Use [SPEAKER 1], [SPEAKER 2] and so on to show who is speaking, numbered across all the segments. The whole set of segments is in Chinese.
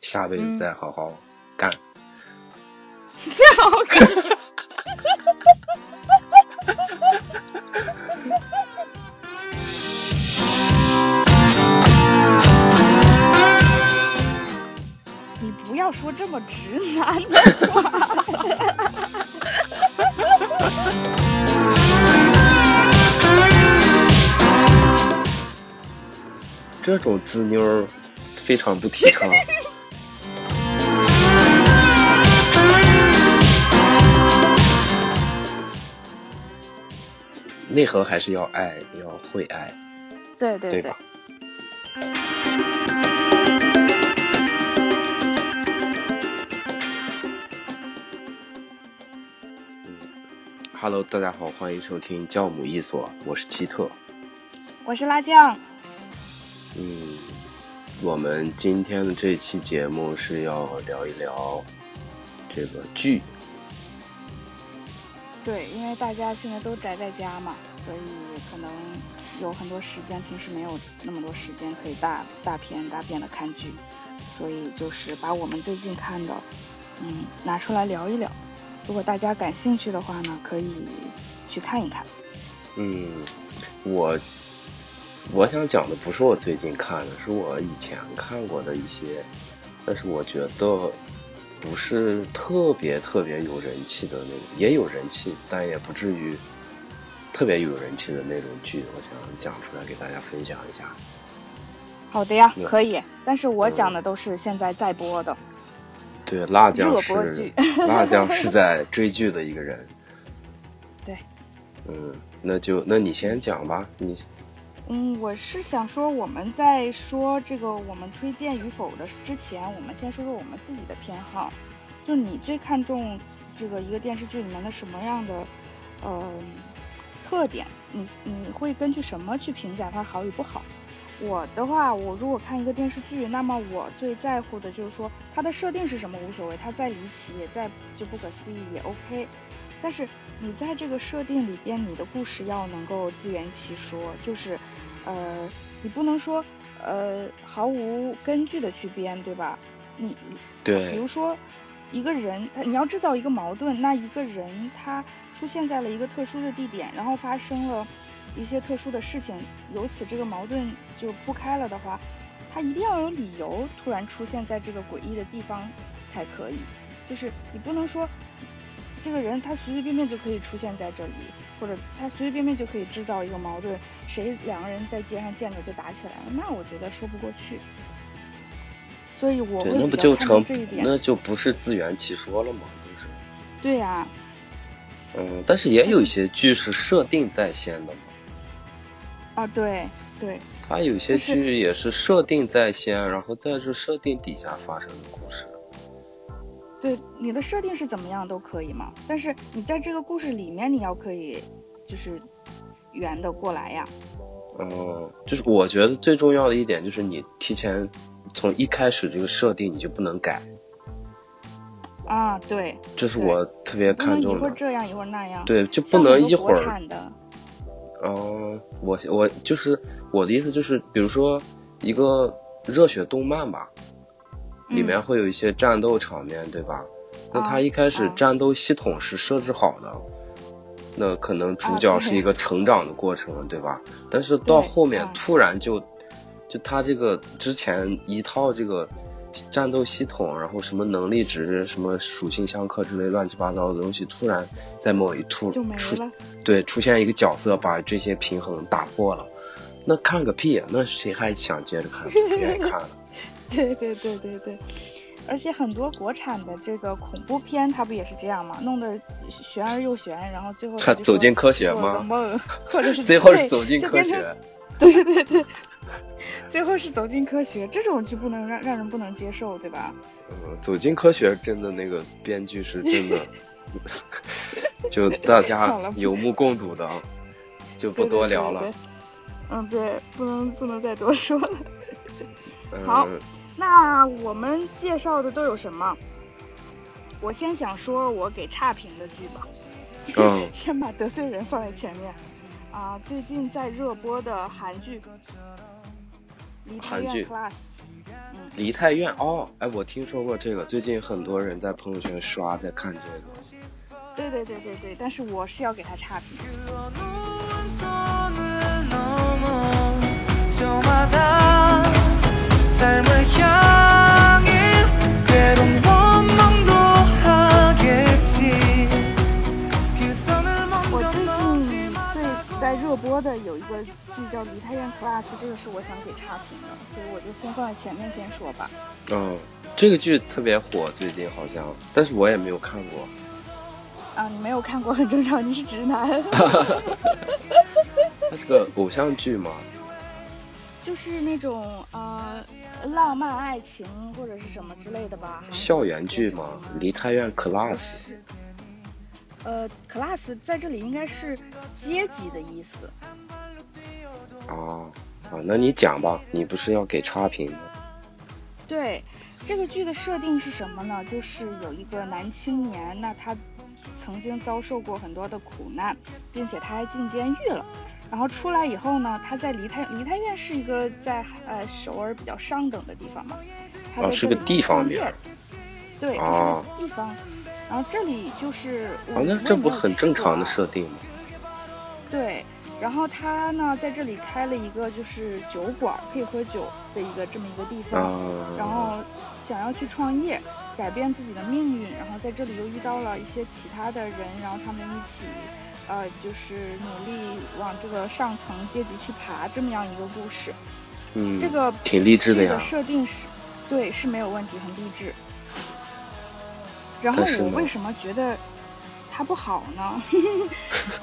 [SPEAKER 1] 下辈子再好好干。
[SPEAKER 2] 再好好干。 你不要说这么直男的话。
[SPEAKER 1] 这种滋妞儿非常不提倡。内核还是要爱，要会爱，
[SPEAKER 2] 对对
[SPEAKER 1] 对吧？嗯，Hello，大家好，欢迎收听教母一所，我是奇特。
[SPEAKER 2] 我是辣酱，
[SPEAKER 1] 嗯，我们今天的这期节目是要聊一聊这个剧，
[SPEAKER 2] 对，因为大家现在都宅在家嘛，所以可能有很多时间，平时没有那么多时间可以大大片大片的看剧，所以就是把我们最近看的，嗯，拿出来聊一聊。如果大家感兴趣的话呢，可以去看一看。
[SPEAKER 1] 嗯，我我想讲的不是我最近看的，是我以前看过的一些，但是我觉得不是特别特别有人气的那种，也有人气，但也不至于特别有人气的那种剧，我想讲出来给大家分享一下。
[SPEAKER 2] 好的呀
[SPEAKER 1] 嗯，
[SPEAKER 2] 可以。但是我讲的都是现在在播的。
[SPEAKER 1] 对，辣酱
[SPEAKER 2] 热播
[SPEAKER 1] 是
[SPEAKER 2] 剧
[SPEAKER 1] 辣酱是 在追剧的一个人。
[SPEAKER 2] 对。
[SPEAKER 1] 嗯，那就那你先讲吧，你
[SPEAKER 2] 嗯，我是想说，我们在说这个我们推荐与否的之前，我们先说说我们自己的偏好。就你最看重这个一个电视剧里面的什么样的，呃，特点？你你会根据什么去评价它好与不好？我的话，我如果看一个电视剧，那么我最在乎的就是说它的设定是什么无所谓，它再离奇也再就不可思议也 OK。但是你在这个设定里边，你的故事要能够自圆其说，就是，呃，你不能说呃毫无根据的去编，对吧？你比
[SPEAKER 1] 对
[SPEAKER 2] 如说一个人，他你要制造一个矛盾，那一个人他出现在了一个特殊的地点，然后发生了一些特殊的事情，由此这个矛盾就铺开了的话，他一定要有理由突然出现在这个诡异的地方才可以，就是你不能说。这个人他随随便便就可以出现在这里，或者他随随便便就可以制造一个矛盾，谁两个人在街上见着就打起来了，那我觉得说不过去。所以我
[SPEAKER 1] 对，
[SPEAKER 2] 会
[SPEAKER 1] 那
[SPEAKER 2] 比
[SPEAKER 1] 不
[SPEAKER 2] 较
[SPEAKER 1] 就
[SPEAKER 2] 看
[SPEAKER 1] 成
[SPEAKER 2] 重这一点。
[SPEAKER 1] 那就不是自圆其说了吗？就是
[SPEAKER 2] 对呀、
[SPEAKER 1] 嗯，但是也有一些剧是设定在先的嘛，
[SPEAKER 2] 啊，对对
[SPEAKER 1] 它有些
[SPEAKER 2] 就是
[SPEAKER 1] 剧也是设定在先，然后在这设定底下发生的故事。
[SPEAKER 2] 对，你的设定是怎么样都可以嘛，但是你在这个故事里面，你要可以就是圆的过来呀。
[SPEAKER 1] 嗯，就是我觉得最重要的一点就是你提前从一开始这个设定你就不能改，
[SPEAKER 2] 啊，对，
[SPEAKER 1] 这是
[SPEAKER 2] 对
[SPEAKER 1] 我特别
[SPEAKER 2] 不能
[SPEAKER 1] 看
[SPEAKER 2] 一
[SPEAKER 1] 重
[SPEAKER 2] 会儿
[SPEAKER 1] 的。
[SPEAKER 2] 这样一会儿那样，，
[SPEAKER 1] 对，就不能一会
[SPEAKER 2] 国
[SPEAKER 1] 儿
[SPEAKER 2] 产的，
[SPEAKER 1] 哦，我我就是我的意思就是，比如说一个热血动漫吧，里
[SPEAKER 2] 嗯
[SPEAKER 1] 面会有一些战斗场面，对吧？那
[SPEAKER 2] 啊
[SPEAKER 1] 它一开始
[SPEAKER 2] 啊
[SPEAKER 1] 战斗系统是设置好的，那可能主
[SPEAKER 2] 啊
[SPEAKER 1] 角
[SPEAKER 2] 对
[SPEAKER 1] 是一个成长的过程，对吧？但是到
[SPEAKER 2] 对
[SPEAKER 1] 后面
[SPEAKER 2] 啊
[SPEAKER 1] 突然就，就他这个之前一套这个战斗系统，然后什么能力值、什么属性相克之类乱七八糟的东西，突然在某一处
[SPEAKER 2] 就没
[SPEAKER 1] 出
[SPEAKER 2] 了。
[SPEAKER 1] 对，出现一个角色把这些平衡打破了，那看个屁呀！啊那谁还想接着看？ 不愿意看啊了。
[SPEAKER 2] 对对对对对，而且很多国产的这个恐怖片，它不也是这样吗？弄得悬而又悬，然后最后
[SPEAKER 1] 他
[SPEAKER 2] 就
[SPEAKER 1] 走
[SPEAKER 2] 说
[SPEAKER 1] 进科学
[SPEAKER 2] 做了个
[SPEAKER 1] 吗？
[SPEAKER 2] 梦，或者 是
[SPEAKER 1] 最后
[SPEAKER 2] 对
[SPEAKER 1] 是走进
[SPEAKER 2] 就
[SPEAKER 1] 科
[SPEAKER 2] 变成
[SPEAKER 1] 学。
[SPEAKER 2] 对对对，最后是走进科学，这种就不能让让人不能接受，对吧？
[SPEAKER 1] 嗯，走进科学真的那个编剧是真 的，就大
[SPEAKER 2] 好
[SPEAKER 1] 家
[SPEAKER 2] 了
[SPEAKER 1] 有目共睹的，啊，就不多聊了
[SPEAKER 2] 对。对对对嗯，对，不能不能再多说了。好
[SPEAKER 1] 嗯，
[SPEAKER 2] 那我们介绍的都有什么？我先想说我给差评的剧吧，
[SPEAKER 1] 嗯
[SPEAKER 2] 先把得罪人放在前面。啊，最近在热播的韩剧《梨泰
[SPEAKER 1] 韩剧
[SPEAKER 2] 院 Class》，嗯
[SPEAKER 1] 梨泰院哦，哎，我听说过这个，最近很多人在朋友圈刷在看这个。
[SPEAKER 2] 对对对对对，但是我是要给他差评。
[SPEAKER 3] 손은 넘어 저마다 삶을 향해 괴로운 원망도 하겠지 그 뷰선을
[SPEAKER 4] 嗯
[SPEAKER 2] 我
[SPEAKER 3] 먼저
[SPEAKER 2] 最
[SPEAKER 3] 넘지
[SPEAKER 2] 近
[SPEAKER 3] 마
[SPEAKER 2] 最在热播的有一个剧叫《梨泰院 Class》，这个是我想给差评的，所以我就先放在前面先说吧。
[SPEAKER 1] 嗯，这个剧特别火，最近好像，但是我也没有看过。
[SPEAKER 2] 啊，你没有看过很正常，你是直男。
[SPEAKER 1] 它是个偶像剧吗？
[SPEAKER 2] 就是那种呃浪漫爱情或者是什么之类的吧。韩
[SPEAKER 1] 校
[SPEAKER 2] 国
[SPEAKER 1] 园剧吗？梨泰院 Class
[SPEAKER 2] 是。呃，class 在这里应该是阶级的意思。
[SPEAKER 1] 啊啊，那你讲吧，你不是要给差评吗？啊
[SPEAKER 2] 对，这个剧的设定是什么呢？就是有一个男青年，那他曾经遭受过很多的苦难，并且他还进监狱了。然后出来以后呢，他在梨泰梨泰院是一个在呃首尔比较上等的地方嘛，他
[SPEAKER 1] 哦
[SPEAKER 2] 在这
[SPEAKER 1] 是个
[SPEAKER 2] 里
[SPEAKER 1] 地方
[SPEAKER 2] 创
[SPEAKER 1] 名
[SPEAKER 2] 业
[SPEAKER 1] 儿
[SPEAKER 2] 对，这是
[SPEAKER 1] 哦
[SPEAKER 2] 个地方。然后这里就是我，
[SPEAKER 1] 啊，那
[SPEAKER 2] 我
[SPEAKER 1] 这
[SPEAKER 2] 也
[SPEAKER 1] 不
[SPEAKER 2] 没有
[SPEAKER 1] 很
[SPEAKER 2] 去
[SPEAKER 1] 正
[SPEAKER 2] 过
[SPEAKER 1] 常的
[SPEAKER 2] 啊
[SPEAKER 1] 设定吗？
[SPEAKER 2] 对，然后他呢在这里开了一个就是酒馆，可以喝酒的一个这么一个地方，然
[SPEAKER 1] 啊，
[SPEAKER 2] 后想要去创业，改变自己的命运，然后在这里又遇到了一些其他的人，然后他们一起，呃，就是努力往这个上层阶级去爬，这么样一个故事。
[SPEAKER 1] 嗯，
[SPEAKER 2] 这个
[SPEAKER 1] 挺励志的
[SPEAKER 2] 剧
[SPEAKER 1] 呀
[SPEAKER 2] 的。设定是，对，是没有问题，很励志。然后
[SPEAKER 1] 但是
[SPEAKER 2] 我
[SPEAKER 1] 呢
[SPEAKER 2] 为什么觉得它不好 呢？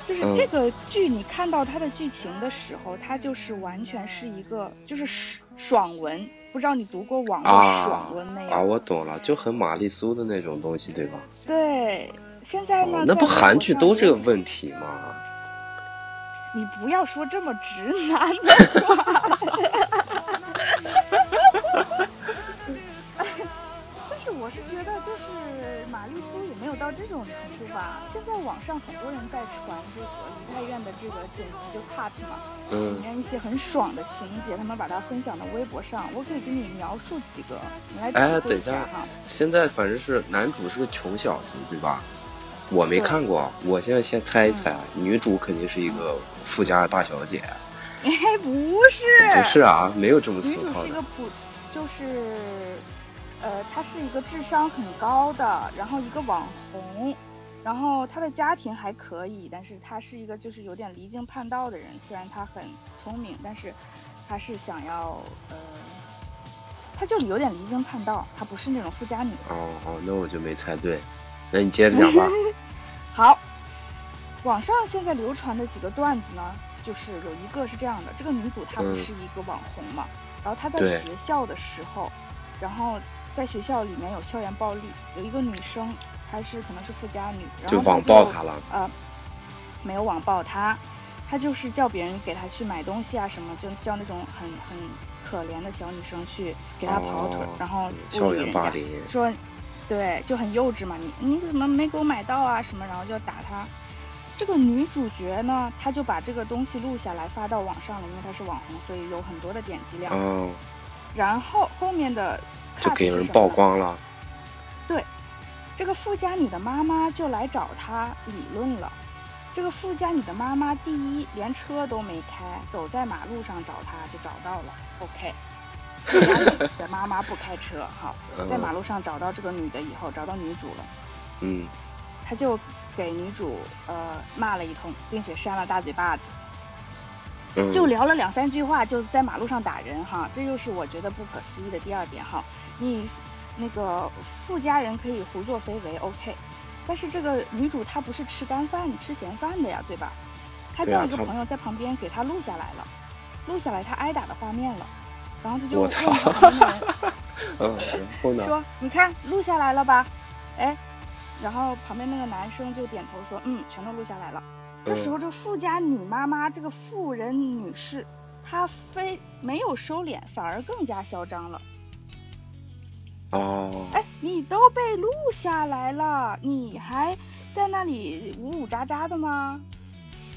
[SPEAKER 2] 就是
[SPEAKER 1] 嗯
[SPEAKER 2] 这个剧，你看到它的剧情的时候，它就是完全是一个就是爽爽文，不知道你读过网络
[SPEAKER 1] 啊
[SPEAKER 2] 爽文没有？
[SPEAKER 1] 啊，我懂了，就很玛丽苏的那种东西，对吧？
[SPEAKER 2] 对，现在呢，
[SPEAKER 1] 哦，那
[SPEAKER 2] 在
[SPEAKER 1] 不
[SPEAKER 2] 微博
[SPEAKER 1] 韩剧
[SPEAKER 2] 上
[SPEAKER 1] 都
[SPEAKER 2] 有
[SPEAKER 1] 这个问题吗？
[SPEAKER 2] 你不要说这么直男 的话。但是我是觉得，就是玛丽苏也没有到这种程度吧。现在网上很多人在传这个梨泰院的这个剪辑就 cut 嘛，里
[SPEAKER 1] 嗯，
[SPEAKER 2] 面一些很爽的情节，他们把它分享到微博上。我可以给你描述几个，你来
[SPEAKER 1] 哎
[SPEAKER 2] 体会
[SPEAKER 1] 等一
[SPEAKER 2] 一
[SPEAKER 1] 下
[SPEAKER 2] 哈。
[SPEAKER 1] 现在反正是男主是个穷小子，对吧？我没
[SPEAKER 2] 对嗯
[SPEAKER 1] 看过，我现在先猜一猜，女主肯定是一个富家大小姐，
[SPEAKER 2] 哎，不是，
[SPEAKER 1] 不是啊，没有这么
[SPEAKER 2] 女
[SPEAKER 1] 俗
[SPEAKER 2] 主
[SPEAKER 1] 套
[SPEAKER 2] 是一
[SPEAKER 1] 的
[SPEAKER 2] 个普，就是，呃，她是一个智商很高的，然后一个网红，然后她的家庭还可以，但是她是一个就是有点离经叛道的人。虽然她很聪明，但是她是想要，呃，她就是有点离经叛道，她不是那种富家女。
[SPEAKER 1] 哦哦，那我就没猜对，那你接着 讲吧。
[SPEAKER 2] 好，网上现在流传的几个段子呢，就是有一个是这样的，这个女主她
[SPEAKER 1] 嗯
[SPEAKER 2] 不是一个网红嘛，然后她在
[SPEAKER 1] 对
[SPEAKER 2] 学校的时候，然后在学校里面有校园暴力，有一个女生她是可能是富家女，然
[SPEAKER 1] 就
[SPEAKER 2] 后她
[SPEAKER 1] 网暴她了，
[SPEAKER 2] 呃，没有网暴她，她就是叫别人给她去买东西啊什么，就叫那种很很可怜的小女生去给她跑腿，
[SPEAKER 1] 哦
[SPEAKER 2] 然后
[SPEAKER 1] 校
[SPEAKER 2] 物理
[SPEAKER 1] 园
[SPEAKER 2] 人
[SPEAKER 1] 霸
[SPEAKER 2] 家
[SPEAKER 1] 凌
[SPEAKER 2] 说，对，就很幼稚嘛，你你怎么没给我买到啊什么，然后就打她。这个女主角呢，她就把这个东西录下来发到网上了，因为她是网红，所以有很多的点击量。
[SPEAKER 1] 哦，
[SPEAKER 2] 然后后面的
[SPEAKER 1] 就
[SPEAKER 2] cut
[SPEAKER 1] 给
[SPEAKER 2] 是
[SPEAKER 1] 人
[SPEAKER 2] 什
[SPEAKER 1] 曝
[SPEAKER 2] 么呢
[SPEAKER 1] 光了。
[SPEAKER 2] 这个富家女的妈妈就来找她理论了。这个富家女的妈妈，第一连车都没开，走在马路上找她就找到了。OK，富家女的妈妈不开车， 好，在马路上找到这个女的以后，找到女主了，
[SPEAKER 1] 嗯，
[SPEAKER 2] 她就给女主呃骂了一通，并且扇了大嘴巴子，
[SPEAKER 1] 嗯
[SPEAKER 2] 就聊了两三句话，就是在马路上打人哈，这就是我觉得不可思议的第二点哈。你那个富家人可以胡作非为，OK，但是这个女主她不是吃干饭、吃闲饭的呀，对吧？她
[SPEAKER 1] 对啊
[SPEAKER 2] 叫一个
[SPEAKER 1] 她
[SPEAKER 2] 朋友在旁边给她录下来了，录下来她挨打的画面了，然后她就
[SPEAKER 1] 我
[SPEAKER 2] 问
[SPEAKER 1] 操
[SPEAKER 2] 旁边的人。
[SPEAKER 1] 嗯，然后呢？
[SPEAKER 2] 说你看录下来了吧？哎，然后旁边那个男生就点头说，嗯，全都录下来了。这时
[SPEAKER 1] 嗯
[SPEAKER 2] 候这富家女妈妈，这个富人女士，她非没有收敛，反而更加嚣张了。
[SPEAKER 1] 哦，
[SPEAKER 2] 哎，你都被录下来了，你还在那里呜呜喳喳的吗？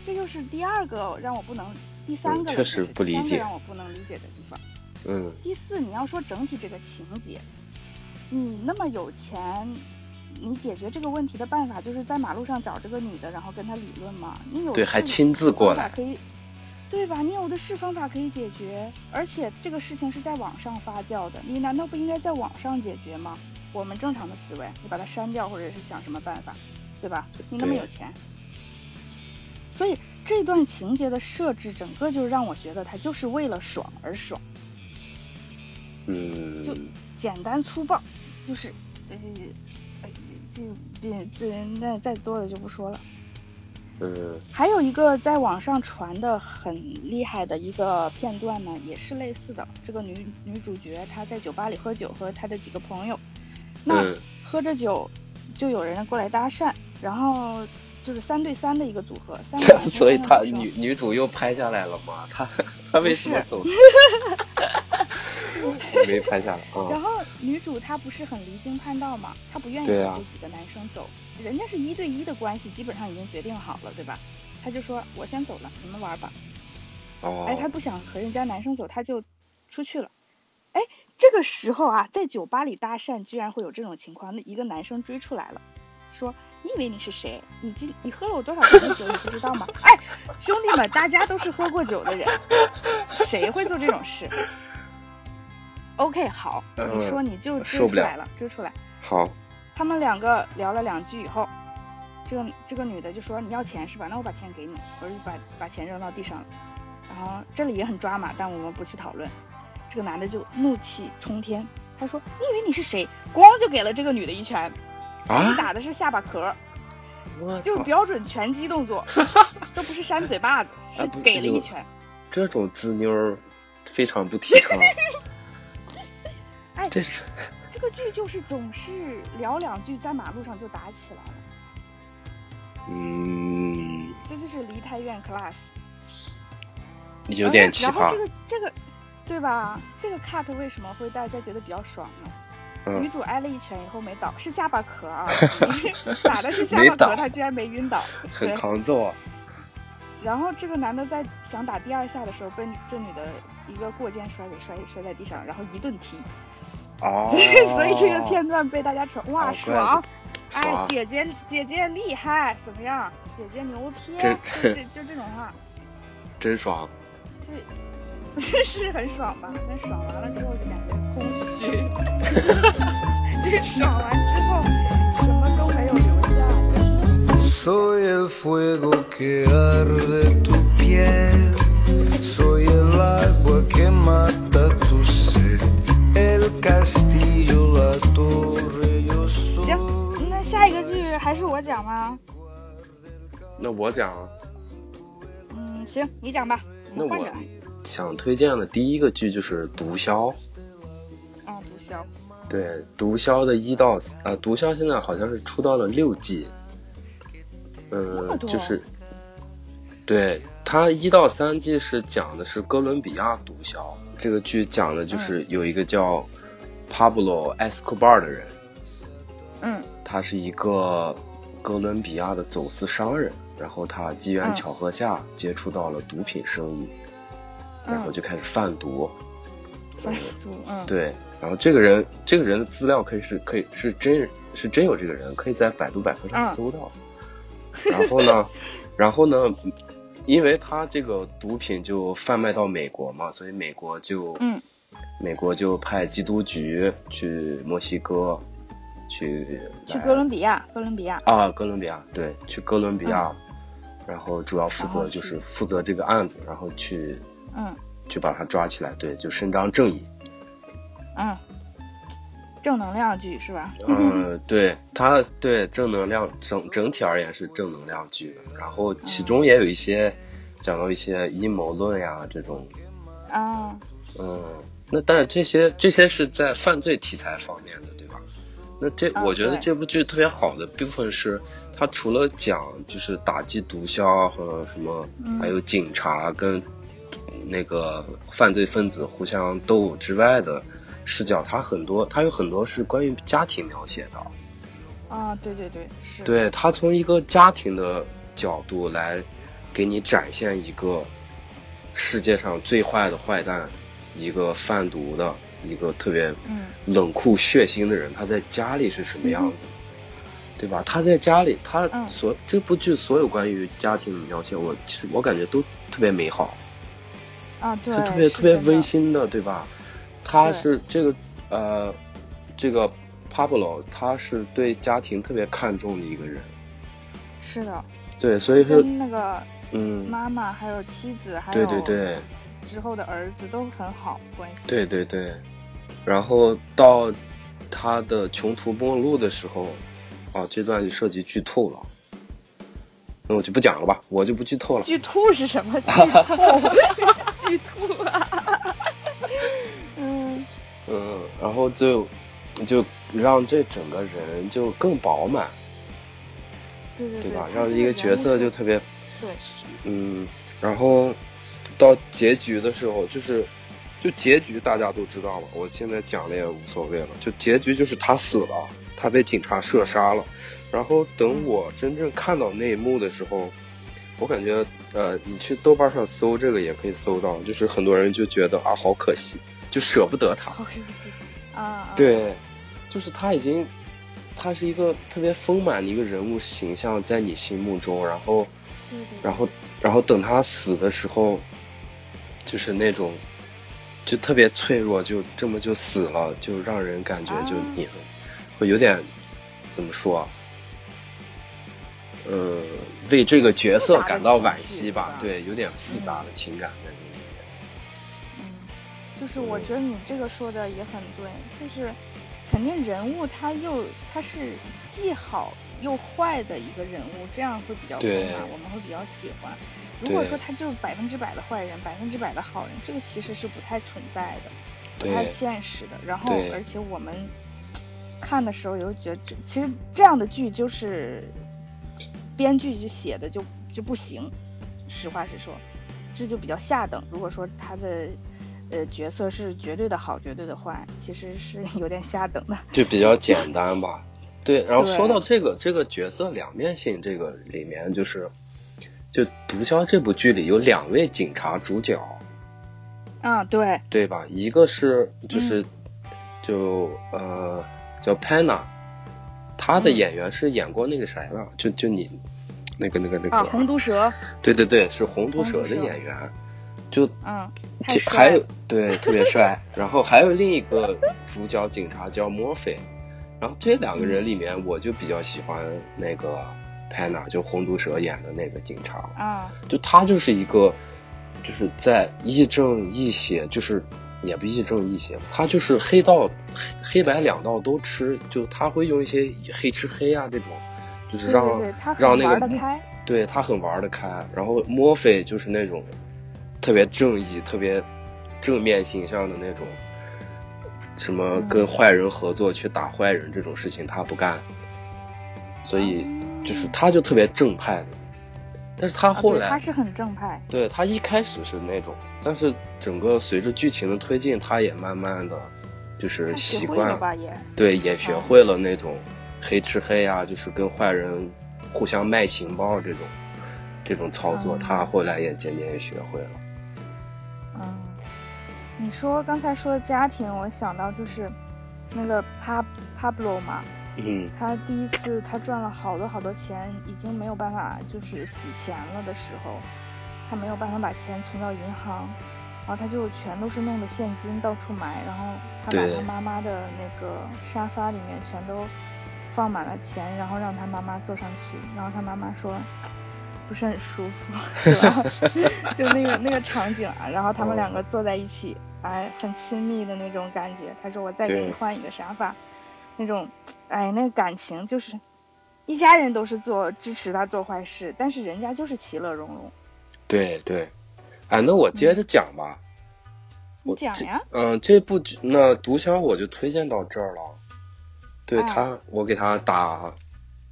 [SPEAKER 2] 这就是第二个让我不能，第三
[SPEAKER 1] 嗯
[SPEAKER 2] 个了
[SPEAKER 1] 确实
[SPEAKER 2] 就是
[SPEAKER 1] 不理
[SPEAKER 2] 第三个
[SPEAKER 1] 解
[SPEAKER 2] 让我不能理解的地方。
[SPEAKER 1] 嗯
[SPEAKER 2] 第四，你要说整体这个情节，你那么有钱，你解决这个问题的办法就是在马路上找这个女的，然后跟她理论嘛。你有
[SPEAKER 1] 对
[SPEAKER 2] 是
[SPEAKER 1] 还亲自过来
[SPEAKER 2] 方法可以，对吧？你有的是方法可以解决，而且这个事情是在网上发酵的，你难道不应该在网上解决吗？我们正常的思维，你把它删掉，或者是想什么办法，对吧？你那么
[SPEAKER 1] 对
[SPEAKER 2] 有钱，所以这段情节的设置，整个就让我觉得他就是为了爽而爽。就
[SPEAKER 1] 嗯，
[SPEAKER 2] 简单粗暴，就是呃，呃这这这这那再多的就不说了。
[SPEAKER 1] 嗯
[SPEAKER 2] 还有一个在网上传的很厉害的一个片段呢，也是类似的。这个女女主角她在酒吧里喝酒，和她的几个朋友，那、
[SPEAKER 1] 嗯
[SPEAKER 2] 喝着酒就有人过来搭讪，然后就是三对三的一个组合，三个男生
[SPEAKER 1] 所以
[SPEAKER 2] 三个
[SPEAKER 1] 她
[SPEAKER 2] 生
[SPEAKER 1] 女女主又拍下来了吗？她她为什么
[SPEAKER 2] 不是
[SPEAKER 1] 走？ 没拍下来
[SPEAKER 2] 然
[SPEAKER 1] 啊，
[SPEAKER 2] 后女主她不是很离经叛道嘛，她不愿意和
[SPEAKER 1] 对啊
[SPEAKER 2] 这几个男生走，人家是一对一的关系，基本上已经决定好了，对吧？她就说我先走了，你们玩吧。哎，她
[SPEAKER 1] 哦，
[SPEAKER 2] 不想和人家男生走，她就出去了。哎，这个时候啊，在酒吧里搭讪居然会有这种情况，那一个男生追出来了，说你以为你是谁？你今你喝了我多少瓶的酒，你不知道吗？哎，兄弟们，大家都是喝过酒的人，谁会做这种事？OK，好，你说你就
[SPEAKER 1] 嗯受不
[SPEAKER 2] 追出
[SPEAKER 1] 了
[SPEAKER 2] 来了，追出来。
[SPEAKER 1] 好，
[SPEAKER 2] 他们两个聊了两句以后，这个这个女的就说你要钱是吧？那我把钱给你，我就把把钱扔到地上了。然后这里也很抓马，但我们不去讨论。这个男的就怒气冲天，他说你以为你是谁？咣就给了这个女的一拳，
[SPEAKER 1] 啊
[SPEAKER 2] 打的是下巴壳，
[SPEAKER 1] 我
[SPEAKER 2] 就是
[SPEAKER 1] 操，
[SPEAKER 2] 标准拳击 动作，都不是扇嘴巴子，
[SPEAKER 1] 啊
[SPEAKER 2] 是
[SPEAKER 1] 不
[SPEAKER 2] 给了
[SPEAKER 1] 有
[SPEAKER 2] 一拳。
[SPEAKER 1] 这种滋妞儿非常不提倡，
[SPEAKER 2] 哎，
[SPEAKER 1] 这是
[SPEAKER 2] 这个剧就是总是聊两句，在马路上就打起来了，
[SPEAKER 1] 嗯
[SPEAKER 2] 这就是梨泰院 class。
[SPEAKER 1] 有点奇
[SPEAKER 2] 哎然后然后
[SPEAKER 1] 葩
[SPEAKER 2] 这，个这个，对吧？这个 cut 为什么会大家觉得比较爽呢？女
[SPEAKER 1] 嗯
[SPEAKER 2] 主挨了一拳以后没倒，是下巴 壳啊，打的是下
[SPEAKER 1] 没
[SPEAKER 2] 巴
[SPEAKER 1] 倒
[SPEAKER 2] 壳，她居然没晕倒。
[SPEAKER 1] 很
[SPEAKER 2] 对，
[SPEAKER 1] 抗揍 啊，
[SPEAKER 2] 然后这个男的在想打第二下的时候，被这女的一个过肩摔给摔摔在地上，然后一顿踢。
[SPEAKER 1] 哦
[SPEAKER 2] 所以这个片段被大家传，哇，
[SPEAKER 1] 好
[SPEAKER 2] 爽！
[SPEAKER 1] 怪不得
[SPEAKER 2] 哎，
[SPEAKER 1] 爽
[SPEAKER 2] 姐姐姐姐厉害，怎么样？姐姐牛批，
[SPEAKER 1] 真
[SPEAKER 2] 就就就这种话。
[SPEAKER 1] 真爽，
[SPEAKER 2] 是是很爽吧？但爽完了之后就感觉空虚，这爽完之后什么都没有留下，就
[SPEAKER 3] Soy el fuego que arde tu piel, soy el agua que mata tu sed, el castillo, la torre, yo soy.
[SPEAKER 2] 行。那下一个剧还是我讲吗？
[SPEAKER 1] 那我讲啊。
[SPEAKER 2] 嗯，行，你讲吧，
[SPEAKER 1] 那
[SPEAKER 2] 们换
[SPEAKER 1] 我
[SPEAKER 2] 着来。
[SPEAKER 1] 想推荐的第一个剧就是《毒枭》，
[SPEAKER 2] 啊，毒枭，
[SPEAKER 1] 对，《毒枭》的一到四啊，《毒枭》现在好像是出到了六季，
[SPEAKER 2] 那
[SPEAKER 1] 嗯
[SPEAKER 2] 么，多
[SPEAKER 1] 就是，对，它一到三季是讲的是哥伦比亚毒枭，这个剧讲的
[SPEAKER 2] 嗯
[SPEAKER 1] 就是有一个叫 Pablo Escobar 的人，
[SPEAKER 2] 嗯
[SPEAKER 1] 他是一个哥伦比亚的走私商人，然后他机缘
[SPEAKER 2] 嗯
[SPEAKER 1] 巧合下接触到了毒品生意，然后
[SPEAKER 2] 嗯，
[SPEAKER 1] 就开始贩毒。
[SPEAKER 2] 贩毒，嗯，
[SPEAKER 1] 对，然后这个人，这个人的资料可以是可以是真是真有这个人，可以在百度百科上
[SPEAKER 2] 嗯
[SPEAKER 1] 搜到。然后 呢，然后呢，因为他这个毒品就贩卖到美国嘛，所以美国就
[SPEAKER 2] 嗯
[SPEAKER 1] 美国就派缉毒局去墨西哥，去
[SPEAKER 2] 去
[SPEAKER 1] 来
[SPEAKER 2] 哥伦比亚，哥伦比亚，嗯
[SPEAKER 1] 啊，哥伦比亚，对，去哥伦比亚，然后主要负
[SPEAKER 2] 然后
[SPEAKER 1] 责就
[SPEAKER 2] 去
[SPEAKER 1] 是负责这个案子，然后去
[SPEAKER 2] 嗯
[SPEAKER 1] 去把他抓起来，对，就伸张正义。
[SPEAKER 2] 嗯，正能量剧是吧？
[SPEAKER 1] 嗯，对，它对正能量整整体而言是正能量剧的，然后其中也有一些讲到一些阴谋论呀这种，
[SPEAKER 2] 啊，
[SPEAKER 1] 嗯，那但是这些这些是在犯罪题材方面的，对吧？那这
[SPEAKER 2] 啊
[SPEAKER 1] 我觉得
[SPEAKER 2] 对
[SPEAKER 1] 这部剧特别好的部分是，它除了讲就是打击毒枭和什么，
[SPEAKER 2] 嗯
[SPEAKER 1] 还有警察跟那个犯罪分子互相斗殴之外的视角，它很多它有很多是关于家庭描写的。
[SPEAKER 2] 啊，对对对，是，
[SPEAKER 1] 对他从一个家庭的角度来给你展现一个世界上最坏的坏蛋一个贩毒的，一个特别
[SPEAKER 2] 嗯
[SPEAKER 1] 冷酷血腥的人，他在家里是什么样子，对吧？他在家里，他
[SPEAKER 2] 嗯
[SPEAKER 1] 所、这部剧所有关于家庭的描写，我其实我感觉都特别美好，
[SPEAKER 2] 啊，对，
[SPEAKER 1] 是特别
[SPEAKER 2] 是
[SPEAKER 1] 特别
[SPEAKER 2] 真的
[SPEAKER 1] 温。馨的，对吧？他
[SPEAKER 2] 对
[SPEAKER 1] 是这个呃，这个 Pablo，他是对家庭特别看重的一个人，
[SPEAKER 2] 是的，
[SPEAKER 1] 对，所以说
[SPEAKER 2] 跟那个
[SPEAKER 1] 嗯，
[SPEAKER 2] 妈妈、还有妻子、还
[SPEAKER 1] 对
[SPEAKER 2] 有
[SPEAKER 1] 对对。
[SPEAKER 2] 之后的儿子都很好关系。
[SPEAKER 1] 对对对，然后到他的穷途末路的时候，哦，这段就涉及剧透了，那我就不讲了吧，我就不剧透了。
[SPEAKER 2] 剧兔是什 么？剧兔，剧兔啊！嗯，
[SPEAKER 1] 嗯，然后就就让这整个人就更饱满，
[SPEAKER 2] 对对
[SPEAKER 1] 对吧？
[SPEAKER 2] 他
[SPEAKER 1] 让
[SPEAKER 2] 这
[SPEAKER 1] 一个角
[SPEAKER 2] 人物
[SPEAKER 1] 色
[SPEAKER 2] 是
[SPEAKER 1] 就特别
[SPEAKER 2] 对，
[SPEAKER 1] 嗯，然后到结局的时候，就是就结局大家都知道了，我现在讲了也无所谓了。就结局就是他死了，他被警察射杀了。然后等我真正看到那一幕的时候，我感觉呃，你去豆瓣上搜这个也可以搜到，就是很多人就觉得啊，好可惜，就舍不得他。
[SPEAKER 2] 好可惜啊啊！
[SPEAKER 1] 对，就是他已经，他是一个特别丰满的一个人物形象在你心目中，然后。
[SPEAKER 2] 对对对
[SPEAKER 1] 然后然后等他死的时候，就是那种就特别脆弱，就这么就死了，就让人感觉就
[SPEAKER 2] 啊
[SPEAKER 1] 你会有点怎么说啊？呃，为这个角色
[SPEAKER 2] 复杂的
[SPEAKER 1] 感到
[SPEAKER 2] 情
[SPEAKER 1] 惋
[SPEAKER 2] 绪
[SPEAKER 1] 惜
[SPEAKER 2] 是
[SPEAKER 1] 吧
[SPEAKER 2] 吧，
[SPEAKER 1] 对，有点复杂的情感在里面。
[SPEAKER 2] 嗯，就是我觉得你这个说的也很对，就是肯定人物他又他是既好又坏的一个人物，这样会比较丰
[SPEAKER 1] 对
[SPEAKER 2] 满，我们会比较喜欢。
[SPEAKER 1] 对
[SPEAKER 2] 如果说他就是百分之百的坏人，百分之百的好人，这个其实是不太存在的，不太
[SPEAKER 1] 对
[SPEAKER 2] 现实的。然后
[SPEAKER 1] 对
[SPEAKER 2] 而且我们看的时候也会觉得这，其实这样的剧就是编剧就写的就就不行，实话实说，这就比较下等。如果说他的呃角色是绝对的好，绝对的坏，其实是 有点下等的。
[SPEAKER 1] 就比较简单吧。对，然后
[SPEAKER 2] 对
[SPEAKER 1] 说到这个这个角色两面性，这个里面就是，就《毒枭》这部剧里有两位警察主角，
[SPEAKER 2] 啊，对，
[SPEAKER 1] 对吧？一个是
[SPEAKER 2] 嗯
[SPEAKER 1] 就是、就呃叫 Panna，他的
[SPEAKER 2] 嗯
[SPEAKER 1] 演员是演过那个谁了？就就你那个那个那个
[SPEAKER 2] 啊，红毒蛇，
[SPEAKER 1] 对对对，是红毒
[SPEAKER 2] 红毒
[SPEAKER 1] 蛇的
[SPEAKER 2] 蛇
[SPEAKER 1] 演员，就
[SPEAKER 2] 嗯，太
[SPEAKER 1] 这
[SPEAKER 2] 帅
[SPEAKER 1] 还有
[SPEAKER 2] 了，
[SPEAKER 1] 对特别帅，然后还有另一个主角警察叫墨菲，然后这两个
[SPEAKER 2] 嗯
[SPEAKER 1] 人里面我就比较喜欢那个 Panna，就红毒蛇演的那个警察，
[SPEAKER 2] 啊，
[SPEAKER 1] 就他就是一个，就是在亦正亦邪，就是也不亦正亦邪吧，他就是黑道黑黑白两道都吃，就他会用一些以黑吃黑啊这种，就是
[SPEAKER 2] 对
[SPEAKER 1] 让
[SPEAKER 2] 对对，他
[SPEAKER 1] 让
[SPEAKER 2] 很
[SPEAKER 1] 那
[SPEAKER 2] 玩
[SPEAKER 1] 个
[SPEAKER 2] 得开，
[SPEAKER 1] 对他很玩得开。然后墨菲就是那种特别正义、特别正面形象的那种，什么
[SPEAKER 2] 嗯
[SPEAKER 1] 跟坏人合作去打坏人这种事情他不干，所以就是他就特别正派的。但是他
[SPEAKER 2] 哦啊
[SPEAKER 1] 后
[SPEAKER 2] 对
[SPEAKER 1] 来、
[SPEAKER 2] 他是很正派，
[SPEAKER 1] 对他一开始是那种，但是整个随着剧情的推进，他也慢慢的就是
[SPEAKER 2] 他
[SPEAKER 1] 习
[SPEAKER 2] 学会
[SPEAKER 1] 惯
[SPEAKER 2] 了吧嗯也，
[SPEAKER 1] 对，也学会了那种黑吃黑啊，就是跟坏人互相卖情报这种这种操作，
[SPEAKER 2] 嗯
[SPEAKER 1] 他后来也渐渐也学会了。
[SPEAKER 2] 嗯，你说刚才说的家庭，我想到就是那个帕帕布罗嘛，
[SPEAKER 1] 嗯，
[SPEAKER 2] 他第一次他赚了好多好多钱，已经没有办法就是洗钱了的时候，他没有办法把钱存到银行，然后他就全都是弄的现金到处买，然后他把
[SPEAKER 1] 对
[SPEAKER 2] 他妈妈的那个沙发里面全都放满了钱，然后让他妈妈坐上去，然后他妈妈说。不是很舒服，对吧？ 就那个那个场景啊，然后他们两个坐在一起，哎，很亲密的那种感觉。他说：“我再给
[SPEAKER 1] 对
[SPEAKER 2] 你换一个沙发。”那种，哎，那个感情就是，一家人都是做支持他做坏事，但是人家就是其乐融融。
[SPEAKER 1] 对对，哎，那
[SPEAKER 2] 嗯
[SPEAKER 1] 我接着讲吧。
[SPEAKER 2] 你
[SPEAKER 1] 我
[SPEAKER 2] 讲
[SPEAKER 1] 这
[SPEAKER 2] 呀，
[SPEAKER 1] 嗯、这部剧那毒枭我就推荐到这儿了。对
[SPEAKER 2] 哎
[SPEAKER 1] 他，我给他打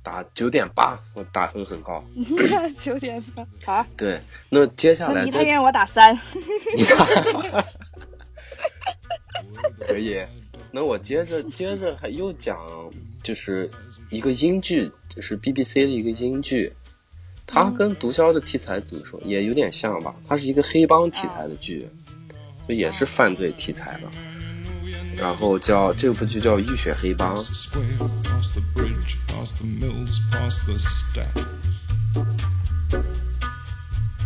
[SPEAKER 1] 打九点八，我打分很高。
[SPEAKER 2] 你九点 半好，
[SPEAKER 1] 对，那接下
[SPEAKER 2] 嗯那
[SPEAKER 1] 来
[SPEAKER 2] 你
[SPEAKER 1] 这
[SPEAKER 2] 他愿我打三，
[SPEAKER 1] 可以。那我接着接着还又讲，就是一个英剧，就是 BBC 的一个英剧，它跟毒枭的题材怎么说也有点像吧？它是一个黑帮题材的剧，也是犯罪题材吧。然后叫这部剧叫《浴血黑帮》，
[SPEAKER 5] Across the square, past the bridge, past the mills, past the stack.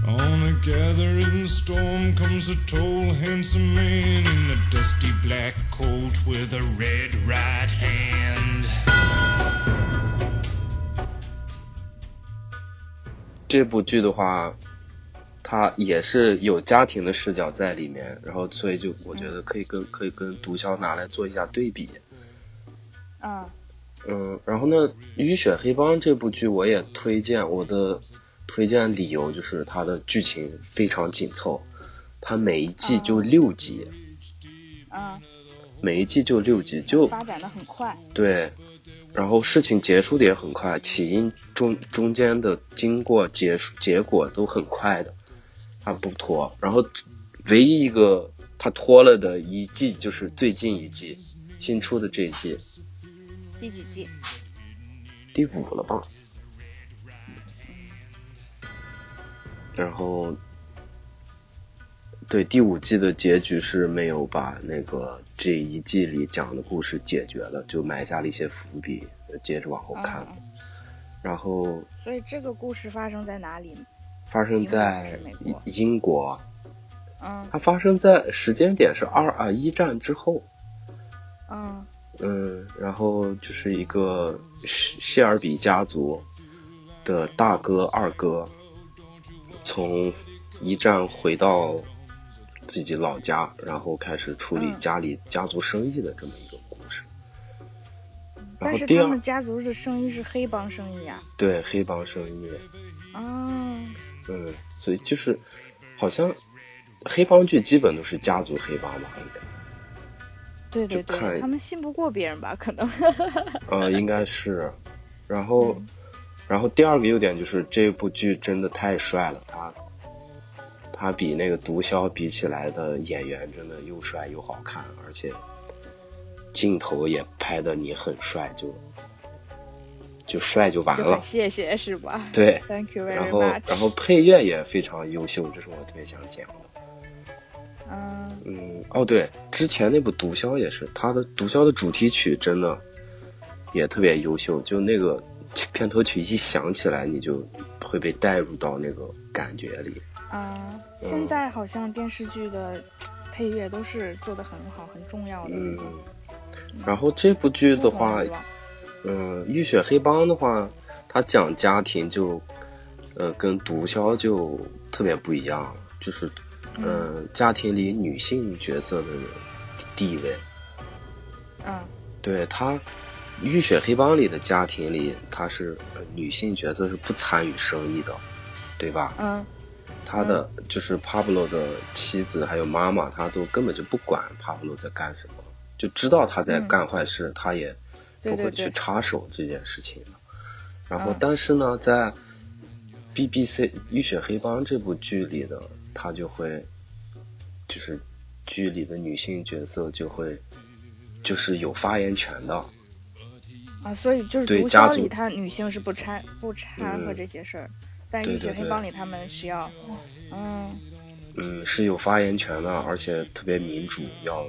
[SPEAKER 5] On a gathering storm comes a tall, handsome man in a dusty black coat with a red right hand.
[SPEAKER 1] 这部剧的话，它也是有家庭的视角在里面，然后所以就我觉得可以跟可以跟《毒枭》拿来做一下对比。
[SPEAKER 2] 嗯，
[SPEAKER 1] 嗯，然后呢，《雨雪黑帮》这部剧我也推荐，我的推荐理由就是它的剧情非常紧凑，它每一季就六集，
[SPEAKER 2] 嗯，
[SPEAKER 1] 每一季就六集，就
[SPEAKER 2] 发展的很快，
[SPEAKER 1] 对，然后事情结束的也很快，起因中中间的经过结束结果都很快的，它不拖。然后唯一一个它拖了的一季就是最近一季新出的这一季
[SPEAKER 2] 第几季？
[SPEAKER 1] 第五了吧？然后对第五季的结局是没有把那个这一季里讲的故事解决了，就埋下了一些伏笔，接着往后看。
[SPEAKER 2] 嗯嗯
[SPEAKER 1] 然后
[SPEAKER 2] 所以这个故事发生在哪里？
[SPEAKER 1] 发生在
[SPEAKER 2] 英国还
[SPEAKER 1] 英国，啊
[SPEAKER 2] 嗯
[SPEAKER 1] 它发生在时间点是二啊一战之后，
[SPEAKER 2] 嗯
[SPEAKER 1] 嗯，然后就是一个谢谢尔比家族的大哥、二哥，从一战回到自己老家，然后开始处理
[SPEAKER 2] 嗯
[SPEAKER 1] 家里家族生意的这么一个故事。然
[SPEAKER 2] 但
[SPEAKER 1] 后
[SPEAKER 2] 是
[SPEAKER 1] 第
[SPEAKER 2] 他
[SPEAKER 1] 二
[SPEAKER 2] 们家族的生意是黑帮生意 啊。
[SPEAKER 1] 对黑帮生意，
[SPEAKER 2] 啊，
[SPEAKER 1] 嗯，所以就是好像黑帮剧基本都是家族黑帮吧，应该。
[SPEAKER 2] 对对
[SPEAKER 1] 就看
[SPEAKER 2] 对，他们信不过别人吧？可能。
[SPEAKER 1] 呃，应该是。然后，
[SPEAKER 2] 嗯
[SPEAKER 1] 然后第二个优点就是这部剧真的太帅了，他他比那个毒枭比起来的演员真的又帅又好看，而且镜头也拍的你很帅，就就帅就完
[SPEAKER 2] 就
[SPEAKER 1] 了
[SPEAKER 2] 很。谢谢是吧？
[SPEAKER 1] 对，
[SPEAKER 2] Thank you
[SPEAKER 1] 然
[SPEAKER 2] very
[SPEAKER 1] 后
[SPEAKER 2] much。
[SPEAKER 1] 然后配乐也非常优秀，这是我特别想讲的。
[SPEAKER 2] 嗯，
[SPEAKER 1] 嗯，哦对，之前那部《毒枭》也是，它的《毒枭》的主题曲真的也特别优秀，就那个片头曲一响起来，你就会被带入到那个感觉里。
[SPEAKER 2] 啊，现在好像电视剧的配乐都是做的很好，很重要的。
[SPEAKER 1] 嗯，然后这部剧
[SPEAKER 2] 不
[SPEAKER 1] 的
[SPEAKER 2] 同
[SPEAKER 1] 话
[SPEAKER 2] 以，往
[SPEAKER 1] 嗯，《浴血黑帮》的话，它讲家庭就，呃，跟《毒枭》就特别不一样，就是，呃，家庭里女性角色的地位，
[SPEAKER 2] 嗯
[SPEAKER 1] 对他，《浴血黑帮》里的家庭里，她是呃女性角色是不参与生意的，对吧？
[SPEAKER 2] 嗯
[SPEAKER 1] 他的就是帕布罗的妻子还有妈妈，他都根本就不管帕布罗在干什么，就知道他在
[SPEAKER 2] 嗯
[SPEAKER 1] 干坏事，他也
[SPEAKER 2] 对
[SPEAKER 1] 不
[SPEAKER 2] 对
[SPEAKER 1] 会
[SPEAKER 2] 对
[SPEAKER 1] 去插手这件事情的。然后
[SPEAKER 2] 嗯，
[SPEAKER 1] 但是呢，在 BBC《浴血黑帮》这部剧里的，他就会就是剧里的女性角色就会就是有发言权的。
[SPEAKER 2] 啊，所以就是
[SPEAKER 1] 对
[SPEAKER 2] 毒
[SPEAKER 1] 家
[SPEAKER 2] 枭
[SPEAKER 1] 族嗯
[SPEAKER 2] 里，他女性是不掺不掺和这些事儿，但
[SPEAKER 1] 对
[SPEAKER 2] 浴血
[SPEAKER 1] 对
[SPEAKER 2] 黑
[SPEAKER 1] 对
[SPEAKER 2] 帮里他们是要，嗯
[SPEAKER 1] 嗯，是有发言权的，而且特别民主，要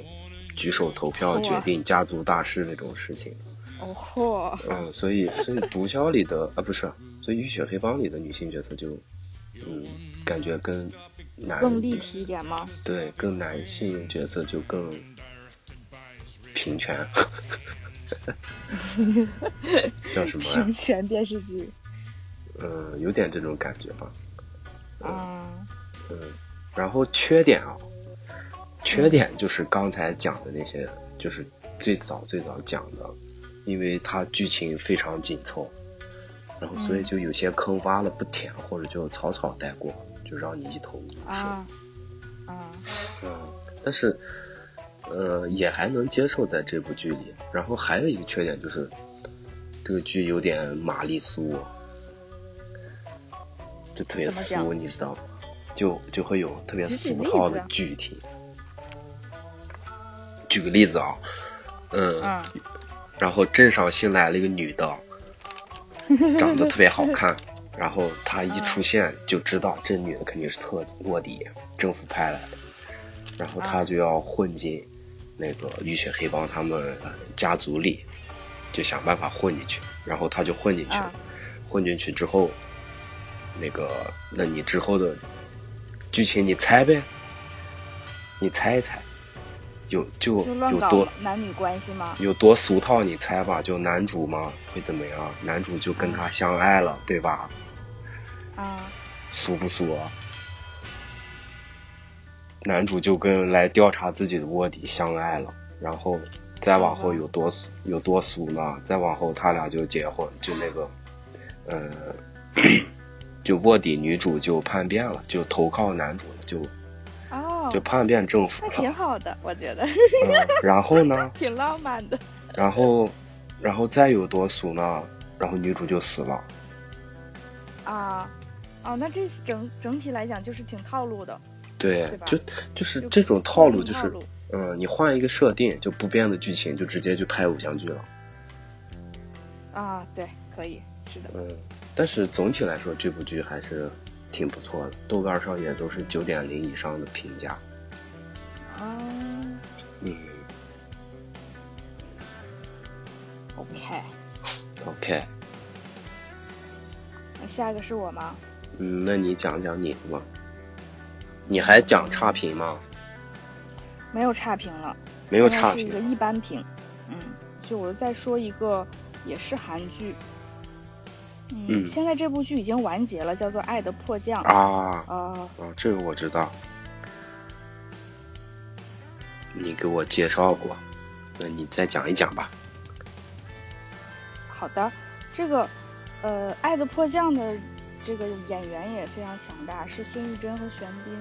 [SPEAKER 1] 举手投票
[SPEAKER 2] 哇
[SPEAKER 1] 决定家族大事这种事情。
[SPEAKER 2] 哦嚯，
[SPEAKER 1] 嗯，所以所以毒枭里的啊不是，所以浴血黑帮里的女性角色就，嗯，感觉跟男
[SPEAKER 2] 更立体一点吗？
[SPEAKER 1] 对更男性角色就更平 权，叫什么呀
[SPEAKER 2] 平？权电视剧
[SPEAKER 1] 嗯，有点这种感觉吧。
[SPEAKER 2] 啊，
[SPEAKER 1] 嗯，然后缺点啊，缺点就是刚才讲的那些，就是最早最早讲的，因为它剧情非常紧凑，然后所以就有些坑挖了不填，或者就草草带过，就让你一头雾水。
[SPEAKER 2] 啊啊，
[SPEAKER 1] 嗯，但是，呃，也还能接受在这部剧里。然后还有一个缺点就是，这个剧有点玛丽苏，就特别
[SPEAKER 2] 怎么讲
[SPEAKER 1] 苏，你知道吗？就就会有特别
[SPEAKER 2] 举举
[SPEAKER 1] 俗
[SPEAKER 2] 例
[SPEAKER 1] 套
[SPEAKER 2] 子
[SPEAKER 1] 的
[SPEAKER 2] 啊
[SPEAKER 1] 剧情。举个例子啊，嗯，
[SPEAKER 2] 嗯
[SPEAKER 1] 然后镇上新来了一个女的，长得特别好看，然后
[SPEAKER 2] 嗯
[SPEAKER 1] 她一出现就知道这女的肯定是特卧底，政府派来的。然后
[SPEAKER 2] 嗯
[SPEAKER 1] 他就要混进那个浴血黑帮他们家族里，就想办法混进去。然后他就混进去了，
[SPEAKER 2] 啊
[SPEAKER 1] 混进去之后，那个，那你之后的剧情你猜呗，你猜一猜，有就
[SPEAKER 2] 就乱
[SPEAKER 1] 有
[SPEAKER 2] 搞
[SPEAKER 1] 多
[SPEAKER 2] 男女关系吗？
[SPEAKER 1] 有多俗套，你猜吧。就男主嘛会怎么样？男主就跟他相爱了，对吧？
[SPEAKER 2] 啊，
[SPEAKER 1] 俗不俗啊？男主就跟来调查自己的卧底相爱了，然后再往后有多俗有多俗呢？再往后他俩就结婚，就那个，呃， 就卧底女主就叛变了，就投靠男主了，就
[SPEAKER 2] 哦，
[SPEAKER 1] 就叛变政府
[SPEAKER 2] 那
[SPEAKER 1] 了。
[SPEAKER 2] 挺好的，我觉得
[SPEAKER 1] 嗯，然后呢？
[SPEAKER 2] 挺浪漫的。
[SPEAKER 1] 然后，然后再有多俗呢？然后女主就死了。
[SPEAKER 2] 啊，哦，那这整整体来讲就是挺套路的，
[SPEAKER 1] 对
[SPEAKER 2] 对吧，
[SPEAKER 1] 就就是
[SPEAKER 2] 就
[SPEAKER 1] 这种套路，
[SPEAKER 2] 挺
[SPEAKER 1] 就
[SPEAKER 2] 套
[SPEAKER 1] 是
[SPEAKER 2] 路
[SPEAKER 1] 嗯，你换一个设定，就不变的剧情，就直接去拍偶像剧了。
[SPEAKER 2] 啊，对，可以，是的，
[SPEAKER 1] 嗯，但是总体来说，这部剧还是挺不错的，豆瓣上也都是九点零以上的评价。
[SPEAKER 2] 啊
[SPEAKER 1] 嗯
[SPEAKER 2] ，OK，
[SPEAKER 1] ，OK，
[SPEAKER 2] 那下一个是我吗？
[SPEAKER 1] 嗯，那你讲讲你的吧。你还讲差评吗？
[SPEAKER 2] 没有差评了，
[SPEAKER 1] 没有
[SPEAKER 2] 现在
[SPEAKER 1] 差
[SPEAKER 2] 嗯是一个
[SPEAKER 1] 评。
[SPEAKER 2] 一般评，嗯，就我再说一个，也是韩剧，嗯，
[SPEAKER 1] 嗯
[SPEAKER 2] 现在这部剧已经完结了，叫做《爱的迫降》
[SPEAKER 1] 啊
[SPEAKER 2] 呃，
[SPEAKER 1] 啊，这个我知道。你给我介绍过，那你再讲一讲吧。
[SPEAKER 2] 好的，这个呃，《爱的迫降》的这个演员也非常强大，是孙艺珍和玄彬。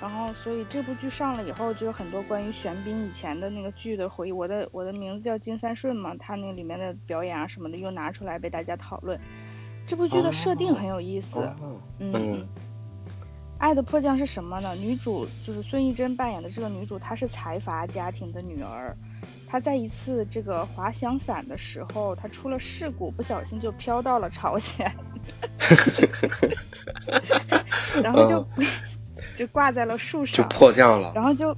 [SPEAKER 2] 然后，所以这部剧上了以后，就有很多关于玄彬以前的那个剧的回忆。我的我的名字叫金三顺嘛，他那里面的表演啊什么的又拿出来被大家讨论。这部剧的设定很有意思，
[SPEAKER 1] 哦，
[SPEAKER 2] 嗯。
[SPEAKER 1] 嗯
[SPEAKER 2] 爱的迫降是什么呢？女主就是孙艺珍扮演的这个女主，她是财阀家庭的女儿。她在一次这个滑翔伞的时候，她出了事故，不小心就飘到了朝鲜，
[SPEAKER 1] 嗯
[SPEAKER 2] 然后就、 就挂在了树
[SPEAKER 1] 就
[SPEAKER 2] 上，
[SPEAKER 1] 迫降了。
[SPEAKER 2] 然后就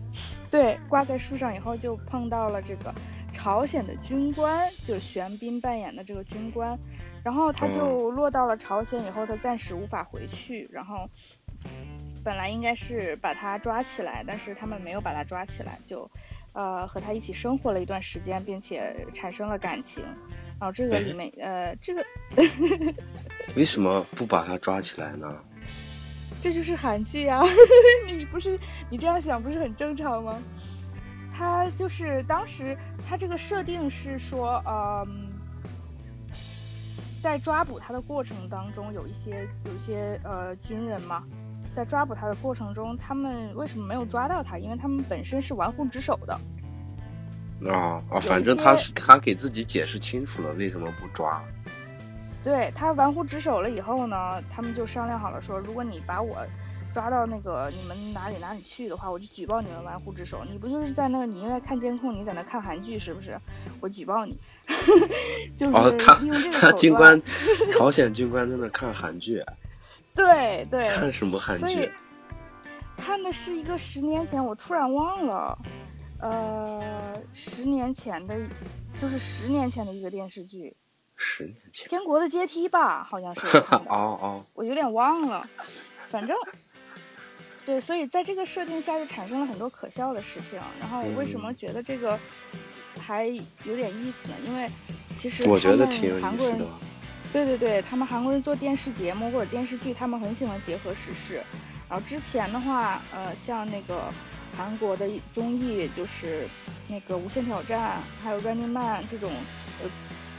[SPEAKER 2] 对挂在树上以后就碰到了这个朝鲜的军官，就是玄彬扮演的这个军官，然后他就落到了朝鲜以后，他暂时无法回去，然后本来应该是把他抓起来，但是他们没有把他抓起来，就呃和他一起生活了一段时间，并且产生了感情。然后这个里面，呃，这个
[SPEAKER 1] 为什么不把他抓起来呢？
[SPEAKER 2] 这就是韩剧呀、 你不是你这样想不是很正常吗？他就是当时他这个设定是说，嗯，在抓捕他的过程当中，有一些有一些呃军人嘛，在抓捕他的过程中，他们为什么没有抓到他？因为他们本身是玩忽职守的，
[SPEAKER 1] 啊啊，
[SPEAKER 2] 一些
[SPEAKER 1] 反正他是他给自己解释清楚了，为什么不抓？
[SPEAKER 2] 对他玩忽职守了以后呢，他们就商量好了说，如果你把我抓到那个你们哪里哪里去的话，我就举报你们玩忽职守。你不就是在那个你因为看监控，你在那看韩剧是不是？我举报你， 就是
[SPEAKER 1] 哦，他
[SPEAKER 2] 嗯利用这个手
[SPEAKER 1] 他
[SPEAKER 2] 段。
[SPEAKER 1] 军 官，朝鲜军官在那看韩剧，
[SPEAKER 2] 对对，
[SPEAKER 1] 看什么韩
[SPEAKER 2] 所以
[SPEAKER 1] 剧？
[SPEAKER 2] 看的是一个十年前，我突然忘了，呃，十年前的，就是十年前的一个电视剧
[SPEAKER 1] 十年
[SPEAKER 2] 《
[SPEAKER 1] 前。
[SPEAKER 2] 天国的阶梯》吧，好像是我看的。
[SPEAKER 1] 哦哦，
[SPEAKER 2] 我有点忘了，反正，对，所以在这个设定下就产生了很多可笑的事情。然后我为什么
[SPEAKER 1] 嗯
[SPEAKER 2] 觉得这个还有点意思呢？因为其实
[SPEAKER 1] 我
[SPEAKER 2] 他
[SPEAKER 1] 觉得
[SPEAKER 2] 们
[SPEAKER 1] 挺有
[SPEAKER 2] 韩
[SPEAKER 1] 意
[SPEAKER 2] 国
[SPEAKER 1] 思
[SPEAKER 2] 人
[SPEAKER 1] 的。
[SPEAKER 2] 对对对，他们韩国人做电视节目或者电视剧，他们很喜欢结合时事。然后之前的话，呃，像那个韩国的综艺，就是那个《无限挑战》，还有《Running Man》这种，呃，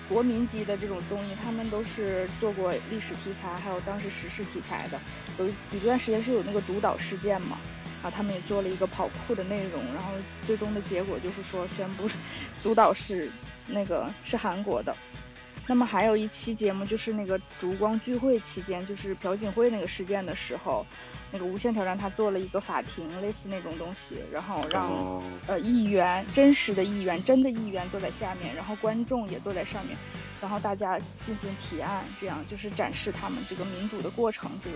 [SPEAKER 2] 国民级的这种综艺，他们都是做过历史题材，还有当时时事题材的。有一有一段时间是有那个独岛事件嘛，然后他们也做了一个跑酷的内容，然后最终的结果就是说宣布独岛是那个是韩国的。那么还有一期节目就是那个烛光聚会期间，就是朴槿惠那个事件的时候，那个无限挑战他做了一个法庭类似那种东西，然后让、
[SPEAKER 1] 哦，
[SPEAKER 2] 呃议员，真实的议员，真的议员坐在下面，然后观众也坐在上面，然后大家进行提案，这样就是展示他们这个民主的过程，这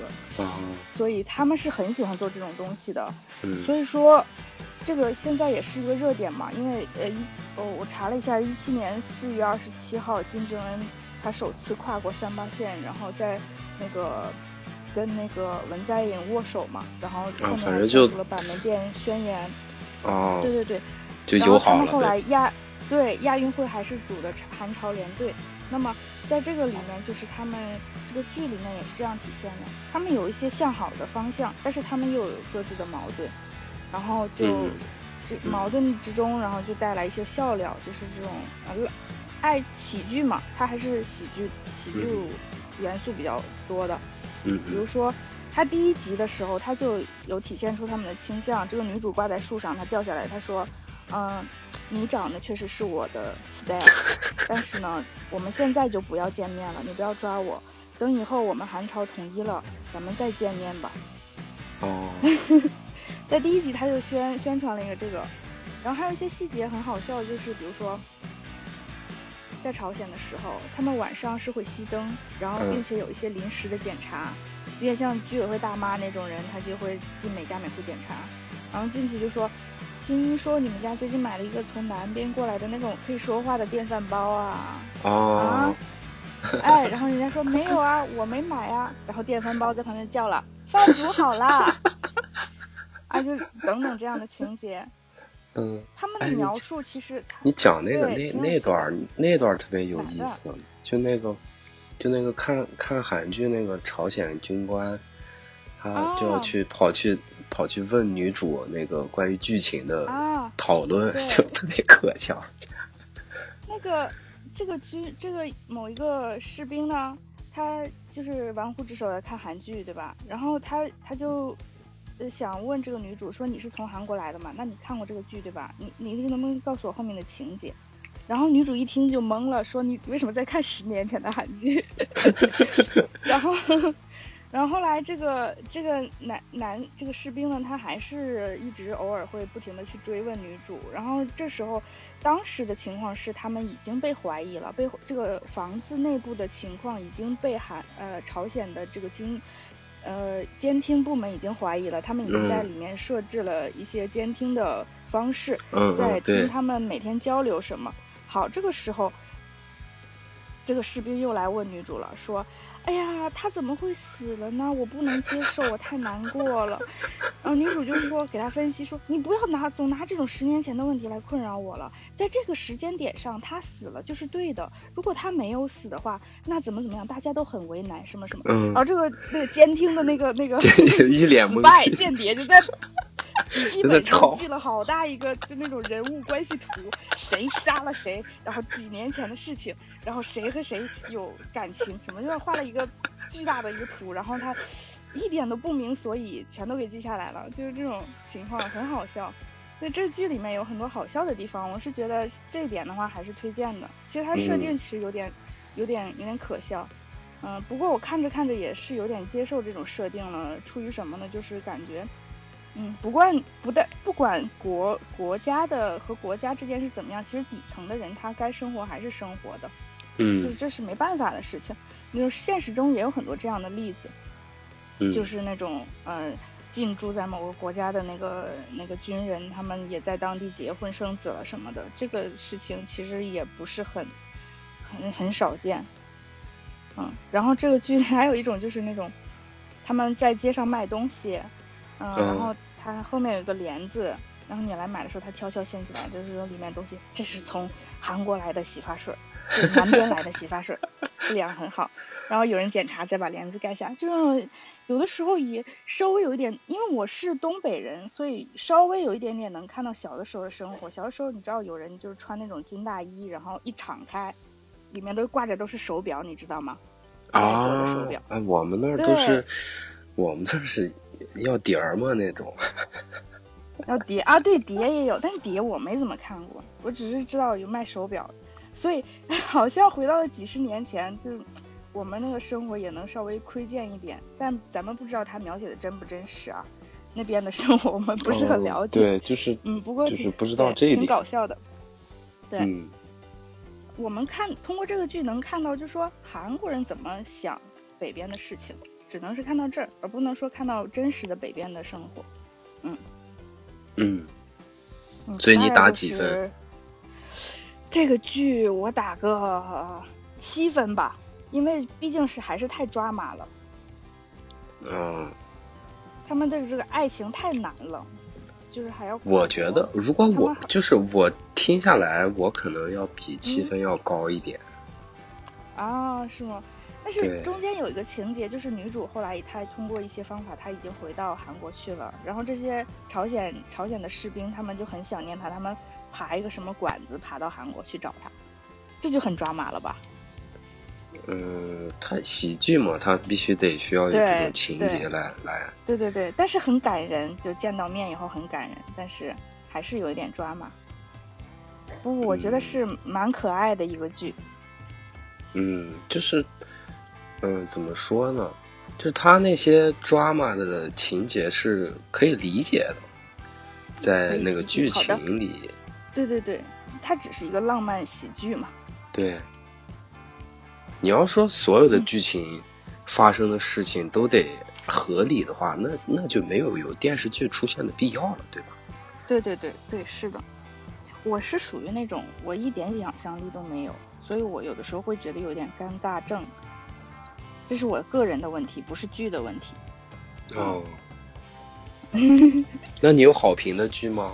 [SPEAKER 2] 个，
[SPEAKER 1] 哦，
[SPEAKER 2] 所以他们是很喜欢做这种东西的。
[SPEAKER 1] 嗯，
[SPEAKER 2] 所以说，这个现在也是一个热点嘛，因为呃一呃我查了一下，一七年四月二十七号，金正恩他首次跨过三八线，然后在那个跟那个文在寅握手嘛，然后后面
[SPEAKER 1] 啊反
[SPEAKER 2] 还
[SPEAKER 1] 正
[SPEAKER 2] 签
[SPEAKER 1] 就
[SPEAKER 2] 署了板门店宣言，
[SPEAKER 1] 啊，
[SPEAKER 2] 对对对，
[SPEAKER 1] 就
[SPEAKER 2] 然后
[SPEAKER 1] 友
[SPEAKER 2] 他
[SPEAKER 1] 好
[SPEAKER 2] 们
[SPEAKER 1] 了
[SPEAKER 2] 后来
[SPEAKER 1] 呗。
[SPEAKER 2] 亚对亚运会还是组的朝韩朝联队。那么在这个里面，就是他们这个剧里面也是这样体现的，他们有一些向好的方向，但是他们又有各自的矛盾，然后就
[SPEAKER 1] 嗯
[SPEAKER 2] 这
[SPEAKER 1] 嗯
[SPEAKER 2] 矛盾之中，然后就带来一些笑料，就是这种呃乐爱喜剧嘛，它还是喜剧喜剧
[SPEAKER 1] 嗯
[SPEAKER 2] 元素比较多的。
[SPEAKER 1] 嗯
[SPEAKER 2] 比如
[SPEAKER 1] 嗯
[SPEAKER 2] 说，他第一集的时候，他就有体现出他们的倾向。这个女主挂在树上，她掉下来，她说：“嗯，你长得确实是我的 style，但是呢，我们现在就不要见面了，你不要抓我。等以后我们韩朝统一了，咱们再见面吧。”
[SPEAKER 1] 哦，
[SPEAKER 2] 在第一集他就宣宣传了一个这个，然后还有一些细节很好笑，就是比如说，在朝鲜的时候，他们晚上是会熄灯，然后
[SPEAKER 1] 嗯
[SPEAKER 2] 并且有一些临时的检查，有点像居委会大妈那种人，她就会进每家每户检查，然后进去就说。听说你们家最近买了一个从南边过来的那种可以说话的电饭煲啊，
[SPEAKER 1] 哦
[SPEAKER 2] 啊，哎，然后人家说没有啊，我没买啊，然后电饭煲在旁边叫了，饭煮好啦，啊，就是等等这样的情节，
[SPEAKER 1] 嗯，
[SPEAKER 2] 他们
[SPEAKER 1] 哎
[SPEAKER 2] 的
[SPEAKER 1] 你
[SPEAKER 2] 描
[SPEAKER 1] 这
[SPEAKER 2] 述其实，
[SPEAKER 1] 你讲那个
[SPEAKER 2] 对
[SPEAKER 1] 那
[SPEAKER 2] 挺有
[SPEAKER 1] 那
[SPEAKER 2] 意思
[SPEAKER 1] 段儿那段儿特别有
[SPEAKER 2] 哪
[SPEAKER 1] 意
[SPEAKER 2] 段
[SPEAKER 1] 思，就那个就那个看看韩剧那个朝鲜军官，他就要
[SPEAKER 2] 哦
[SPEAKER 1] 去跑去跑去问女主那个关于剧情的
[SPEAKER 2] 啊
[SPEAKER 1] 讨论，
[SPEAKER 2] 对
[SPEAKER 1] 就特别可笑。
[SPEAKER 2] 那个这个军这个某一个士兵呢，他就是玩忽职守的看韩剧对吧？然后他他就。呃想问这个女主说你是从韩国来的嘛？那你看过这个剧对吧？你你能不能告诉我后面的情节？然后女主一听就懵了，说你为什么在看十年前的韩剧？然后，然后后来这个这个男男这个士兵呢，他还是一直偶尔会不停的去追问女主。然后这时候，当时的情况是他们已经被怀疑了，被这个房子内部的情况已经被韩呃朝鲜的这个军。呃，监听部门已经怀疑了，他们已经在
[SPEAKER 1] 嗯
[SPEAKER 2] 里面设置了一些监听的方式，
[SPEAKER 1] 嗯
[SPEAKER 2] 在
[SPEAKER 1] 嗯，
[SPEAKER 2] 听
[SPEAKER 1] 对，
[SPEAKER 2] 他们每天交流什么。好，这个时候，这个士兵又来问女主了，说：“哎呀，他怎么会死了呢？我不能接受，我太难过了。”然后女主就说，给他分析说：“你不要拿总拿这种十年前的问题来困扰我了，在这个时间点上，他死了就是对的。如果他没有死的话，那怎么怎么样，大家都很为难，什么什么。”
[SPEAKER 1] 嗯
[SPEAKER 2] 然后，这个那个监听的那个那个
[SPEAKER 1] 一脸
[SPEAKER 2] 腐
[SPEAKER 1] 懵
[SPEAKER 2] 败
[SPEAKER 1] 逼，
[SPEAKER 2] 间谍就在笔记本
[SPEAKER 1] 吵
[SPEAKER 2] 上记了好大一个，就那种人物关系图，谁杀了谁，然后几年前的事情，然后谁和谁有感情，什么就是画了一个巨大的一个图，然后他一点都不明所以，全都给记下来了，就是这种情况很好笑。所以这剧里面有很多好笑的地方，我是觉得这一点的话还是推荐的。其实它设定其实有点、有点、有点可笑，嗯、不过我看着看着也是有点接受这种设定了。出于什么呢？就是感觉，嗯，不管不但不管国国家的和国家之间是怎么样，其实底层的人他该生活还是生活的，就是
[SPEAKER 1] 嗯
[SPEAKER 2] 这是没办法的事情。就是现实中也有很多这样的例子，
[SPEAKER 1] 嗯，
[SPEAKER 2] 就是那种呃进驻在某个国家的那个那个军人，他们也在当地结婚生子了什么的，这个事情其实也不是很很很少见。嗯，然后这个剧 还有一种就是那种他们在街上卖东西，嗯，
[SPEAKER 1] 嗯
[SPEAKER 2] 然后它后面有一个帘子。然后你来买的时候，他悄悄掀起来，就是说里面东西，这是从韩国来的洗发水，是南边来的洗发水，质量很好。然后有人检查，再把帘子盖下，就是有的时候也稍微有一点，因为我是东北人，所以稍微有一点点能看到小的时候的生活。小的时候，你知道有人就是穿那种军大衣，然后一敞开，里面都挂着都是手表，你知道吗？外国的手
[SPEAKER 1] 啊
[SPEAKER 2] 表，，
[SPEAKER 1] 哎，我们那儿都
[SPEAKER 2] 对
[SPEAKER 1] 是我们那儿是要碟儿嘛那种，
[SPEAKER 2] 然后碟啊，对碟也有，但是碟我没怎么看过，我只是知道有卖手表，所以 好像回到了几十年前，就是我们那个生活也能稍微窥见一点，但咱们不知道他描写的真不真实啊。那边的生活我们不是很
[SPEAKER 1] 嗯
[SPEAKER 2] 了解，
[SPEAKER 1] 对，就是
[SPEAKER 2] 嗯，不过
[SPEAKER 1] 就是
[SPEAKER 2] 挺
[SPEAKER 1] 不知道
[SPEAKER 2] 对
[SPEAKER 1] 这一
[SPEAKER 2] 挺
[SPEAKER 1] 点
[SPEAKER 2] 搞笑的。对，
[SPEAKER 1] 嗯。
[SPEAKER 2] 我们看通过这个剧能看到，就说韩国人怎么想北边的事情，只能是看到这儿，而不能说看到真实的北边的生活。
[SPEAKER 1] 嗯，
[SPEAKER 2] 嗯
[SPEAKER 1] 所以你
[SPEAKER 2] 大概
[SPEAKER 1] 打
[SPEAKER 2] 就
[SPEAKER 1] 几
[SPEAKER 2] 是
[SPEAKER 1] 分？
[SPEAKER 2] 这个剧我打个呃七分吧，因为毕竟是还是太抓马了，
[SPEAKER 1] 嗯，
[SPEAKER 2] 他们的这个爱情太难了，就是还要
[SPEAKER 1] 我觉得如果
[SPEAKER 2] 他们
[SPEAKER 1] 我
[SPEAKER 2] 好
[SPEAKER 1] 就是我听下来，我可能要比七分要高一点。
[SPEAKER 2] 啊，是吗？但
[SPEAKER 1] 对
[SPEAKER 2] 是中间有一个情节，就是女主后来她通过一些方法，她已经回到韩国去了。然后这些朝鲜朝鲜的士兵，他们就很想念她，他们爬一个什么管子爬到韩国去找她，这就很抓马了吧？
[SPEAKER 1] 嗯，它喜剧嘛，它必须得需要有
[SPEAKER 2] 对
[SPEAKER 1] 这种情节
[SPEAKER 2] 对
[SPEAKER 1] 来来。
[SPEAKER 2] 对对对，但是很感人，就见到面以后很感人，但是还是有一点抓马。不，我觉得
[SPEAKER 1] 嗯
[SPEAKER 2] 是蛮可爱的一个剧。
[SPEAKER 1] 嗯，就是，嗯，怎么说呢？就是他那些 drama 的情节是可以理解的，在
[SPEAKER 2] 可以
[SPEAKER 1] 那个
[SPEAKER 2] 理
[SPEAKER 1] 剧
[SPEAKER 2] 解好的
[SPEAKER 1] 情里，
[SPEAKER 2] 对对对，它只是一个浪漫喜剧嘛。
[SPEAKER 1] 对。你要说所有的剧情发生的事情都得合理的话，那那就没有有电视剧出现的必要了，对吧？
[SPEAKER 2] 对对对对，是的。我是属于那种我一点想象力都没有，所以我有的时候会觉得有点尴尬症，这是我个人的问题，不是剧的问题。嗯
[SPEAKER 1] 哦， 那你有好评的剧吗？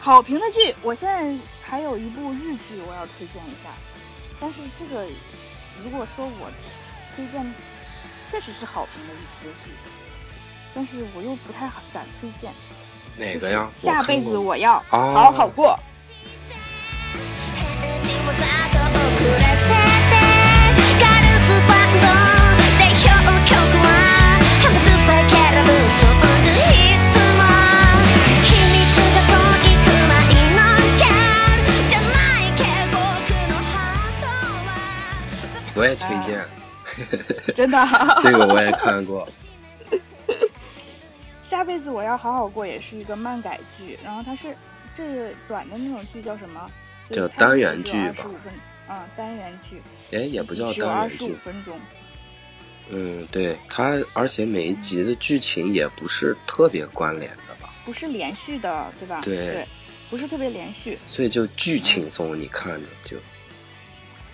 [SPEAKER 2] 好评的剧，我现在还有一部日剧我要推荐一下，但是这个如果说我推荐，确实是好评的一部剧，但是我又不太敢推荐。
[SPEAKER 1] 哪
[SPEAKER 2] 就
[SPEAKER 1] 个
[SPEAKER 2] 是
[SPEAKER 1] 呀？
[SPEAKER 2] 下
[SPEAKER 1] 看
[SPEAKER 2] 辈子
[SPEAKER 1] 过
[SPEAKER 2] 我要
[SPEAKER 1] 哦
[SPEAKER 2] 好好过。
[SPEAKER 6] 返事をざっと遅らせてガルズバンド代表曲はハムズバイケラブソングいつも秘密がときくまいのキャルじゃないけど僕のハートは
[SPEAKER 1] 我也推荐，
[SPEAKER 2] 真的。
[SPEAKER 1] 这个我也看过。
[SPEAKER 2] 下辈子我要好好过也是一个漫改剧，然后它是这个短的那种剧叫什么？
[SPEAKER 1] 叫单元剧
[SPEAKER 2] 二
[SPEAKER 1] 吧
[SPEAKER 2] 十五分啊、单元剧
[SPEAKER 1] 哎，也不叫
[SPEAKER 2] 只有二
[SPEAKER 1] 单元
[SPEAKER 2] 十五
[SPEAKER 1] 剧，
[SPEAKER 2] 分钟。
[SPEAKER 1] 嗯，对它，而且每一集的剧情也不是特别关联的吧，
[SPEAKER 2] 不是连续的，对吧？
[SPEAKER 1] 对
[SPEAKER 2] 不是特别连续。
[SPEAKER 1] 所以就巨
[SPEAKER 2] 嗯
[SPEAKER 1] 轻松，你看着就，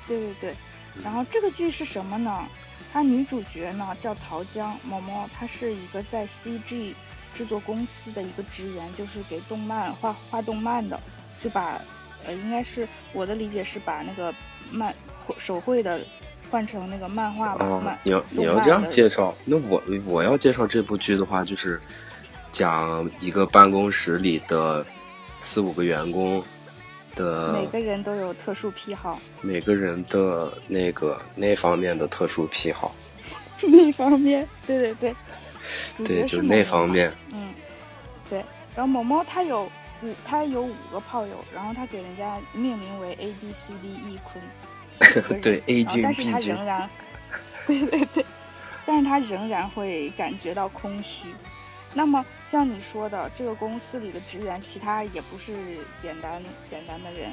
[SPEAKER 2] 对对对。
[SPEAKER 1] 嗯
[SPEAKER 2] 然后这个剧是什么呢？它女主角呢叫桃江毛毛，她是一个在 CG 制作公司的一个职员，就是给动漫画画动漫的，就把呃，应该是我的理解是把那个漫手绘的换成那个漫画吧，漫
[SPEAKER 1] 哦，你要
[SPEAKER 2] 动
[SPEAKER 1] 你要
[SPEAKER 2] 漫
[SPEAKER 1] 这样
[SPEAKER 2] 的
[SPEAKER 1] 介绍，那我我要介绍这部剧的话，就是讲一个办公室里的四五个员工的
[SPEAKER 2] 每个人都有特殊癖好，
[SPEAKER 1] 每个人的那个那方面的特殊癖好，
[SPEAKER 2] 那方面，对对对，主
[SPEAKER 1] 对，
[SPEAKER 2] 角
[SPEAKER 1] 就是是那
[SPEAKER 2] 某某
[SPEAKER 1] 方面，，
[SPEAKER 2] 嗯，对。然后毛毛他有五，他有五个炮友，然后他给人家命名为 A B C D E 坤
[SPEAKER 1] 对，A
[SPEAKER 2] 然后但
[SPEAKER 1] 君
[SPEAKER 2] 是他
[SPEAKER 1] B 君
[SPEAKER 2] 仍 然，对对对，但是他仍然会感觉到空虚。那么像你说的，这个公司里的职员，其他也不是简单简单的人，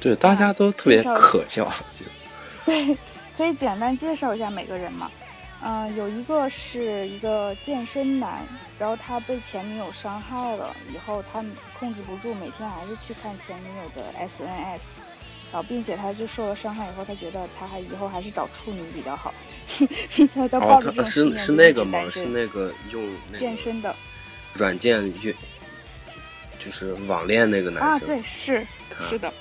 [SPEAKER 1] 对，大家都特别
[SPEAKER 2] 介绍
[SPEAKER 1] 可笑，就
[SPEAKER 2] 对，可以简单介绍一下每个人嘛。嗯、有一个是一个健身男，然后他被前女友伤害了以后，他控制不住，每天还是去看前女友的 SNS，然后并且他就受了伤害以后，他觉得他还以后还是找处女比较好， 他他抱
[SPEAKER 1] 哦，
[SPEAKER 2] 着这
[SPEAKER 1] 他
[SPEAKER 2] 种信
[SPEAKER 1] 是
[SPEAKER 2] 念
[SPEAKER 1] 是
[SPEAKER 2] 就
[SPEAKER 1] 那
[SPEAKER 2] 一直
[SPEAKER 1] 个吗？
[SPEAKER 2] 单
[SPEAKER 1] 是
[SPEAKER 2] 身
[SPEAKER 1] 那个用那
[SPEAKER 2] 健
[SPEAKER 1] 个
[SPEAKER 2] 身的
[SPEAKER 1] 软件约，就是网恋那个
[SPEAKER 2] 啊，
[SPEAKER 1] 男生，
[SPEAKER 2] 对，是
[SPEAKER 1] 他
[SPEAKER 2] 是的，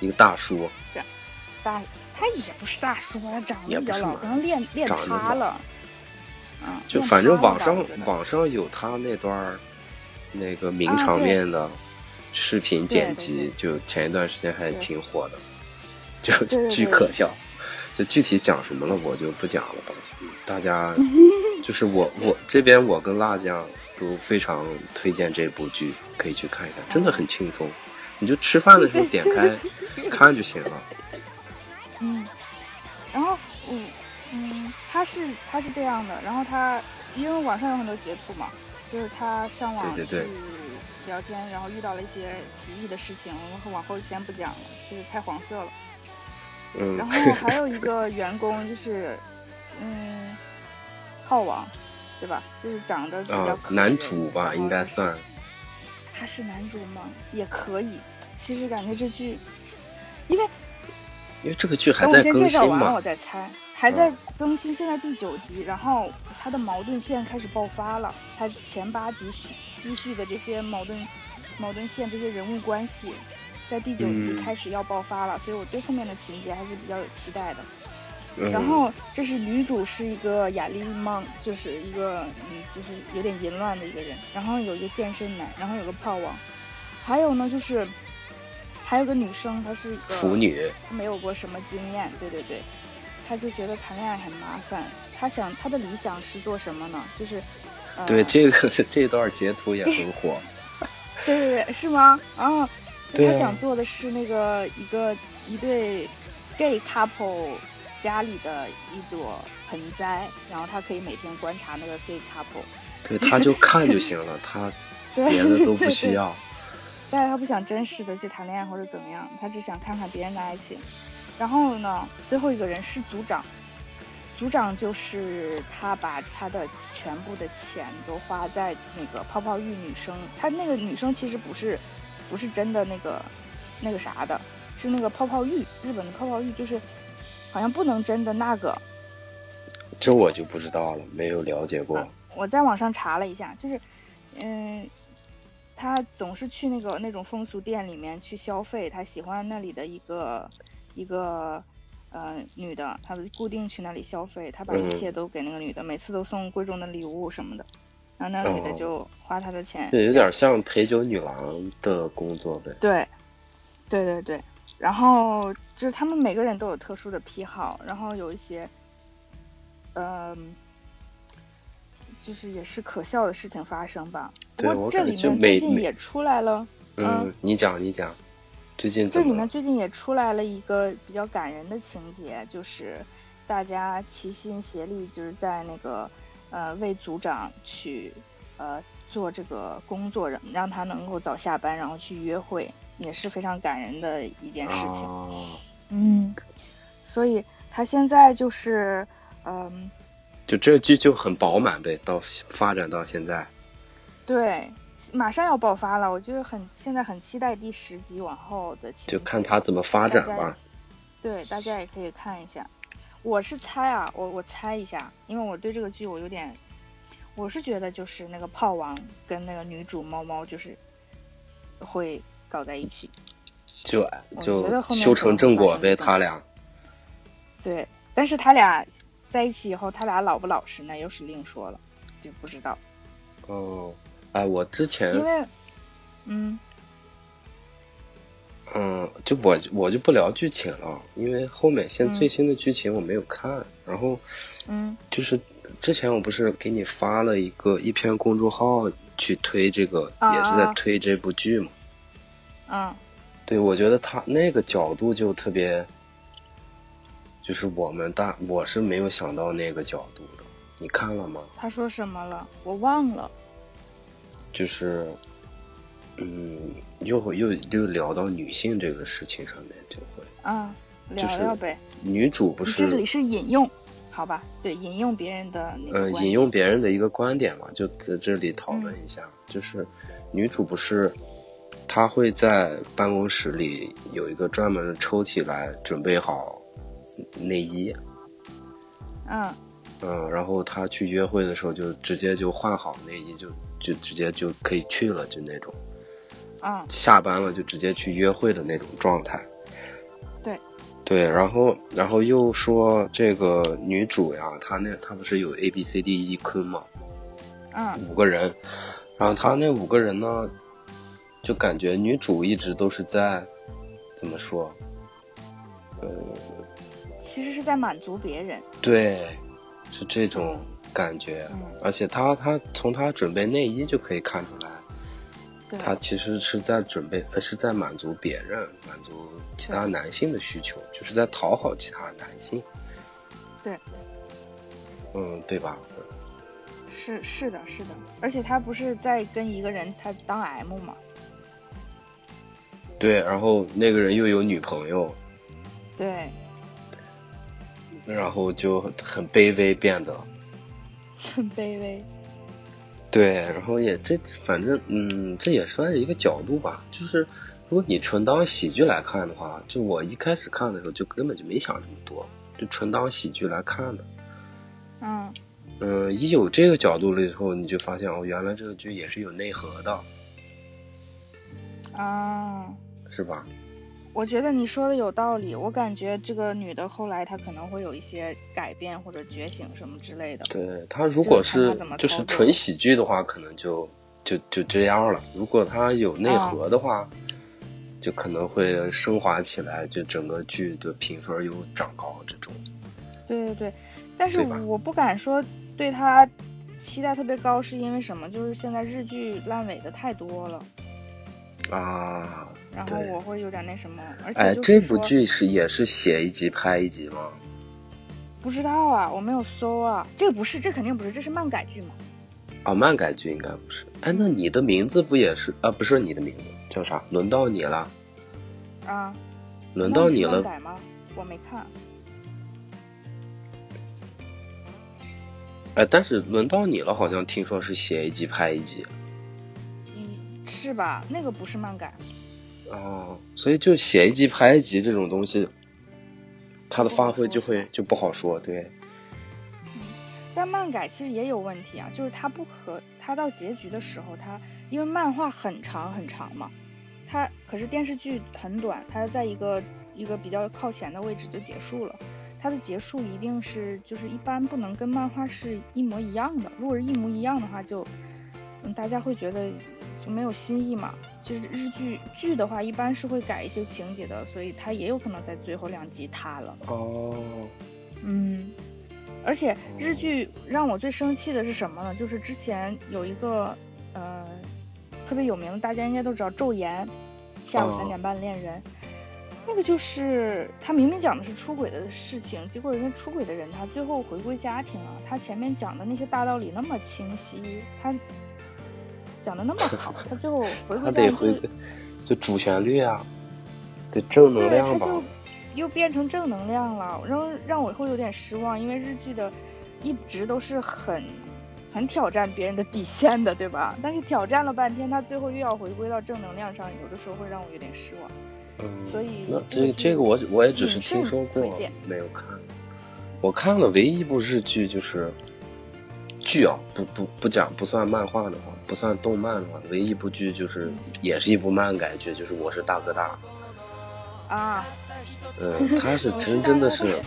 [SPEAKER 1] 一个大叔，
[SPEAKER 2] 大他也不是大叔，他长
[SPEAKER 1] 也
[SPEAKER 2] 得比
[SPEAKER 1] 不
[SPEAKER 2] 较
[SPEAKER 1] 是
[SPEAKER 2] 老，
[SPEAKER 1] 嘛
[SPEAKER 2] 可能练练
[SPEAKER 1] 长得老
[SPEAKER 2] 塌了，嗯，
[SPEAKER 1] 就
[SPEAKER 2] 练
[SPEAKER 1] 反正
[SPEAKER 2] 塌了
[SPEAKER 1] 网
[SPEAKER 2] 吧
[SPEAKER 1] 上
[SPEAKER 2] 我觉得
[SPEAKER 1] 网上有他那段儿那个名
[SPEAKER 2] 啊
[SPEAKER 1] 场
[SPEAKER 2] 对
[SPEAKER 1] 面的视频
[SPEAKER 2] 对
[SPEAKER 1] 剪
[SPEAKER 2] 对
[SPEAKER 1] 辑，就前一段时间还
[SPEAKER 2] 对
[SPEAKER 1] 挺火的，就
[SPEAKER 2] 对对
[SPEAKER 1] 巨
[SPEAKER 2] 对
[SPEAKER 1] 可笑。就具体讲什么了，我就不讲了吧。嗯大 家就是我我这边我跟辣酱都非常推荐这部剧，可以去看一看，真的很轻松。你就吃饭的时候点开看就行了。
[SPEAKER 2] 嗯，然后嗯嗯，他是他是这样的，然后他因为网上有很多截图嘛，就是他上网
[SPEAKER 1] 对
[SPEAKER 2] 去
[SPEAKER 1] 对对
[SPEAKER 2] 聊天，然后遇到了一些奇异的事情，我们往后先不讲了，这个太黄色了。
[SPEAKER 1] 嗯
[SPEAKER 2] 然，后还有一个员工就是嗯，炮王，对吧？就是长得比较嗯
[SPEAKER 1] 啊，
[SPEAKER 2] 可
[SPEAKER 1] 男
[SPEAKER 2] 人
[SPEAKER 1] 主
[SPEAKER 2] 然
[SPEAKER 1] 吧，
[SPEAKER 2] 后
[SPEAKER 1] 应该
[SPEAKER 2] 就是
[SPEAKER 1] 算
[SPEAKER 2] 他是男主吗？也可以。其实感觉这剧，因为
[SPEAKER 1] 因为这个剧还
[SPEAKER 2] 等我
[SPEAKER 1] 在
[SPEAKER 2] 先
[SPEAKER 1] 更
[SPEAKER 2] 介绍
[SPEAKER 1] 新
[SPEAKER 2] 完
[SPEAKER 1] 嘛嗯
[SPEAKER 2] 我，再猜，还在更新，现在第九集，然后他的矛盾线开始爆发了，他前八集续积蓄的这些矛盾矛盾线这些人物关系，在第九集
[SPEAKER 1] 嗯
[SPEAKER 2] 开始要爆发了，所以我对后面的情节还是比较有期待的。
[SPEAKER 1] 嗯，
[SPEAKER 2] 然后这是女主是一个雅丽梦，就是一个嗯，就是有点淫乱的一个人。然后有一个健身男，然后有个炮王，还有呢就是还有个女生，她是一个
[SPEAKER 1] 腐，女，
[SPEAKER 2] 她没有过什么经验，对对对，她就觉得谈恋爱很麻烦。她想她的理想是做什么呢？就是呃，
[SPEAKER 1] 对这个 这段截图也很火，
[SPEAKER 2] 对对对，是吗？啊，
[SPEAKER 1] 对啊
[SPEAKER 2] 他想做的是那个一个一对 gay couple 家里的一朵盆栽，然后他可以每天观察那个 gay couple。
[SPEAKER 1] 对，他就看就行了，他
[SPEAKER 2] 对，
[SPEAKER 1] 别的都不
[SPEAKER 2] 对
[SPEAKER 1] 需。
[SPEAKER 2] 对
[SPEAKER 1] 要。
[SPEAKER 2] 但是他不想真实的去谈恋爱或者怎么样，他只想看看别人的爱情。然后呢，最后一个人是组长，组长就是他把他的全部的钱都花在那个泡泡浴女生，他那个女生其实不是，不是真的那个那个啥的，是那个泡泡浴，日本的泡泡浴就是好像不能真的那个，
[SPEAKER 1] 这我就不知道了，没有了解过。
[SPEAKER 2] 我在网上查了一下，就是，嗯，他总是去那个那种风俗店里面去消费，他喜欢那里的一个一个呃女的，他固定去那里消费，他把一
[SPEAKER 1] 嗯
[SPEAKER 2] 切都给那个女的，每次都送贵重的礼物什么的，然后那女的
[SPEAKER 1] 哦
[SPEAKER 2] 就花他的钱，
[SPEAKER 1] 这有点像陪酒女郎的工作呗。
[SPEAKER 2] 对，对对对，然后就是他们每个人都有特殊的癖好，然后有一些，嗯、就是也是可笑的事情发生吧。不
[SPEAKER 1] 对
[SPEAKER 2] 过
[SPEAKER 1] 我
[SPEAKER 2] 这
[SPEAKER 1] 感
[SPEAKER 2] 里
[SPEAKER 1] 觉
[SPEAKER 2] 面最
[SPEAKER 1] 每
[SPEAKER 2] 近
[SPEAKER 1] 每
[SPEAKER 2] 也出来了，
[SPEAKER 1] 嗯
[SPEAKER 2] 嗯，
[SPEAKER 1] 你讲你讲，最近
[SPEAKER 2] 这
[SPEAKER 1] 怎
[SPEAKER 2] 里
[SPEAKER 1] 么
[SPEAKER 2] 面
[SPEAKER 1] 了？
[SPEAKER 2] 最近也出来了一个比较感人的情节，就是大家齐心协力，就是在那个呃为组长去呃做这个工作，让让他能够早下班，然后去约会，也是非常感人的一件事情。
[SPEAKER 1] 啊，
[SPEAKER 2] 嗯，所以他现在就是，嗯，
[SPEAKER 1] 就这剧就很饱满呗，到发展到现在，
[SPEAKER 2] 对，马上要爆发了，我就是很现在很期待第十集往后的情节。
[SPEAKER 1] 就看它怎么发展吧。
[SPEAKER 2] 对，大家也可以看一下。我是猜啊，我我猜一下，因为我对这个剧我有点，我是觉得就是那个炮王跟那个女主猫猫就是会搞在一起。
[SPEAKER 1] 就
[SPEAKER 2] 我觉
[SPEAKER 1] 就
[SPEAKER 2] 得后面
[SPEAKER 1] 修成正果
[SPEAKER 2] 可能会
[SPEAKER 1] 呗，
[SPEAKER 2] 发生
[SPEAKER 1] 他俩。
[SPEAKER 2] 对，但是他俩在一起以后，他俩老不老实那又是另说了，就不知道，
[SPEAKER 1] 哦，哎，我之前
[SPEAKER 2] 因为，嗯。
[SPEAKER 1] 嗯，就我我就不聊剧情了，因为后面现
[SPEAKER 2] 嗯
[SPEAKER 1] 最新的剧情我没有看。然后
[SPEAKER 2] 嗯
[SPEAKER 1] 就是之前我不是给你发了一个一篇公众号去推这个，
[SPEAKER 2] 啊
[SPEAKER 1] 也是在
[SPEAKER 2] 啊
[SPEAKER 1] 推这部剧嘛。
[SPEAKER 2] 嗯
[SPEAKER 1] 对，我觉得他那个角度就特别，就是我们大我是没有想到那个角度的。你看了吗？，
[SPEAKER 2] 他说什么了？我忘了。
[SPEAKER 1] 就是，嗯，又会又又聊到女性这个事情上面，就会
[SPEAKER 2] 啊，聊
[SPEAKER 1] 就是
[SPEAKER 2] 聊呗。
[SPEAKER 1] 女主不
[SPEAKER 2] 你
[SPEAKER 1] 是
[SPEAKER 2] 这里是引用，好吧？对，引用别人的那
[SPEAKER 1] 呃
[SPEAKER 2] 个
[SPEAKER 1] 引
[SPEAKER 2] 观点。
[SPEAKER 1] 用别人的一个观点嘛，就在这里讨论一下，就是女主不是她会在办公室里有一个专门的抽屉来准备好内衣，
[SPEAKER 2] 嗯
[SPEAKER 1] 嗯，然后他去约会的时候就直接就换好内衣，就就直接就可以去了，就那种
[SPEAKER 2] 嗯
[SPEAKER 1] 下班了就直接去约会的那种状态。
[SPEAKER 2] 对，
[SPEAKER 1] 对，然后然后又说这个女主呀，她那她不是有 A B C D E 坤嘛，
[SPEAKER 2] 嗯，
[SPEAKER 1] 五个人，然后她那五个人呢，就感觉女主一直都是在怎么说，
[SPEAKER 2] 其实是在满足别人。
[SPEAKER 1] 对，是这种感觉，
[SPEAKER 2] 嗯
[SPEAKER 1] 而且她她从她准备内衣就可以看出来。
[SPEAKER 2] 对，
[SPEAKER 1] 他其实是在准备，呃，是在满足别人，满足其他男性的需求，就是在讨好其他男性。
[SPEAKER 2] 对。
[SPEAKER 1] 嗯，对吧？
[SPEAKER 2] 是是的，是的。而且他不是在跟一个人他当 M 嘛？
[SPEAKER 1] 对，然后那个人又有女朋友，
[SPEAKER 2] 对，
[SPEAKER 1] 然后就很卑微变得，
[SPEAKER 2] 很卑微。
[SPEAKER 1] 对，然后也这反正嗯，这也算是一个角度吧。就是如果你纯当喜剧来看的话，就我一开始看的时候就根本就没想这么多，就纯当喜剧来看的。
[SPEAKER 2] 嗯
[SPEAKER 1] 嗯，一有这个角度了以后，你就发现哦，原来这个剧也是有内核的，
[SPEAKER 2] 啊，
[SPEAKER 1] 是吧？
[SPEAKER 2] 我觉得你说的有道理。我感觉这个女的后来她可能会有一些改变或者觉醒什么之类的。
[SPEAKER 1] 对他如果
[SPEAKER 2] 就是看
[SPEAKER 1] 是
[SPEAKER 2] 他怎么
[SPEAKER 1] 就是
[SPEAKER 2] 操作
[SPEAKER 1] 纯喜剧的话，可能就就就这样了。如果他有
[SPEAKER 2] 哦
[SPEAKER 1] 内核的话，就可能会升华起来，就整个剧的评分又长高这种。
[SPEAKER 2] 对对对，但是
[SPEAKER 1] 对吧
[SPEAKER 2] 我不敢说对她期待特别高，是因为什么？就是现在日剧烂尾的太多了，
[SPEAKER 1] 啊，
[SPEAKER 2] 然后
[SPEAKER 1] 对
[SPEAKER 2] 我会有点那什么，而
[SPEAKER 1] 哎
[SPEAKER 2] 且，就
[SPEAKER 1] 这
[SPEAKER 2] 是
[SPEAKER 1] 部
[SPEAKER 2] 说
[SPEAKER 1] 剧是也是写一集拍一集吗？
[SPEAKER 2] 不知道啊，我没有搜啊，这个不是，这肯定不是，这是漫改剧嘛？
[SPEAKER 1] 啊，漫改剧应该不是。哎，那你的名字不也是啊？不是你的名字叫啥？轮到你了，
[SPEAKER 2] 啊，
[SPEAKER 1] 轮到你
[SPEAKER 2] 那
[SPEAKER 1] 了。
[SPEAKER 2] 是漫改吗？我没看，
[SPEAKER 1] 哎，但是轮到你了，好像听说是写一集拍一集
[SPEAKER 2] 嗯，是吧？那个不是漫改，
[SPEAKER 1] 哦，所以就写一集拍一集这种东西，他的发挥就会就不好说。对，
[SPEAKER 2] 但漫改其实也有问题啊，就是它不可，它到结局的时候，它因为漫画很长很长嘛，它可是电视剧很短，它在一个一个比较靠前的位置就结束了。它的结束一定是就是一般不能跟漫画是一模一样的，如果是一模一样的话就，嗯，大家会觉得就没有新意嘛。就是日剧剧的话，一般是会改一些情节的，所以它也有可能在最后两集塌了。
[SPEAKER 1] 哦，
[SPEAKER 2] 嗯，而且日剧让我最生气的是什么呢？就是之前有一个呃特别有名的，大家应该都知道《昼颜》，下午
[SPEAKER 1] 哦
[SPEAKER 2] 三点半恋人，那个就是他明明讲的是出轨的事情，结果人家出轨的人他最后回归家庭了，他前面讲的那些大道理那么清晰，他讲的那么 好，他最后回
[SPEAKER 1] 他
[SPEAKER 2] 归家
[SPEAKER 1] 得
[SPEAKER 2] 庭就
[SPEAKER 1] 回
[SPEAKER 2] 是
[SPEAKER 1] 归，就主旋律啊，得正能
[SPEAKER 2] 对，它
[SPEAKER 1] 量吧。
[SPEAKER 2] 就又变成正能量了，让让我会有点失望，因为日剧的一直都是很很挑战别人的底线的，对吧？但是挑战了半天，他最后又要回归到正能量上，有的时候会让我有点失望。
[SPEAKER 1] 嗯，
[SPEAKER 2] 所以
[SPEAKER 1] 那
[SPEAKER 2] 这个
[SPEAKER 1] 这
[SPEAKER 2] 剧
[SPEAKER 1] 这个我我也只是听说
[SPEAKER 2] 谨慎
[SPEAKER 1] 过
[SPEAKER 2] 推荐，
[SPEAKER 1] 没有看。我看了唯一一部日剧就是剧啊，不不不讲不算漫画的话，不算动漫的话，唯一一部剧就是也是一部漫改剧，就是《我是大哥大》。
[SPEAKER 2] 啊，
[SPEAKER 1] 嗯，它是真真的是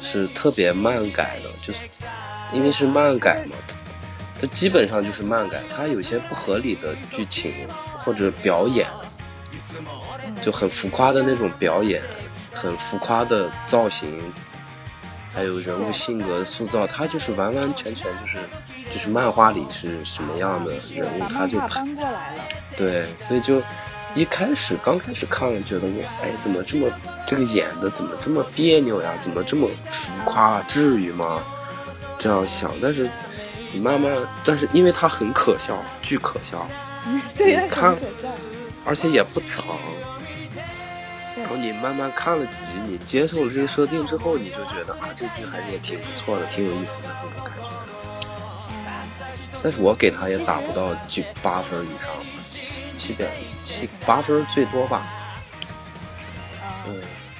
[SPEAKER 1] 是特别漫改的，就是因为是漫改嘛，它基本上就是漫改，它有一些不合理的剧情或者表演，就很浮夸的那种表演，很浮夸的造型，还有人物性格的塑造，它就是完完全全就是就是漫画里是什么样的
[SPEAKER 2] 对
[SPEAKER 1] 人，物
[SPEAKER 2] 把，
[SPEAKER 1] 它
[SPEAKER 2] 漫
[SPEAKER 1] 就
[SPEAKER 2] 画
[SPEAKER 1] 拍
[SPEAKER 2] 搬过来 了，
[SPEAKER 1] 对，所以就一开始刚开始看了，觉得我哎怎么这么这个演的怎么这么别扭呀？怎么这么浮夸？啊至于吗？这样想，但是你慢慢，但是因为它很可笑，巨可笑，
[SPEAKER 2] 对，它
[SPEAKER 1] 看
[SPEAKER 2] 很可笑。
[SPEAKER 1] 而且也不长。
[SPEAKER 2] 对
[SPEAKER 1] 然后你慢慢看了几集，你接受了这个设定之后，你就觉得啊，这剧还是也挺不错的，挺有意思的那种感觉。但是我给他也打不到九八分以上，七七点七八分最多吧。
[SPEAKER 2] 啊、
[SPEAKER 1] 嗯，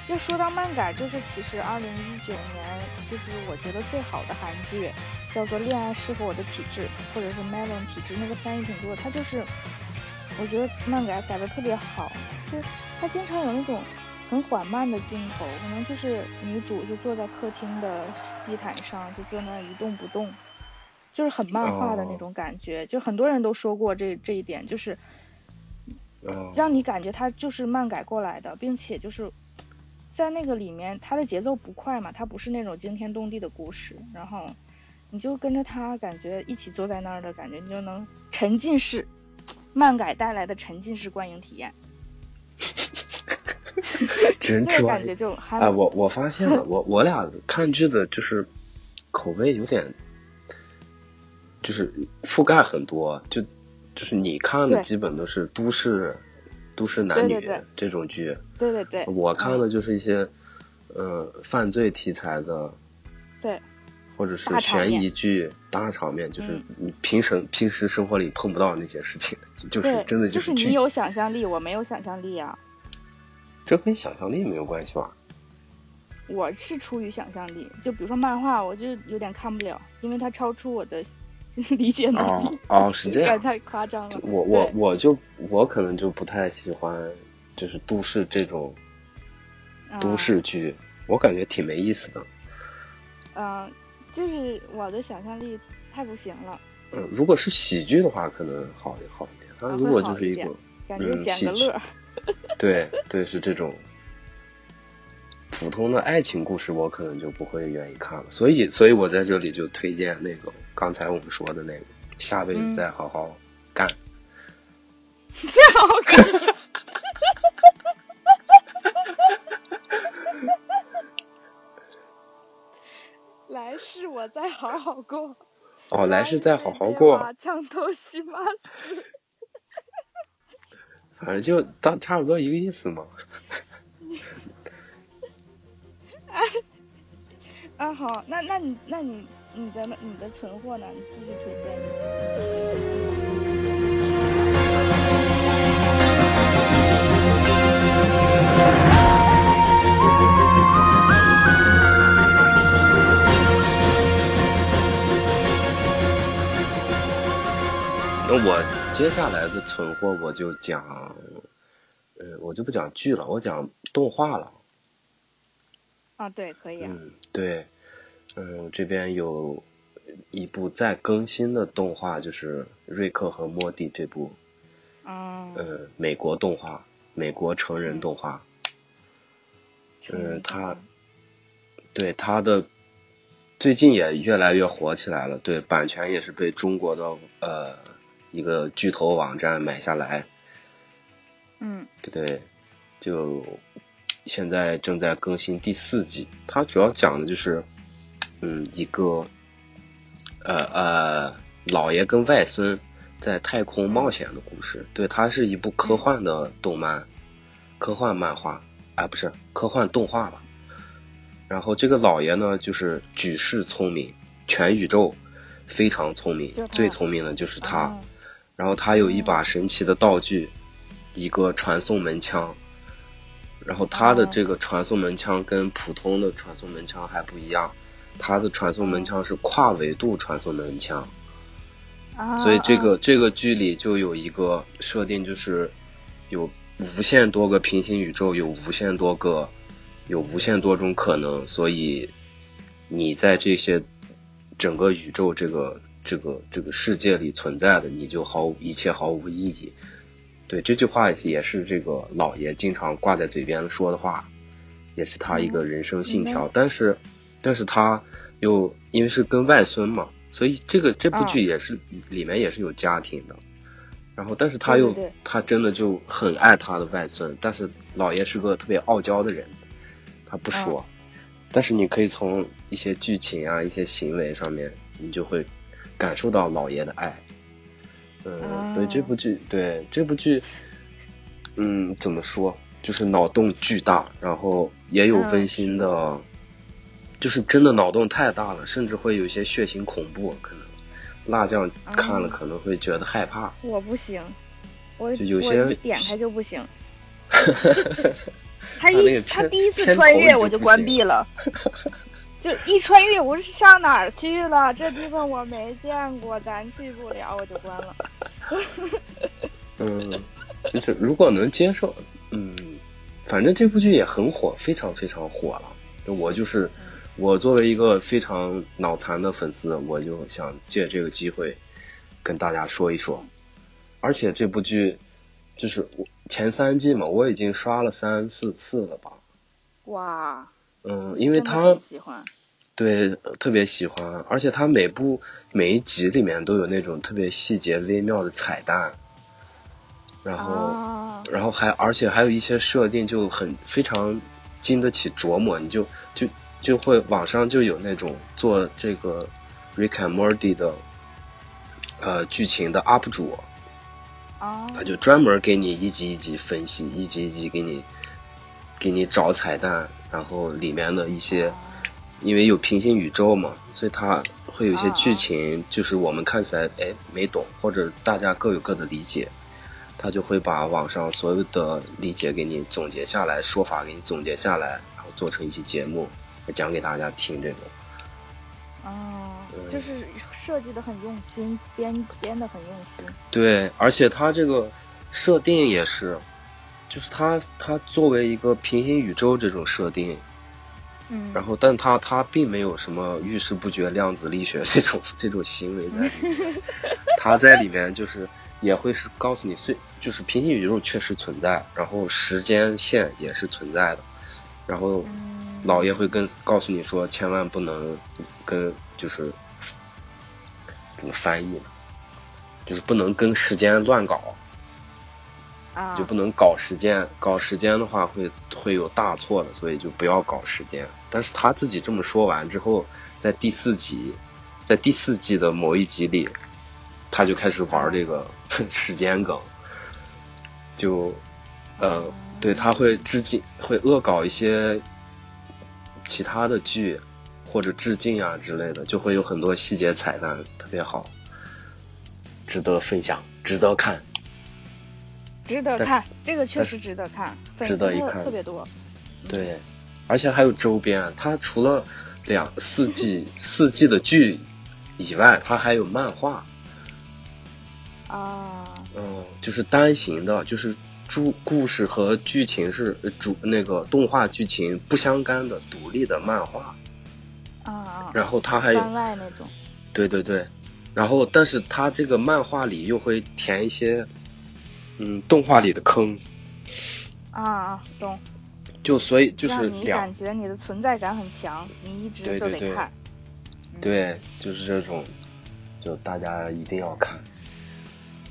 [SPEAKER 2] 要说到漫改，就是其实二零一九年，就是我觉得最好的韩剧，叫做《恋爱适合我的体质》，或者是《Melon 体质》，那个翻译挺多的。它就是，我觉得漫改改的特别好，就是它经常有那种很缓慢的镜头，可能就是女主就坐在客厅的地毯上，就坐那儿一动不动，就是很漫画的那种感觉。就很多人都说过这这一点，就是
[SPEAKER 1] 哦，
[SPEAKER 2] 让你感觉它就是漫改过来的，并且就是在那个里面，它的节奏不快嘛，它不是那种惊天动地的故事，然后你就跟着它，感觉一起坐在那儿的感觉，你就能沉浸式漫改带来的沉浸式观影体验，
[SPEAKER 1] 真
[SPEAKER 2] 这个
[SPEAKER 1] 专
[SPEAKER 2] 感
[SPEAKER 1] 业
[SPEAKER 2] 觉就还
[SPEAKER 1] 哎，我我发现了，我我俩看剧的就是口味有点，就是覆盖很多，就就是你看的
[SPEAKER 2] 对
[SPEAKER 1] 基本都是都市都市男女
[SPEAKER 2] 对对对
[SPEAKER 1] 这种剧，
[SPEAKER 2] 对对对
[SPEAKER 1] 我看的就是一些呃犯罪题材的，
[SPEAKER 2] 对，
[SPEAKER 1] 或者是
[SPEAKER 2] 大场
[SPEAKER 1] 悬
[SPEAKER 2] 面
[SPEAKER 1] 疑剧大场面，就是
[SPEAKER 2] 嗯
[SPEAKER 1] 你平时平时生活里碰不到那些事情， 就
[SPEAKER 2] 对
[SPEAKER 1] 是，真的
[SPEAKER 2] 就
[SPEAKER 1] 就是
[SPEAKER 2] 你
[SPEAKER 1] 剧。
[SPEAKER 2] 有想象力，我没有想象力啊，
[SPEAKER 1] 这跟想象力没有关系 吧？
[SPEAKER 2] 我是出于想象力。就比如说漫画，我就有点看不了，因为它超出我的 理解能
[SPEAKER 1] 哦
[SPEAKER 2] 力，
[SPEAKER 1] 哦，是这
[SPEAKER 2] 有点
[SPEAKER 1] 样。
[SPEAKER 2] 太夸张了。
[SPEAKER 1] 我我
[SPEAKER 2] 对
[SPEAKER 1] 我就我可能就不太喜欢，就是都市这种都
[SPEAKER 2] 嗯
[SPEAKER 1] 市剧，我感觉挺没意思的。
[SPEAKER 2] 嗯，就是我的想象力太不行了，
[SPEAKER 1] 嗯，如果是喜剧的话，可能好好一点。它
[SPEAKER 2] 啊
[SPEAKER 1] 如
[SPEAKER 2] 会
[SPEAKER 1] 果
[SPEAKER 2] 好
[SPEAKER 1] 就是
[SPEAKER 2] 一
[SPEAKER 1] 一
[SPEAKER 2] 点
[SPEAKER 1] 个，
[SPEAKER 2] 感觉
[SPEAKER 1] 嗯
[SPEAKER 2] 捡
[SPEAKER 1] 戏
[SPEAKER 2] 个
[SPEAKER 1] 剧
[SPEAKER 2] 乐儿。
[SPEAKER 1] 对对，是这种普通的爱情故事，我可能就不会愿意看了。所以，所以我在这里就推荐那个刚才我们说的那个，下辈子
[SPEAKER 2] 嗯
[SPEAKER 1] 再好好干。
[SPEAKER 2] 这好看。来世我再好好啊过。
[SPEAKER 1] 哦，来世再好好
[SPEAKER 2] 把
[SPEAKER 1] 过，
[SPEAKER 2] 墙头西马死。
[SPEAKER 1] 反正就当差不多一个意思嘛。
[SPEAKER 2] 啊，好，那那你那你你的你的存货呢？你继续推荐。
[SPEAKER 1] 那我接下来的存货，我就讲，呃，我就不讲剧了，我讲动画了。
[SPEAKER 2] 啊，对，可以啊。
[SPEAKER 1] 嗯，对，嗯，我这边有一部在更新的动画，就是《瑞克和莫蒂》这部，
[SPEAKER 2] 啊，
[SPEAKER 1] 呃，美国动画，美国成人动画。
[SPEAKER 2] 成人
[SPEAKER 1] 呃他对它的最近也越来越火起来了，对，版权也是被中国的呃一个巨头网站买下来，
[SPEAKER 2] 嗯
[SPEAKER 1] 对对，就现在正在更新第四季，它主要讲的就是，嗯，一个呃呃老爷跟外孙在太空冒险的故事。对，它是一部科
[SPEAKER 2] 嗯
[SPEAKER 1] 幻的动漫，科幻漫画啊，不是科幻动画吧。然后这个老爷呢，就是举世聪明，全宇宙非常聪明
[SPEAKER 2] 就是，他嗯
[SPEAKER 1] 最聪明的就是他。
[SPEAKER 2] 啊
[SPEAKER 1] 然后他有一把神奇的道具，一个传送门枪。然后他的
[SPEAKER 2] 哦
[SPEAKER 1] 这个传送门枪跟普通的传送门枪还不一样，他的传送门枪是跨维度传送门枪，
[SPEAKER 2] 嗯啊
[SPEAKER 1] 所以这
[SPEAKER 2] 啊
[SPEAKER 1] 个这个剧里就有一个设定，就是有无限多个平行宇宙，有无限多个，有无限多种可能，所以你在这些整个宇宙这个这个这个世界里存在的，你就毫无一切毫无意义。对，这句话也是这个老爷经常挂在嘴边说的话，也是他一个
[SPEAKER 2] 嗯
[SPEAKER 1] 人生信条。但是，但是他又因为是跟外孙嘛，所以这个
[SPEAKER 2] 啊
[SPEAKER 1] 这部剧也是、里面也是有家庭的。然后，但是他又
[SPEAKER 2] 对对对
[SPEAKER 1] 他真的就很爱他的外孙，但是老爷是个特别傲娇的人，他不
[SPEAKER 2] 啊
[SPEAKER 1] 说。但是你可以从一些剧情啊、一些行为上面，你就会感受到老爷的爱。嗯，
[SPEAKER 2] 啊
[SPEAKER 1] 所以这部剧对这部剧，嗯，怎么说，就是脑洞巨大，然后也有
[SPEAKER 2] 嗯
[SPEAKER 1] 温馨的，就是真的脑洞太大了，甚至会有一些血腥恐怖，可能辣酱看了
[SPEAKER 2] 啊
[SPEAKER 1] 可能会觉得害怕。
[SPEAKER 2] 我不行，我
[SPEAKER 1] 就有
[SPEAKER 2] 我
[SPEAKER 1] 些
[SPEAKER 2] 一点开就不行。他
[SPEAKER 1] 那个
[SPEAKER 2] 一他
[SPEAKER 1] 片
[SPEAKER 2] 第一次
[SPEAKER 1] 片
[SPEAKER 2] 穿
[SPEAKER 1] 头你
[SPEAKER 2] 越
[SPEAKER 1] 就
[SPEAKER 2] 我就
[SPEAKER 1] 不
[SPEAKER 2] 关
[SPEAKER 1] 行
[SPEAKER 2] 闭 了，就一穿越我是上哪儿去了？这地方我没见过，咱去不了，我就关了。
[SPEAKER 1] 嗯，就是如果能接受，嗯，反正这部剧也很火，非常非常火了。我就是我作为一个非常脑残的粉丝，我就想借这个机会跟大家说一说。而且这部剧就是我前三季嘛，我已经刷了三四次了吧。
[SPEAKER 2] 哇，
[SPEAKER 1] 嗯，因为
[SPEAKER 2] 真的
[SPEAKER 1] 它
[SPEAKER 2] 很喜欢，
[SPEAKER 1] 对，特别喜欢，而且它每部每一集里面都有那种特别细节微妙的彩蛋，然后、
[SPEAKER 2] 啊
[SPEAKER 1] 然后还而且还有一些设定就很非常经得起琢磨，你就就就会网上就有那种做这个 Rick and Morty 的呃剧情的 UP 主，
[SPEAKER 2] 啊
[SPEAKER 1] 他就专门给你一集一集分析，一集一集给你给你找彩蛋，然后里面的一些因为有平行宇宙嘛，所以它会有一些
[SPEAKER 2] 啊
[SPEAKER 1] 剧情，就是我们看起来哎没懂，或者大家各有各的理解，他就会把网上所有的理解给你总结下来，说法给你总结下来，然后做成一期节目讲给大家听这种。
[SPEAKER 2] 啊，
[SPEAKER 1] 对
[SPEAKER 2] 就是设计的很用心，编编的很用心。
[SPEAKER 1] 对，而且它这个设定也是，就是它它作为一个平行宇宙这种设定，
[SPEAKER 2] 嗯，
[SPEAKER 1] 然后但它它并没有什么遇事不决量子力学 这种这种行为在里面，它在里面就是也会是告诉你，虽就是平行宇宙确实存在，然后时间线也是存在的，然后
[SPEAKER 2] 嗯
[SPEAKER 1] 老爷会跟告诉你说，千万不能跟就是怎么翻译呢，就是不能跟时间乱搞。
[SPEAKER 2] 啊，
[SPEAKER 1] 就不能搞时间，搞时间的话会会有大错的，所以就不要搞时间。但是他自己这么说完之后，在第四集，在第四季的某一集里，他就开始玩这个 时间梗，就呃，对他会致敬，会恶搞一些其他的剧或者致敬啊之类的，就会有很多细节彩蛋，特别好，值得分享，值得看。
[SPEAKER 2] 值
[SPEAKER 1] 但
[SPEAKER 2] 得
[SPEAKER 1] 是
[SPEAKER 2] 看，这个确
[SPEAKER 1] 但
[SPEAKER 2] 实值得看，粉
[SPEAKER 1] 值
[SPEAKER 2] 丝
[SPEAKER 1] 得一
[SPEAKER 2] 特
[SPEAKER 1] 看
[SPEAKER 2] 特别多。
[SPEAKER 1] 对，而且还有周边，啊它除了两四季四季的剧以外，它还有漫画，
[SPEAKER 2] 啊，
[SPEAKER 1] 嗯，就是单行的，就是主故事和剧情是呃主那个动画剧情不相干的独立的漫画，
[SPEAKER 2] 啊啊！
[SPEAKER 1] 然后它还有
[SPEAKER 2] 番外那种，
[SPEAKER 1] 对对对，然后但是它这个漫画里又会填一些嗯动画里的坑，
[SPEAKER 2] 啊啊，懂。
[SPEAKER 1] 就所以就是
[SPEAKER 2] 让你
[SPEAKER 1] 两
[SPEAKER 2] 感觉你的存在感很强，你
[SPEAKER 1] 对
[SPEAKER 2] 一直都
[SPEAKER 1] 对对
[SPEAKER 2] 得看。
[SPEAKER 1] 对就是这种，就大家一定要看。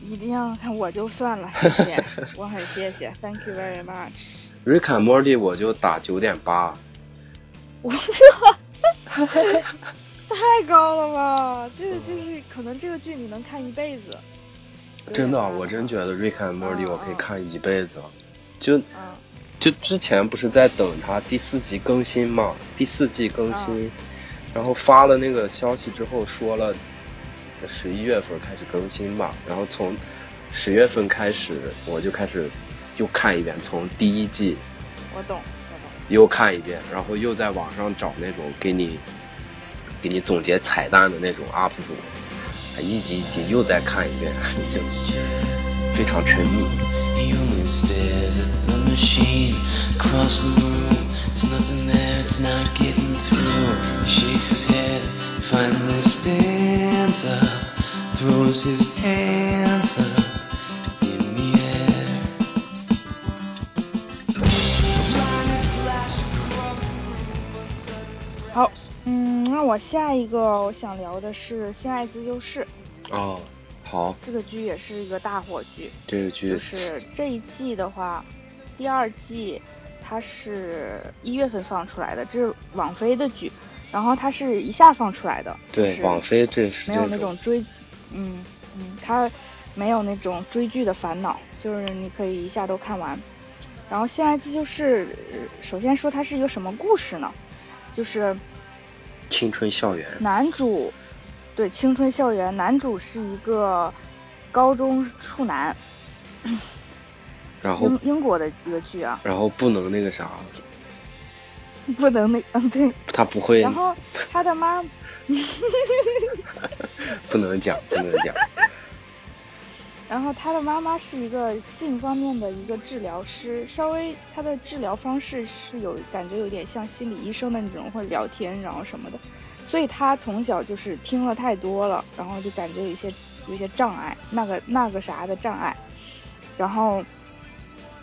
[SPEAKER 2] 一定要看，我就 算了，谢谢，我很谢谢，Thank you very much。
[SPEAKER 1] 瑞卡莫蒂我就打九点八，
[SPEAKER 2] 我太高了吧？这个就是可能这个剧你能看一辈子。
[SPEAKER 1] 嗯真的，啊
[SPEAKER 2] 有点儿
[SPEAKER 1] 我真觉得瑞卡莫蒂我可以
[SPEAKER 2] 啊嗯嗯
[SPEAKER 1] 看一辈子。就
[SPEAKER 2] 嗯
[SPEAKER 1] 就之前不是在等它第四集更新嘛，第四季更
[SPEAKER 2] 嗯
[SPEAKER 1] 新，然后发了那个消息之后说了十一月份开始更新吧，然后从十月份开始我就开始又看一遍，从第一季
[SPEAKER 2] 我懂，我
[SPEAKER 1] 又看一遍，然后又在网上找那种给你给你总结彩蛋的那种 UP 主，一集一集又再看一遍，就非常沉迷。
[SPEAKER 4] Yulin stares at the machine across the room. There's nothing there, it's not getting through. He shakes his head, finally stands up, throws his hands up in the air. A blinding flash across the room, a
[SPEAKER 2] 懂。
[SPEAKER 4] sudden
[SPEAKER 2] 好，嗯，那我下一个我想聊的是《性爱自由室》，
[SPEAKER 1] 哦，好，
[SPEAKER 2] 这个剧也是一个大火剧。
[SPEAKER 1] 这个
[SPEAKER 2] 就
[SPEAKER 1] 剧
[SPEAKER 2] 是这一季的话，第二季它是一月份放出来的，这是网飞的剧，然后它是一下放出来的，
[SPEAKER 1] 对
[SPEAKER 2] 就是
[SPEAKER 1] 网飞这是
[SPEAKER 2] 没有那
[SPEAKER 1] 这种
[SPEAKER 2] 种追，嗯嗯，它没有那种追剧的烦恼，就是你可以一下都看完。然后《性爱自就是》呃首先说它是一个什么故事呢？就是
[SPEAKER 1] 青春校园，
[SPEAKER 2] 男主，对青春校园，男主是一个高中处男，
[SPEAKER 1] 然后
[SPEAKER 2] 英英国的一个剧啊，
[SPEAKER 1] 然后不能那个啥，
[SPEAKER 2] 不能那嗯对，
[SPEAKER 1] 他不会
[SPEAKER 2] 然后他的妈，
[SPEAKER 1] 不能讲不能讲，
[SPEAKER 2] 然后他的妈妈是一个性方面的一个治疗师，稍微他的治疗方式是有感觉有点像心理医生的那种，会聊天然后什么的，所以他从小就是听了太多了，然后就感觉有一些有一些障碍，那个那个啥的障碍，然后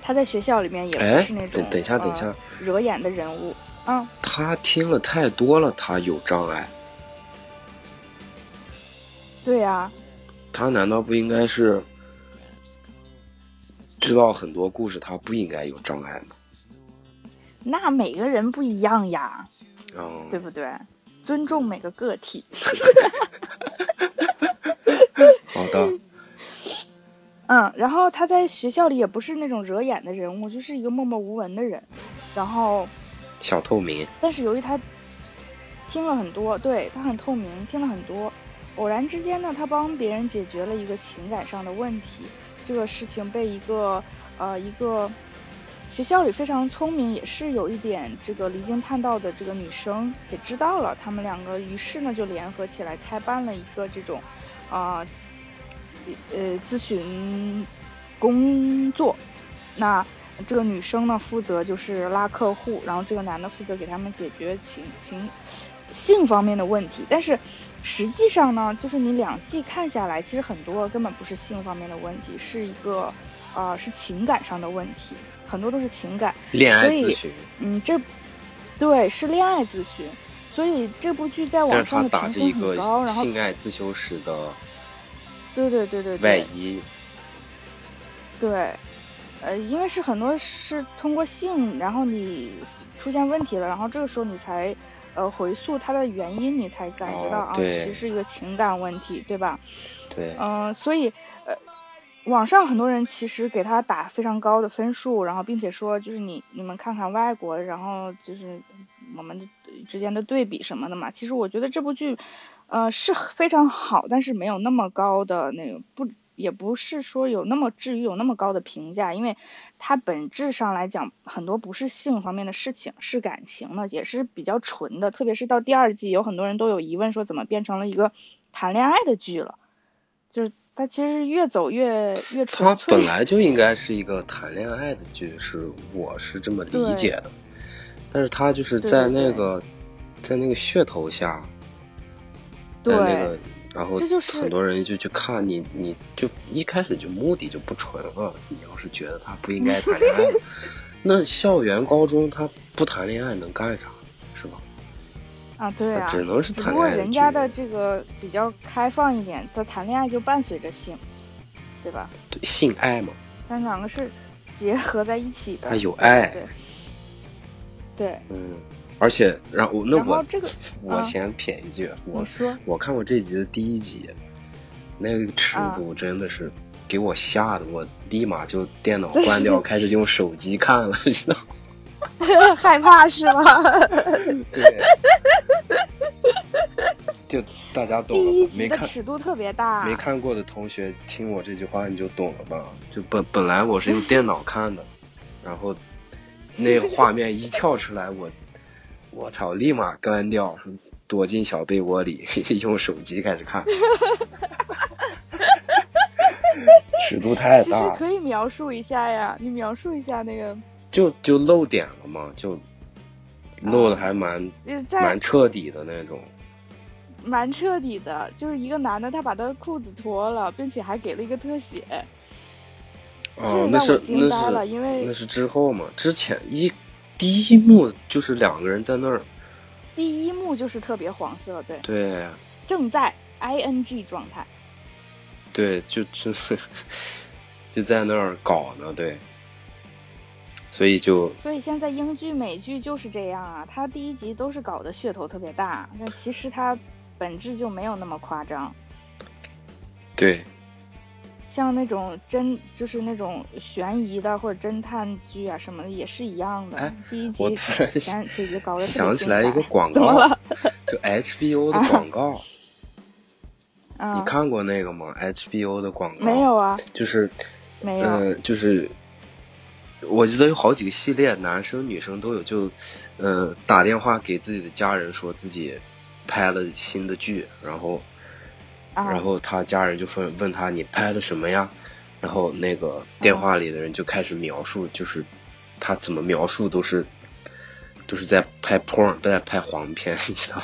[SPEAKER 2] 他在学校里面也
[SPEAKER 1] 哎
[SPEAKER 2] 不是那种
[SPEAKER 1] 等等一下等一下
[SPEAKER 2] 呃惹眼的人物，嗯，
[SPEAKER 1] 他听了太多了，他有障碍，
[SPEAKER 2] 对啊呀、
[SPEAKER 1] 他难道不应该是知道很多故事，他不应该有障碍吗？
[SPEAKER 2] 那每个人不一样呀。
[SPEAKER 1] 嗯，
[SPEAKER 2] 对不对？尊重每个个体。
[SPEAKER 1] 好 的。
[SPEAKER 2] 嗯，然后他在学校里也不是那种惹眼的人物，就是一个默默无闻的人。然后，
[SPEAKER 1] 小透明，
[SPEAKER 2] 但是由于他，拼了很多，对他很透明，拼了很多。偶然之间呢，他帮别人解决了一个情感上的问题，这个事情被一个呃一个学校里非常聪明，也是有一点这个离经叛道的这个女生给知道了，他们两个于是呢就联合起来开办了一个这种啊呃咨询工作。那这个女生呢负责就是拉客户，然后这个男的负责给他们解决情情性方面的问题。但是实际上呢，就是你两季看下来，其实很多根本不是性方面的问题，是一个呃是情感上的问题，很多都是情感。
[SPEAKER 1] 恋爱
[SPEAKER 2] 所
[SPEAKER 1] 咨
[SPEAKER 2] 以
[SPEAKER 1] 询，
[SPEAKER 2] 嗯，这对是恋爱咨询，所以这部剧在
[SPEAKER 1] 但
[SPEAKER 2] 网
[SPEAKER 1] 是他
[SPEAKER 2] 上的
[SPEAKER 1] 打
[SPEAKER 2] 评
[SPEAKER 1] 着一
[SPEAKER 2] 分
[SPEAKER 1] 个
[SPEAKER 2] 很高，然后
[SPEAKER 1] 性爱咨询师的
[SPEAKER 2] 对对对对
[SPEAKER 1] 外
[SPEAKER 2] 对
[SPEAKER 1] 衣，
[SPEAKER 2] 对，呃，因为是很多是通过性，然后你出现问题了，然后这个时候你才呃回溯它的原因，你才感觉
[SPEAKER 1] 哦
[SPEAKER 2] 到啊，其
[SPEAKER 1] 对
[SPEAKER 2] 实是一个情感问题，对吧？
[SPEAKER 1] 对，
[SPEAKER 2] 嗯、所以呃，网上很多人其实给他打非常高的分数，然后并且说就是你你们看看外国，然后就是我们之间的对比什么的嘛。其实我觉得这部剧，呃，是非常好，但是没有那么高的那个不。也不是说有那么至于有那么高的评价，因为它本质上来讲，很多不是性方面的事情，是感情的，也是比较纯的。特别是到第二季，有很多人都有疑问说，怎么变成了一个谈恋爱的剧了？就是它其实越走越越
[SPEAKER 1] 他
[SPEAKER 2] 纯粹。
[SPEAKER 1] 本来就应该是一个谈恋爱的剧，是我是这么理解的，但是他就是在
[SPEAKER 2] 对对
[SPEAKER 1] 那个在那个噱头下，在
[SPEAKER 2] 对
[SPEAKER 1] 那个，然后
[SPEAKER 2] 这就是
[SPEAKER 1] 很多人就去看你，你就一开始就目的就不纯了。你要是觉得他不应该谈 恋爱，那校园高中他不谈恋爱能干啥？是吧？
[SPEAKER 2] 啊，对啊，
[SPEAKER 1] 只能是
[SPEAKER 2] 只
[SPEAKER 1] 谈
[SPEAKER 2] 不
[SPEAKER 1] 恋
[SPEAKER 2] 过
[SPEAKER 1] 爱的
[SPEAKER 2] 人家
[SPEAKER 1] 剧
[SPEAKER 2] 的这个比较开放一点，他谈恋爱就伴随着性，对吧？
[SPEAKER 1] 对，性爱嘛，
[SPEAKER 2] 但两个是结合在一起的。
[SPEAKER 1] 他有
[SPEAKER 2] 对
[SPEAKER 1] 爱
[SPEAKER 2] 对对，
[SPEAKER 1] 嗯，而且然后那
[SPEAKER 2] 然后
[SPEAKER 1] 我
[SPEAKER 2] 这个
[SPEAKER 1] 我
[SPEAKER 2] 啊
[SPEAKER 1] 先撇一句，我
[SPEAKER 2] 你说
[SPEAKER 1] 我看过这集的第一集，那个尺
[SPEAKER 2] 啊
[SPEAKER 1] 度真的是给我吓得，我立马就电脑关 掉，开始用手机看了，知道吗？
[SPEAKER 2] 害怕是吗？
[SPEAKER 1] 对，就大家懂
[SPEAKER 2] 第
[SPEAKER 1] 了
[SPEAKER 2] 一
[SPEAKER 1] 吧？没
[SPEAKER 2] 集的
[SPEAKER 1] 看
[SPEAKER 2] 尺度特别大，啊
[SPEAKER 1] 没看过的同学听我这句话你就懂了吧？就本本来我是用电脑看 的，然后那个画面一跳出来，我我操，立马关掉，躲进小被窝里， 用手机开始看， 尺度太
[SPEAKER 2] 其
[SPEAKER 1] 大
[SPEAKER 2] 实
[SPEAKER 1] 了。
[SPEAKER 2] 可以描述一下呀，你描述一下那个，
[SPEAKER 1] 就就露点了嘛，就露的还蛮、
[SPEAKER 2] 就是在
[SPEAKER 1] 蛮彻底的那种。
[SPEAKER 2] 蛮彻底的，就是一个男的他把他裤子脱了，并且还给了一个特写，
[SPEAKER 1] 哦，
[SPEAKER 2] 这
[SPEAKER 1] 那
[SPEAKER 2] 让我
[SPEAKER 1] 是那
[SPEAKER 2] 惊呆了
[SPEAKER 1] 是
[SPEAKER 2] 因为
[SPEAKER 1] 那是之后嘛，之前一第一幕就是两个人在那儿，
[SPEAKER 2] 第一幕就是特别黄色，对，
[SPEAKER 1] 对
[SPEAKER 2] 正在 I N G 状态，
[SPEAKER 1] 对，就就是就在那儿搞呢，对，所以就
[SPEAKER 2] 所以现在英剧、美剧就是这样啊，它第一集都是搞得噱头特别大，但其实它本质就没有那么夸张。
[SPEAKER 1] 对
[SPEAKER 2] 像那种侦，就是那种悬疑的或者侦探剧啊什么的，也是一样的。
[SPEAKER 1] 哎
[SPEAKER 2] 第一
[SPEAKER 1] 我
[SPEAKER 2] 集
[SPEAKER 1] 突然
[SPEAKER 2] 前几集搞得特别
[SPEAKER 1] 想起
[SPEAKER 2] 精
[SPEAKER 1] 来一
[SPEAKER 2] 彩
[SPEAKER 1] 个广
[SPEAKER 2] 怎么
[SPEAKER 1] 告
[SPEAKER 2] 了？，
[SPEAKER 1] 就 HBO 的
[SPEAKER 2] 啊
[SPEAKER 1] 广告，
[SPEAKER 2] 啊，
[SPEAKER 1] 你看过那个吗？HBO 的广告
[SPEAKER 2] 没有啊？
[SPEAKER 1] 就是
[SPEAKER 2] 没有。
[SPEAKER 1] 嗯，就是我记得有好几个系列，男生女生都有，就呃打电话给自己的家人说自己拍了新的剧，然后、
[SPEAKER 2] 啊
[SPEAKER 1] 然后他家人就问问他你拍的什么呀？然后那个电话里的人就开始描述，就是他怎么描述都是都是在拍 porn，都在拍黄片，你知道吗？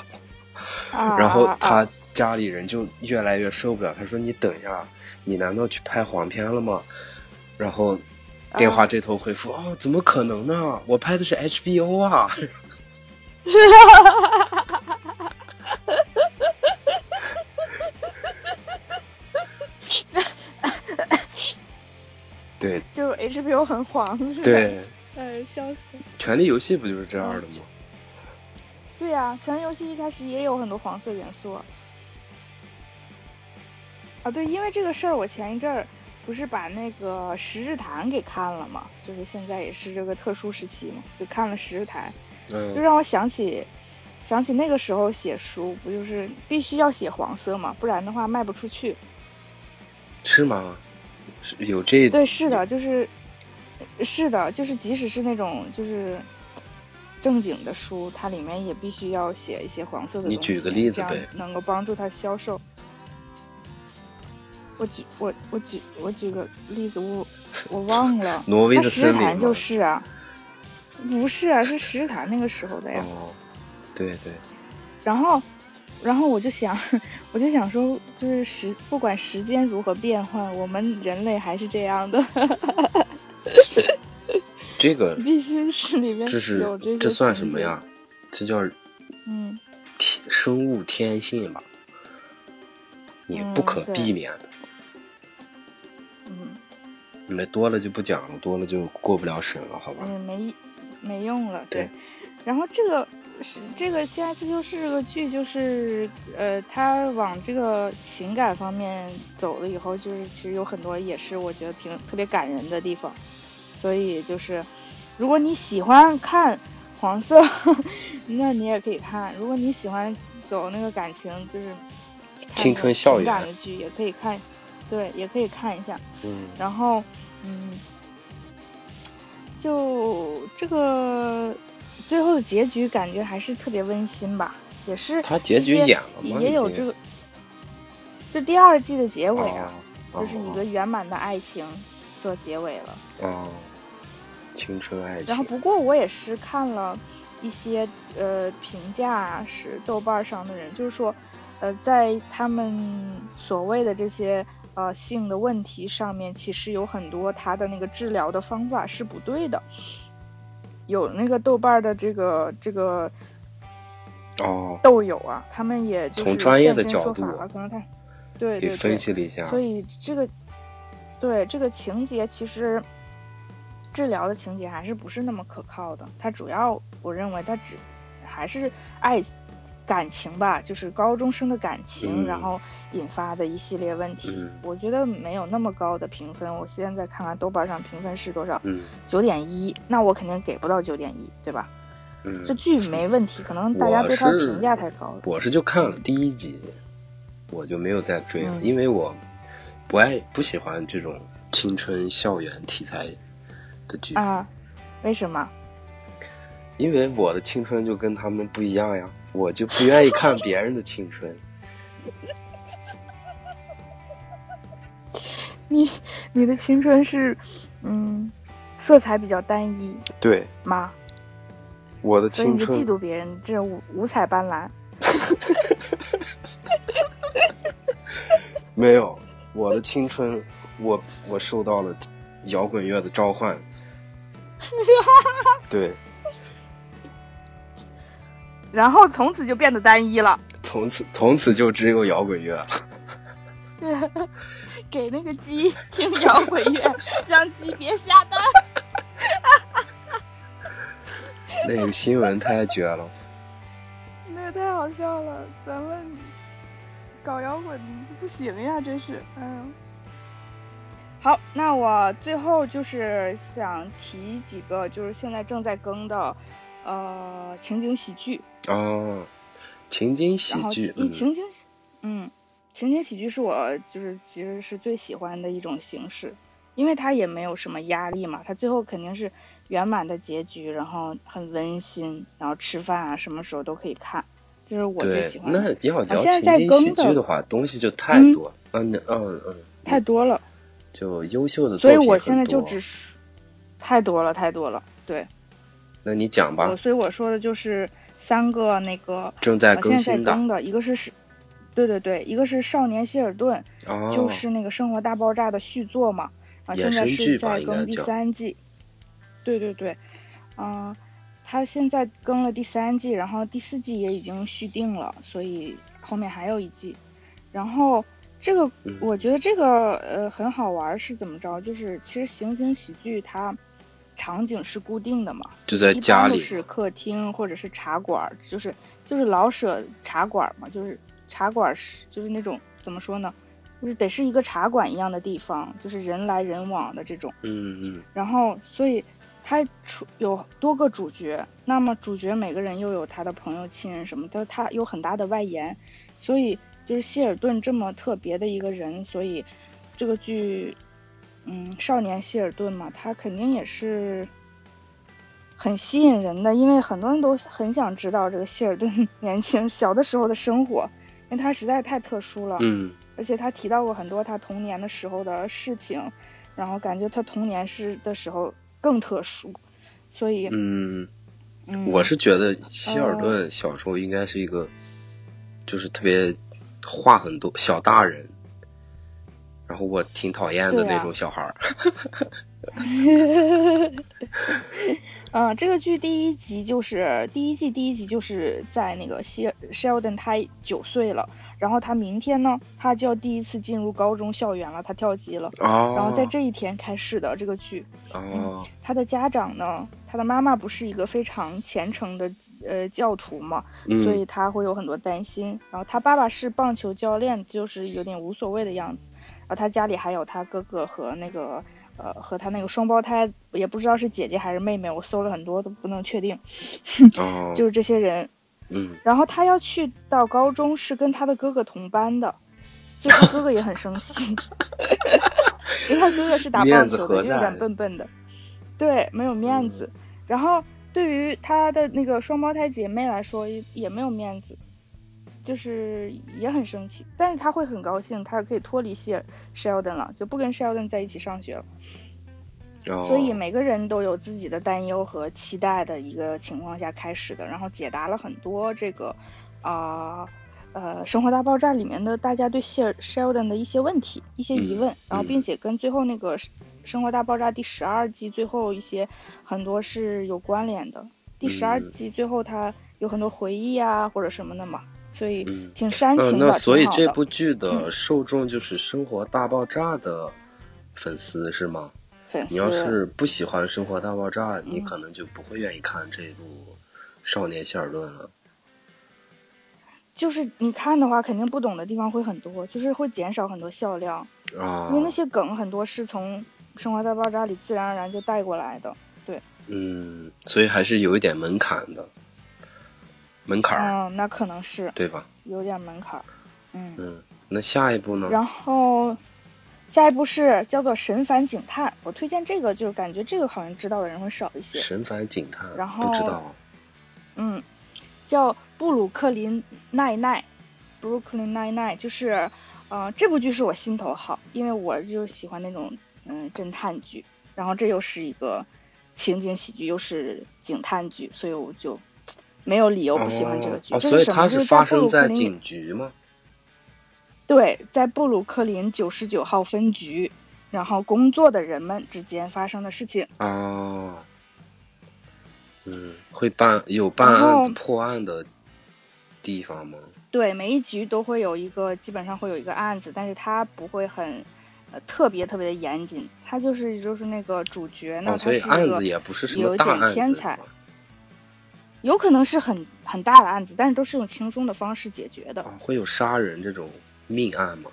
[SPEAKER 2] 啊、
[SPEAKER 1] 然后
[SPEAKER 2] 啊啊
[SPEAKER 1] 他家里人就越来越受不了，他说：“你等一下，你难道去拍黄片了吗？”然后电话这头回复：“
[SPEAKER 2] 啊
[SPEAKER 1] 哦，怎么可能呢？我拍的是 HBO 啊。 对”
[SPEAKER 2] 就是 HBO 很黄，是吧？
[SPEAKER 1] 对，
[SPEAKER 2] 呃，笑死。
[SPEAKER 1] 《权力游戏》不就是这样的吗？
[SPEAKER 2] 对呀、啊，全游戏一开始也有很多黄色元素啊。啊，对，因为这个事儿，我前一阵儿不是把那个《十日谈》给看了嘛，就是现在也是这个特殊时期嘛，就看了《十日谈》，就
[SPEAKER 1] 嗯，
[SPEAKER 2] 让我想起想起那个时候写书，不就是必须要写黄色嘛，不然的话卖不出去。
[SPEAKER 1] 是吗？是有这
[SPEAKER 2] 对，是的，就是，是的，就是即使是那种就是正经的书，它里面也必须要写一些黄色的东
[SPEAKER 1] 你
[SPEAKER 2] 西，
[SPEAKER 1] 举个例子
[SPEAKER 2] 这样
[SPEAKER 1] 呗，
[SPEAKER 2] 能够帮助它销售。我举我我举我举个例子，我我忘了
[SPEAKER 1] 挪威
[SPEAKER 2] 它
[SPEAKER 1] 的
[SPEAKER 2] 石
[SPEAKER 1] 森林
[SPEAKER 2] 坦就
[SPEAKER 1] 吗
[SPEAKER 2] 是啊，不是啊，是石坦那个时候的呀。
[SPEAKER 1] 哦，对对，
[SPEAKER 2] 然后，然后我就想，我就想说，就是时不管时间如何变换，我们人类还是这样的，
[SPEAKER 1] 这个
[SPEAKER 2] 必须是里面
[SPEAKER 1] 这是
[SPEAKER 2] 有这个。
[SPEAKER 1] 这算什么呀？？这叫
[SPEAKER 2] 嗯，
[SPEAKER 1] 天生物天性吧，你不
[SPEAKER 2] 嗯
[SPEAKER 1] 可
[SPEAKER 2] 对
[SPEAKER 1] 避免的。
[SPEAKER 2] 嗯，
[SPEAKER 1] 你们多了就不讲了，多了就过不了审了，好吧？
[SPEAKER 2] 嗯，没没用了，
[SPEAKER 1] 对
[SPEAKER 2] 然后这个是这个《现在自救室》这个剧，就是呃，它往这个情感方面走了以后，就是其实有很多也是我觉得挺特别感人的地方。所以就是，如果你喜欢看黄色， 那你也可以看；如果你喜欢走那个感情，就是
[SPEAKER 1] 青
[SPEAKER 2] 看那种
[SPEAKER 1] 春校
[SPEAKER 2] 情感
[SPEAKER 1] 园
[SPEAKER 2] 的剧，也可以看，对，也可以看一下。
[SPEAKER 1] 嗯，
[SPEAKER 2] 然后，嗯，就这个最后的结局感觉还是特别温馨吧，也是
[SPEAKER 1] 他结局
[SPEAKER 2] 一些
[SPEAKER 1] 演了吗
[SPEAKER 2] 也有
[SPEAKER 1] 已经
[SPEAKER 2] 这个，就第二季的结尾啊，
[SPEAKER 1] 哦
[SPEAKER 2] 就是一个圆满的爱情做结尾了。
[SPEAKER 1] 哦哦，青春爱情。
[SPEAKER 2] 然后不过我也是看了一些呃评价啊是豆瓣儿上的人，就是说，呃，在他们所谓的这些呃性的问题上面，其实有很多他的那个治疗的方法是不对的。有那个豆瓣儿的这个这个
[SPEAKER 1] 哦，
[SPEAKER 2] 豆友啊，他们也就是
[SPEAKER 1] 从专业的
[SPEAKER 2] 现身
[SPEAKER 1] 角
[SPEAKER 2] 说
[SPEAKER 1] 度
[SPEAKER 2] 法了，可能他对
[SPEAKER 1] 给
[SPEAKER 2] 对
[SPEAKER 1] 分
[SPEAKER 2] 对，
[SPEAKER 1] 析了一下，
[SPEAKER 2] 所以这个对这个情节其实治疗的情节还是不是那么可靠的。它主要我认为它只还是爱感情吧，就是高中生的感
[SPEAKER 1] 嗯
[SPEAKER 2] 情，然后引发的一系列问题。
[SPEAKER 1] 嗯
[SPEAKER 2] 我觉得没有那么高的评分。我现在看看豆瓣上评分是多少，
[SPEAKER 1] 嗯
[SPEAKER 2] 九点一，那我肯定给不到九点一，对吧？
[SPEAKER 1] 嗯，
[SPEAKER 2] 这剧没问题，可能大家
[SPEAKER 1] 我
[SPEAKER 2] 对它的
[SPEAKER 1] 是
[SPEAKER 2] 评价太高了。
[SPEAKER 1] 我是就看了第一集，我就没有再追了，
[SPEAKER 2] 嗯
[SPEAKER 1] 因为我不爱不喜欢这种青春校园题材的剧，
[SPEAKER 2] 啊，为什么？
[SPEAKER 1] 因为我的青春就跟他们不一样呀，我就不愿意看别人的青春。
[SPEAKER 2] 你你的青春是，嗯，色彩比较单一
[SPEAKER 1] 对，
[SPEAKER 2] 吗？
[SPEAKER 1] 我的
[SPEAKER 2] 所以
[SPEAKER 1] 青
[SPEAKER 2] 你就嫉
[SPEAKER 1] 春
[SPEAKER 2] 妒别人这五五彩斑斓。
[SPEAKER 1] 没有，我的青春，我我受到了摇滚乐的召唤。对，
[SPEAKER 2] 然后从此就变得单一了，
[SPEAKER 1] 从此从此就只有摇滚乐。
[SPEAKER 2] 给那个鸡听摇滚乐，让鸡别下单。
[SPEAKER 1] 那个新闻太绝了，
[SPEAKER 2] 那也太好笑了，咱们搞摇滚不行呀，真是，嗯。好，那我最后就是想提几个，就是现在正在更的，呃，情景喜剧。
[SPEAKER 1] 哦，情景喜
[SPEAKER 2] 然后
[SPEAKER 1] 剧，
[SPEAKER 2] 一
[SPEAKER 1] 嗯，
[SPEAKER 2] 情景，嗯，情景喜剧是我就是其实是最喜欢的一种形式，因为它也没有什么压力嘛，它最后肯定是圆满的结局，然后很温馨，然后吃饭啊什么时候都可以看，这是我最
[SPEAKER 1] 对
[SPEAKER 2] 喜，欢
[SPEAKER 1] 那
[SPEAKER 2] 的。
[SPEAKER 1] 要
[SPEAKER 2] 我
[SPEAKER 1] 聊
[SPEAKER 2] 现在
[SPEAKER 1] 情
[SPEAKER 2] 在
[SPEAKER 1] 景
[SPEAKER 2] 更
[SPEAKER 1] 喜剧
[SPEAKER 2] 的
[SPEAKER 1] 的话，东西就太
[SPEAKER 2] 嗯
[SPEAKER 1] 多了。嗯嗯嗯，
[SPEAKER 2] 太多了，
[SPEAKER 1] 就优秀的作
[SPEAKER 2] 所以
[SPEAKER 1] 品
[SPEAKER 2] 我
[SPEAKER 1] 很
[SPEAKER 2] 现在就
[SPEAKER 1] 多
[SPEAKER 2] 只说太多了，太多了。对，
[SPEAKER 1] 那你讲吧
[SPEAKER 2] 我，所以我说的就是三个那个
[SPEAKER 1] 正在
[SPEAKER 2] 我
[SPEAKER 1] 更
[SPEAKER 2] 现在
[SPEAKER 1] 新
[SPEAKER 2] 在
[SPEAKER 1] 的
[SPEAKER 2] 更的，一个是是，对对对，一个是少年希尔顿，
[SPEAKER 1] 哦，
[SPEAKER 2] 就是那个《生活大爆炸》的续作嘛，啊，
[SPEAKER 1] 衍
[SPEAKER 2] 现在
[SPEAKER 1] 生剧
[SPEAKER 2] 是
[SPEAKER 1] 吧
[SPEAKER 2] 在
[SPEAKER 1] 应该
[SPEAKER 2] 更第
[SPEAKER 1] 叫
[SPEAKER 2] 三季，对对对，嗯、他现在更了第三季，然后第四季也已经续订了，所以后面还有一季。然后这个
[SPEAKER 1] 嗯
[SPEAKER 2] 我觉得这个呃很好玩儿是怎么着？就是其实情景喜剧它场景是固定的嘛，
[SPEAKER 1] 就在
[SPEAKER 2] 一
[SPEAKER 1] 家
[SPEAKER 2] 般都
[SPEAKER 1] 里
[SPEAKER 2] 是客厅或者是茶馆儿，就是就是老舍茶馆儿嘛，就是茶馆儿是就是那种怎么说呢，就是得是一个茶馆一样的地方，就是人来人往的这种。
[SPEAKER 1] 嗯嗯，
[SPEAKER 2] 然后所以它出有多个主角，那么主角每个人又有他的朋友、亲人什么的，他有很大的外延，所以就是希尔顿这么特别的一个人，所以这个剧，嗯，少年希尔顿嘛，他肯定也是很吸引人的，因为很多人都很想知道这个希尔顿 年轻小的时候的生活，因为他实在太特殊了。
[SPEAKER 1] 嗯
[SPEAKER 2] 而且他提到过很多他童年的时候的事情，然后感觉他童年是的时候更特殊，所以
[SPEAKER 1] 嗯，
[SPEAKER 2] 嗯，
[SPEAKER 1] 我是觉得希尔
[SPEAKER 2] 哦
[SPEAKER 1] 顿小时候应该是一个，就是特别话很多小大人，然后我挺讨厌的
[SPEAKER 2] 对啊
[SPEAKER 1] 那种小孩儿。
[SPEAKER 2] 呃，这个剧第一集就是第一季第一集就是在那个希 Sheldon 他九岁了，然后他明天呢，他就要第一次进入高中校园了，他跳级了，
[SPEAKER 1] 哦，
[SPEAKER 2] 然后在这一天开始的这个剧，
[SPEAKER 1] 哦，
[SPEAKER 2] 他的家长呢，他的妈妈不是一个非常虔诚的呃教徒嘛，
[SPEAKER 1] 嗯
[SPEAKER 2] 所以他会有很多担心。然后他爸爸是棒球教练，就是有点无所谓的样子。然后他家里还有他哥哥和那个呃和他那个双胞胎，也不知道是姐姐还是妹妹，我搜了很多都不能确定，
[SPEAKER 1] 哦，
[SPEAKER 2] 就是这些人。
[SPEAKER 1] 嗯，
[SPEAKER 2] 然后他要去到高中是跟他的哥哥同班的，所以他哥哥也很生气，因为他哥哥是打
[SPEAKER 1] 面
[SPEAKER 2] 棒
[SPEAKER 1] 子
[SPEAKER 2] 球
[SPEAKER 1] 何
[SPEAKER 2] 的，有
[SPEAKER 1] 在嗯
[SPEAKER 2] 点笨笨的，对，没有面子。然后对于他的那个双胞胎姐妹来说也也没有面子，就是也很生气，但是他会很高兴，他可以脱离希尔 Sheldon 了，就不跟 Sheldon 在一起上学了。
[SPEAKER 1] 哦
[SPEAKER 2] 所以每个人都有自己的担忧和期待的一个情况下开始的，然后解答了很多这个啊呃生活大爆炸》里面的大家对谢尔 Sheldon 的一些问题、一些
[SPEAKER 1] 嗯
[SPEAKER 2] 疑问，然后并且跟最后那个《生活大爆炸》第十二季最后一些很多是有关联的。第十二
[SPEAKER 1] 嗯
[SPEAKER 2] 季最后他有很多回忆啊或者什么的嘛，所以
[SPEAKER 1] 嗯
[SPEAKER 2] 挺煽
[SPEAKER 1] 呃，
[SPEAKER 2] 情的，
[SPEAKER 1] 那所以
[SPEAKER 2] 挺好
[SPEAKER 1] 这
[SPEAKER 2] 的嗯
[SPEAKER 1] 部剧的受众就是《生活大爆炸》的粉丝是吗？
[SPEAKER 2] 粉丝
[SPEAKER 1] 你要是不喜欢《生活大爆炸》，
[SPEAKER 2] 嗯
[SPEAKER 1] 你可能就不会愿意看这部《少年希尔顿》了。
[SPEAKER 2] 就是你看的话，肯定不懂的地方会很多，就是会减少很多笑料。
[SPEAKER 1] 啊
[SPEAKER 2] 因为，那些梗很多是从《生活大爆炸》里自然而然就带过来的。
[SPEAKER 1] 嗯，所以还是有一点门槛的，门槛儿，
[SPEAKER 2] 嗯，那可能是
[SPEAKER 1] 对吧？
[SPEAKER 2] 有点门槛儿。嗯，
[SPEAKER 1] 嗯，那下一部呢？
[SPEAKER 2] 然后下一部是叫做《神烦警探》，我推荐这个，就是感觉这个好像知道的人会少一些。
[SPEAKER 1] 神烦警探，
[SPEAKER 2] 然后
[SPEAKER 1] 不知道，啊
[SPEAKER 2] 嗯，叫布鲁克林奈奈，Brooklyn Nine Nine，就是，呃，这部剧是我心头好，因为我就喜欢那种嗯侦探剧，然后这又是一个情景喜剧，又是警探剧，所以我就没有理由不喜欢这个剧。
[SPEAKER 1] 哦，哦
[SPEAKER 2] 这
[SPEAKER 1] 所以
[SPEAKER 2] 什么
[SPEAKER 1] 它
[SPEAKER 2] 就是
[SPEAKER 1] 发
[SPEAKER 2] 布鲁
[SPEAKER 1] 生在
[SPEAKER 2] 克林
[SPEAKER 1] 警局吗？
[SPEAKER 2] 对，在布鲁克林九十九号分局，然后工作的人们之间发生的事情。
[SPEAKER 1] 哦，嗯，会办有办
[SPEAKER 2] 然后
[SPEAKER 1] 案子破案的地方吗？
[SPEAKER 2] 对，每一局都会有一个，基本上会有一个案子，但是它不会很，呃，特别特别的严谨。它就是就是那个主角呢，
[SPEAKER 1] 哦，
[SPEAKER 2] 他
[SPEAKER 1] 所
[SPEAKER 2] 是
[SPEAKER 1] 以
[SPEAKER 2] 一
[SPEAKER 1] 案
[SPEAKER 2] 个
[SPEAKER 1] 子也不是什
[SPEAKER 2] 有
[SPEAKER 1] 么
[SPEAKER 2] 一
[SPEAKER 1] 大
[SPEAKER 2] 点
[SPEAKER 1] 案
[SPEAKER 2] 天
[SPEAKER 1] 子
[SPEAKER 2] 才
[SPEAKER 1] 是吧，
[SPEAKER 2] 有可能是很很大的案子，但是都是用轻松的方式解决的。
[SPEAKER 1] 哦会有杀人这种命案吗？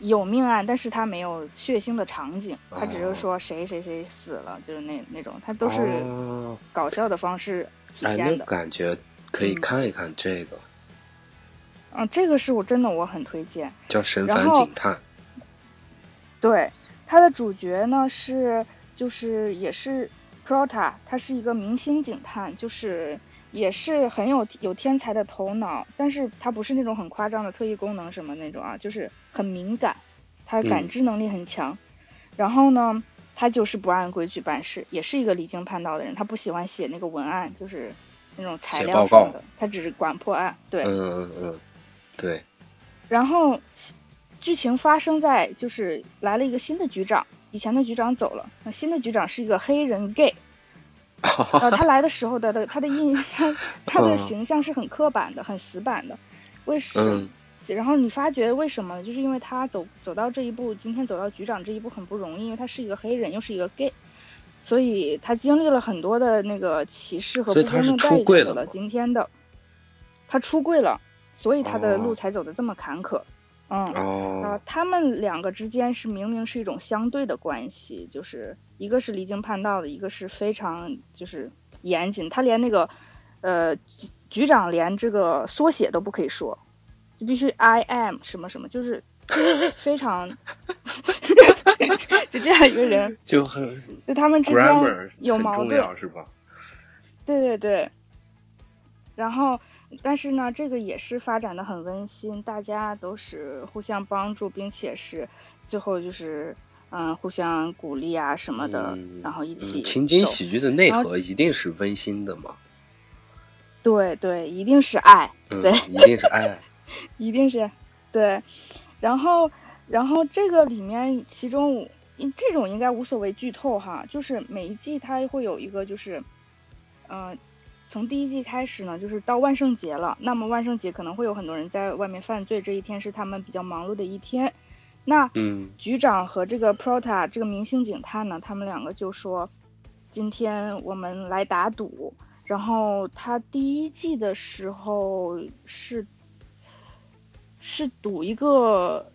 [SPEAKER 2] 有命案，但是它没有血腥的场景，它只
[SPEAKER 1] 哦
[SPEAKER 2] 是说谁谁谁死了，就是那那种，它都是
[SPEAKER 1] 哦
[SPEAKER 2] 搞笑的方式体
[SPEAKER 1] 哎，
[SPEAKER 2] 现
[SPEAKER 1] 那
[SPEAKER 2] 的。
[SPEAKER 1] 感觉可以看一看这个、
[SPEAKER 2] 嗯，这个是我真的我很推荐。
[SPEAKER 1] 叫《神
[SPEAKER 2] 然
[SPEAKER 1] 烦
[SPEAKER 2] 后
[SPEAKER 1] 警探》。
[SPEAKER 2] 对，它的主角呢是就是也是 Prota，他是一个明星警探，就是也是很有有天才的头脑，但是他不是那种很夸张的特异功能什么那种啊，就是很敏感，他
[SPEAKER 1] 嗯
[SPEAKER 2] 感知能力很强。然后呢，他就是不按规矩办事，也是一个离经叛道的人，他不喜欢写那个文案，就是那种材
[SPEAKER 1] 写报
[SPEAKER 2] 料什么
[SPEAKER 1] 告
[SPEAKER 2] 的，他只是管破案。对，
[SPEAKER 1] 嗯嗯嗯，对，
[SPEAKER 2] 然后剧情发生在就是来了一个新的局长，以前的局长走了，那新的局长是一个黑 人 gay，然后他来的时候的的他的印他他的
[SPEAKER 1] 嗯
[SPEAKER 2] 形象是很刻板的，很死板的，为什
[SPEAKER 1] 嗯
[SPEAKER 2] 然后你发觉为什么呢？就是因为他走走到这一步，今天走到局长这一步很不容易，因为他是一个黑人，又是一个 gay，所以他经历了很多的那个歧视和
[SPEAKER 1] 所
[SPEAKER 2] 不
[SPEAKER 1] 以他
[SPEAKER 2] 公
[SPEAKER 1] 是
[SPEAKER 2] 正
[SPEAKER 1] 出
[SPEAKER 2] 待遇，
[SPEAKER 1] 柜
[SPEAKER 2] 才走
[SPEAKER 1] 了
[SPEAKER 2] 到
[SPEAKER 1] 吗
[SPEAKER 2] 今天的。他出柜了，所以他的
[SPEAKER 1] 哦
[SPEAKER 2] 路才走得这么坎坷。嗯，
[SPEAKER 1] 哦
[SPEAKER 2] 呃，，他们两个之间是明明是一种相对的关系，就是一个是离经叛道的，一个是非常就是严谨。他连那个呃局局长连这个缩写都不可以说，就必须 I am 什么什么，就是非常 就这样一个人，
[SPEAKER 1] 就很
[SPEAKER 2] 就他们之
[SPEAKER 1] grammar
[SPEAKER 2] 间有
[SPEAKER 1] 很
[SPEAKER 2] 矛
[SPEAKER 1] 重
[SPEAKER 2] 盾。
[SPEAKER 1] 要是吧？
[SPEAKER 2] 对对对，然后但是呢，这个也是发展的很温馨，大家都是互相帮助，并且是最后就是嗯互相鼓励啊什么的，
[SPEAKER 1] 嗯
[SPEAKER 2] 然后一起、
[SPEAKER 1] 嗯、情景喜剧的内
[SPEAKER 2] 然
[SPEAKER 1] 核一定是温馨的嘛，
[SPEAKER 2] 对对，一定是爱，
[SPEAKER 1] 嗯
[SPEAKER 2] 对，
[SPEAKER 1] 一定是爱，
[SPEAKER 2] 一定是对，然后然后这个里面其中嗯这种应该无所谓剧透哈，就是每一季它会有一个就是，呃，从第一季开始呢，就是到万圣节了，那么万圣节可能会有很多人在外面犯罪，这一天是他们比较忙碌的一天，那
[SPEAKER 1] 嗯
[SPEAKER 2] 局长和这个 Prota 这个明星警探呢，他们两个就说，今天我们来打赌。然后他第一季的时候是是赌一个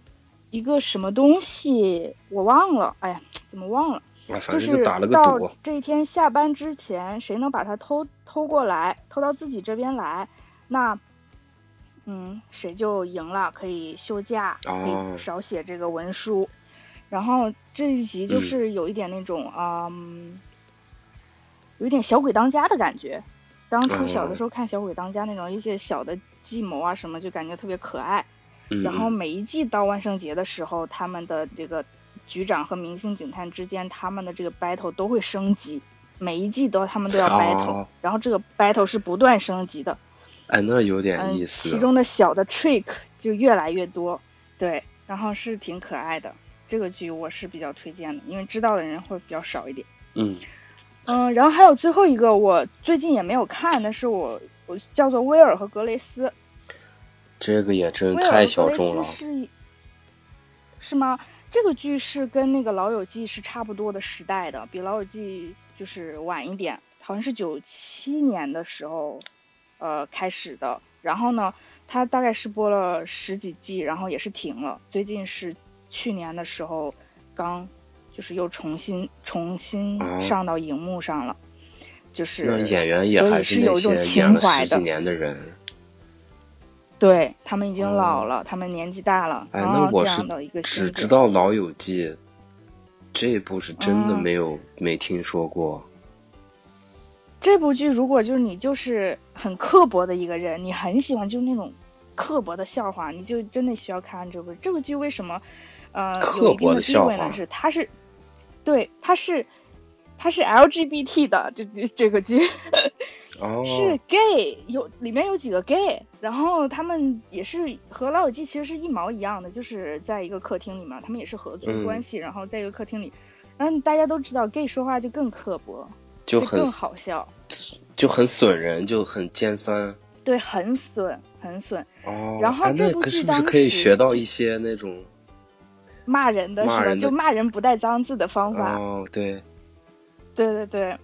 [SPEAKER 2] 一个什么东西，我忘了，哎呀，怎么忘了？
[SPEAKER 1] 啊，反
[SPEAKER 2] 就
[SPEAKER 1] 正
[SPEAKER 2] 是
[SPEAKER 1] 打了个
[SPEAKER 2] 到
[SPEAKER 1] 赌，
[SPEAKER 2] 这一天下班之前，谁能把它偷偷过来，偷到自己这边来，那，嗯，谁就赢了，可以休假，可
[SPEAKER 1] 哦
[SPEAKER 2] 以少写这个文书。然后这一集就
[SPEAKER 1] 嗯
[SPEAKER 2] 是有一点那种，嗯，有一点小鬼当家的感觉。当初
[SPEAKER 1] 哦
[SPEAKER 2] 小的时候看《小鬼当家》那种一些小的计谋啊什么，就感觉特别可爱。
[SPEAKER 1] 嗯，
[SPEAKER 2] 然后
[SPEAKER 1] 嗯
[SPEAKER 2] 每一季到万圣节的时候，他们的这个局长和明星警探之间，他们的这个 battle 都会升级，每一季都他们都要 battle，、
[SPEAKER 1] 哦
[SPEAKER 2] 然后这个 battle 是不断升级的，
[SPEAKER 1] 哎，那有点
[SPEAKER 2] 嗯
[SPEAKER 1] 意，思，
[SPEAKER 2] 其中的小的 trick 就越来越多，对，然后是挺可爱的。这个剧我是比较推荐的，因为知道的人会比较少一点。
[SPEAKER 1] 嗯
[SPEAKER 2] 嗯，然后还有最后一个，我最近也没有看，但是我我叫做威尔和格雷斯，
[SPEAKER 1] 这个也真
[SPEAKER 2] 威尔和格
[SPEAKER 1] 太
[SPEAKER 2] 雷
[SPEAKER 1] 小众
[SPEAKER 2] 斯
[SPEAKER 1] 了，
[SPEAKER 2] 是是吗？这个剧是跟那个《老友记》是差不多的时代的，比《老友记》就是晚一点，好像是九七年的时候，呃开始的。然后呢，它大概是播了十几季，然后也是停了。最近是去年的时候刚就是又重新重新
[SPEAKER 1] 哦
[SPEAKER 2] 上到荧幕上了，就是
[SPEAKER 1] 那演员也
[SPEAKER 2] 所以
[SPEAKER 1] 还
[SPEAKER 2] 是
[SPEAKER 1] 那
[SPEAKER 2] 有一种
[SPEAKER 1] 些演
[SPEAKER 2] 情
[SPEAKER 1] 了
[SPEAKER 2] 怀
[SPEAKER 1] 十
[SPEAKER 2] 的
[SPEAKER 1] 几。年的人，
[SPEAKER 2] 对他们已经
[SPEAKER 1] 哦
[SPEAKER 2] 老了，他们年纪大了，
[SPEAKER 1] 哎，
[SPEAKER 2] 然
[SPEAKER 1] 那
[SPEAKER 2] 后
[SPEAKER 1] 我
[SPEAKER 2] 这
[SPEAKER 1] 是
[SPEAKER 2] 样的一个
[SPEAKER 1] 只
[SPEAKER 2] 新
[SPEAKER 1] 知
[SPEAKER 2] 剧
[SPEAKER 1] 道《老友记》，这一部是真的
[SPEAKER 2] 嗯
[SPEAKER 1] 没有没听说过，
[SPEAKER 2] 这部剧，如果就是你就是很刻薄的一个人，你很喜欢就是那种刻薄的笑话，你就真的需要看这部这部剧。为什么呃有
[SPEAKER 1] 刻薄
[SPEAKER 2] 一定
[SPEAKER 1] 的
[SPEAKER 2] 地
[SPEAKER 1] 笑
[SPEAKER 2] 位
[SPEAKER 1] 话
[SPEAKER 2] 呢？是它是对它是它是 LGBT 的这这这个剧。
[SPEAKER 1] 哦，
[SPEAKER 2] 是 gay，有里面有几个 gay，然后他们也是和老友记其实是一毛一样的，就是在一个客厅里面，他们也是合租
[SPEAKER 1] 嗯
[SPEAKER 2] 关系，然后在一个客厅里，然后大家都知道 gay 说话就更刻薄，
[SPEAKER 1] 就
[SPEAKER 2] 就
[SPEAKER 1] 很
[SPEAKER 2] 更好笑，
[SPEAKER 1] 就很损人，就很尖酸。
[SPEAKER 2] 对，很损，很损，
[SPEAKER 1] 哦，
[SPEAKER 2] 然后
[SPEAKER 1] 哎、
[SPEAKER 2] 这
[SPEAKER 1] 那
[SPEAKER 2] 部
[SPEAKER 1] 可
[SPEAKER 2] 剧
[SPEAKER 1] 是不是
[SPEAKER 2] 当
[SPEAKER 1] 可以
[SPEAKER 2] 时
[SPEAKER 1] 学到
[SPEAKER 2] 是
[SPEAKER 1] 一些那种？
[SPEAKER 2] 骂人的
[SPEAKER 1] 骂
[SPEAKER 2] 是吧？
[SPEAKER 1] 人的
[SPEAKER 2] 就骂人不带脏字的方法，
[SPEAKER 1] 哦，对，
[SPEAKER 2] 对对对，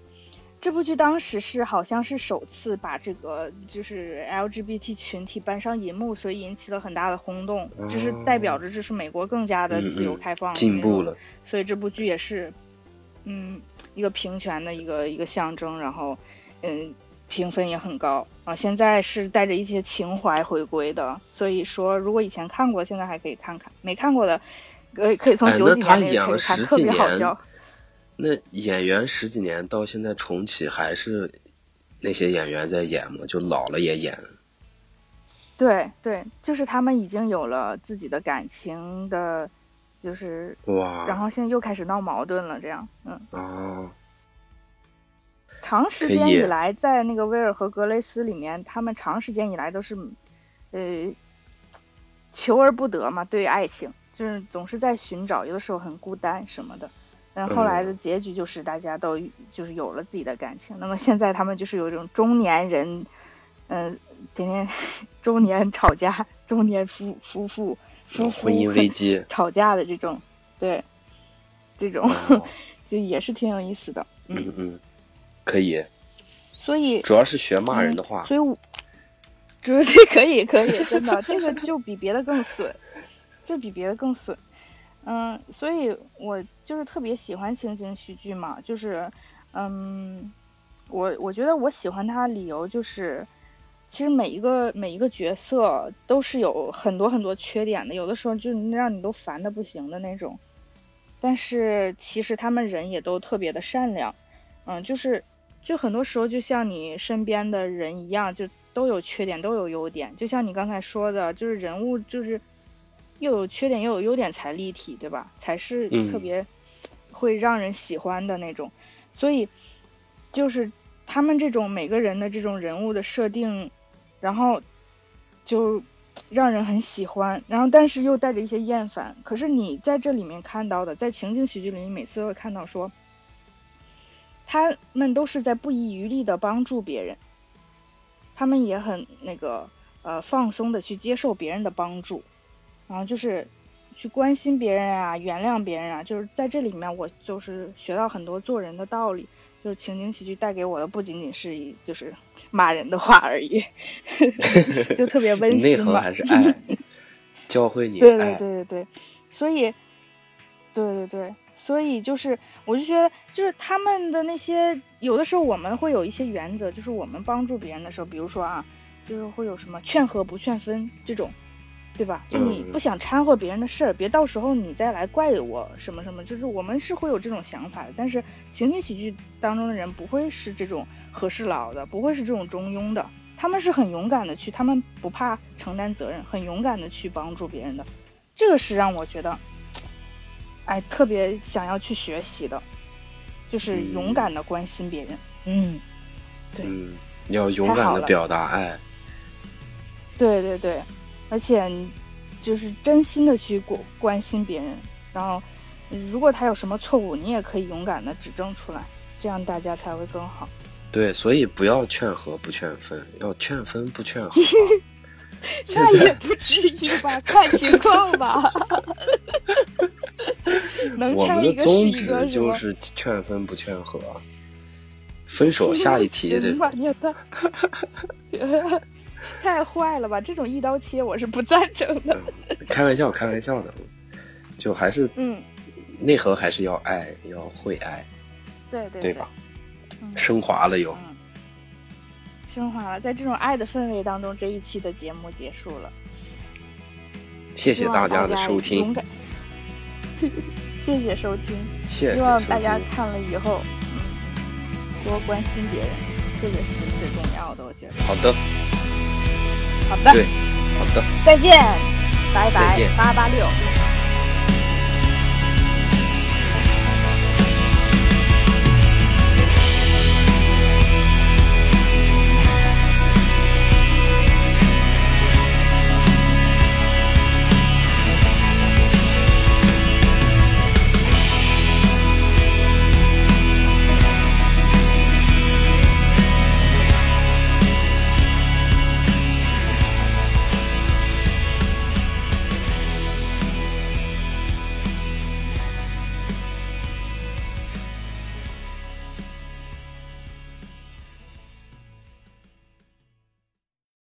[SPEAKER 2] 这部剧当时是好像是首次把这个就是 LGBT 群体搬上银幕，所以引起了很大的轰动。这是代表着这是美国更加的
[SPEAKER 1] 嗯
[SPEAKER 2] 自由
[SPEAKER 1] 哦嗯
[SPEAKER 2] 开放、
[SPEAKER 1] 进步了，。
[SPEAKER 2] 所以这部剧也是，嗯，一个平权的一个一个象征。然后，嗯，评分也很高啊。现在是带着一些情怀回归的，所以说如果以前看过，现在还可以看看；没看过的，可以可以从
[SPEAKER 1] 哎
[SPEAKER 2] 九
[SPEAKER 1] 那
[SPEAKER 2] 几
[SPEAKER 1] 他
[SPEAKER 2] 年那
[SPEAKER 1] 演
[SPEAKER 2] 个
[SPEAKER 1] 了
[SPEAKER 2] 开始
[SPEAKER 1] 十
[SPEAKER 2] 看，特
[SPEAKER 1] 几
[SPEAKER 2] 别好
[SPEAKER 1] 年
[SPEAKER 2] 笑。
[SPEAKER 1] 那演员十几年到现在重启，还是那些演员在演吗？就老了也演。
[SPEAKER 2] 对对，就是他们已经有了自己的感情的，就是，
[SPEAKER 1] 哇，
[SPEAKER 2] 然后现在又开始闹矛盾了，这样，嗯，
[SPEAKER 1] 哦，
[SPEAKER 2] 长时
[SPEAKER 1] 可
[SPEAKER 2] 间以
[SPEAKER 1] 以
[SPEAKER 2] 来，在那个威尔和格雷斯里面，他们长时间以来都是，呃，求而不得嘛，对于爱情，就是总是在寻找，有的时候很孤单什么的。但后来的
[SPEAKER 1] 嗯
[SPEAKER 2] 结局就是大家都就是有了自己的感情，那么现在他们就是有一种中年人，嗯、天天中年吵架、中年夫夫妇夫妇。
[SPEAKER 1] 婚姻危机
[SPEAKER 2] 吵架的这种，对，这种、
[SPEAKER 1] 哦
[SPEAKER 2] 就也是挺有意思的，嗯，
[SPEAKER 1] 嗯嗯，可以，
[SPEAKER 2] 所以
[SPEAKER 1] 主要是学骂人的
[SPEAKER 2] 嗯
[SPEAKER 1] 话。
[SPEAKER 2] 所以我主要这可以可以，真的这个就比别的更损。 这比别的更损。嗯，所以我就是特别喜欢情景喜剧嘛，就是，嗯，我我觉得我喜欢它的理由就是，其实每一个每一个角色都是有很多很多缺点的，有的时候就是让你都烦的不行的那种，但是其实他们人也都特别的善良，嗯，就是就很多时候就像你身边的人一样，就都有缺点，都有优点，就像你刚才说的，就是人物就是又有缺点又有优点才立体，对吧？才是
[SPEAKER 1] 嗯
[SPEAKER 2] 特别会让人喜欢的那种，所以就是他们这种每个人的这种人物的设定，然后就让人很喜欢，然后但是又带着一些厌烦。可是你在这里面看到的，在情景喜剧里，你每次都会看到说，他们都是在不遗余力的帮助别人，他们也很那个呃放松的去接受别人的帮助，然后就是去关心别人啊，原谅别人啊，就是在这里面我就是学到很多做人的道理。就是情景喜剧带给我的不仅仅是一就是骂人的话而已，嗯 就特别温
[SPEAKER 1] 内
[SPEAKER 2] 馨
[SPEAKER 1] 核
[SPEAKER 2] 嘛。
[SPEAKER 1] 还是爱，教会你
[SPEAKER 2] 对对
[SPEAKER 1] 爱。
[SPEAKER 2] 对对对，所以，对对对，所以就是，我就觉得，就是他们的那些，有的时候我们会有一些原则，就是我们帮助别人的时候，比如说啊，就是会有什么劝和不劝分这种，对吧？就你
[SPEAKER 1] 嗯
[SPEAKER 2] 不想掺和别人的事儿，别到时候你再来怪我什么什么，就是我们是会有这种想法的。但是情景喜剧当中的人不会是这种和事佬的，不会是这种中庸的，他们是很勇敢的去，他们不怕承担责任，很勇敢的去帮助别人的，这个是让我觉得，哎，特别想要去学习的，就是
[SPEAKER 1] 嗯
[SPEAKER 2] 勇敢的关心别人。嗯，对
[SPEAKER 1] 嗯，要勇
[SPEAKER 2] 太
[SPEAKER 1] 敢
[SPEAKER 2] 好
[SPEAKER 1] 的
[SPEAKER 2] 了
[SPEAKER 1] 表达爱。
[SPEAKER 2] 对对对，而且你就是真心的去关关心别人，然后如果他有什么错误，你也可以勇敢的指正出来，这样大家才会 更好。
[SPEAKER 1] 对，所以不要劝和不劝分，要劝分不劝 和。现
[SPEAKER 2] 那也
[SPEAKER 1] 在
[SPEAKER 2] 不至于吧，看情况 吧。能
[SPEAKER 1] 我
[SPEAKER 2] 拆
[SPEAKER 1] 们
[SPEAKER 2] 一
[SPEAKER 1] 的
[SPEAKER 2] 个
[SPEAKER 1] 宗
[SPEAKER 2] 一个
[SPEAKER 1] 旨就
[SPEAKER 2] 吗？
[SPEAKER 1] 是劝分不劝和。啊分 手下一题这
[SPEAKER 2] 行吧
[SPEAKER 1] 种，
[SPEAKER 2] 也 太太坏了吧！这种一刀切我是不赞成的。
[SPEAKER 1] 嗯开玩笑，开玩笑的，就还是
[SPEAKER 2] 嗯，
[SPEAKER 1] 内核还是要爱，要会爱，
[SPEAKER 2] 对对
[SPEAKER 1] 对吧？？
[SPEAKER 2] 嗯
[SPEAKER 1] 升华了又，
[SPEAKER 2] 嗯，升华了，在这种爱的氛围当中，这一期的节目结束了。
[SPEAKER 1] 谢谢
[SPEAKER 2] 希望
[SPEAKER 1] 大
[SPEAKER 2] 大
[SPEAKER 1] 家的收
[SPEAKER 2] 勇
[SPEAKER 1] 听，
[SPEAKER 2] 敢 谢谢收听，
[SPEAKER 1] 谢谢
[SPEAKER 2] 希望
[SPEAKER 1] 收
[SPEAKER 2] 大家
[SPEAKER 1] 听
[SPEAKER 2] 看了以后，嗯，多关心别人，这个是最重要的，我觉得。
[SPEAKER 1] 好的，
[SPEAKER 2] 好的，
[SPEAKER 1] 对，好的，
[SPEAKER 2] 再见，拜
[SPEAKER 1] 再
[SPEAKER 2] 拜
[SPEAKER 1] 见，
[SPEAKER 2] 八八六。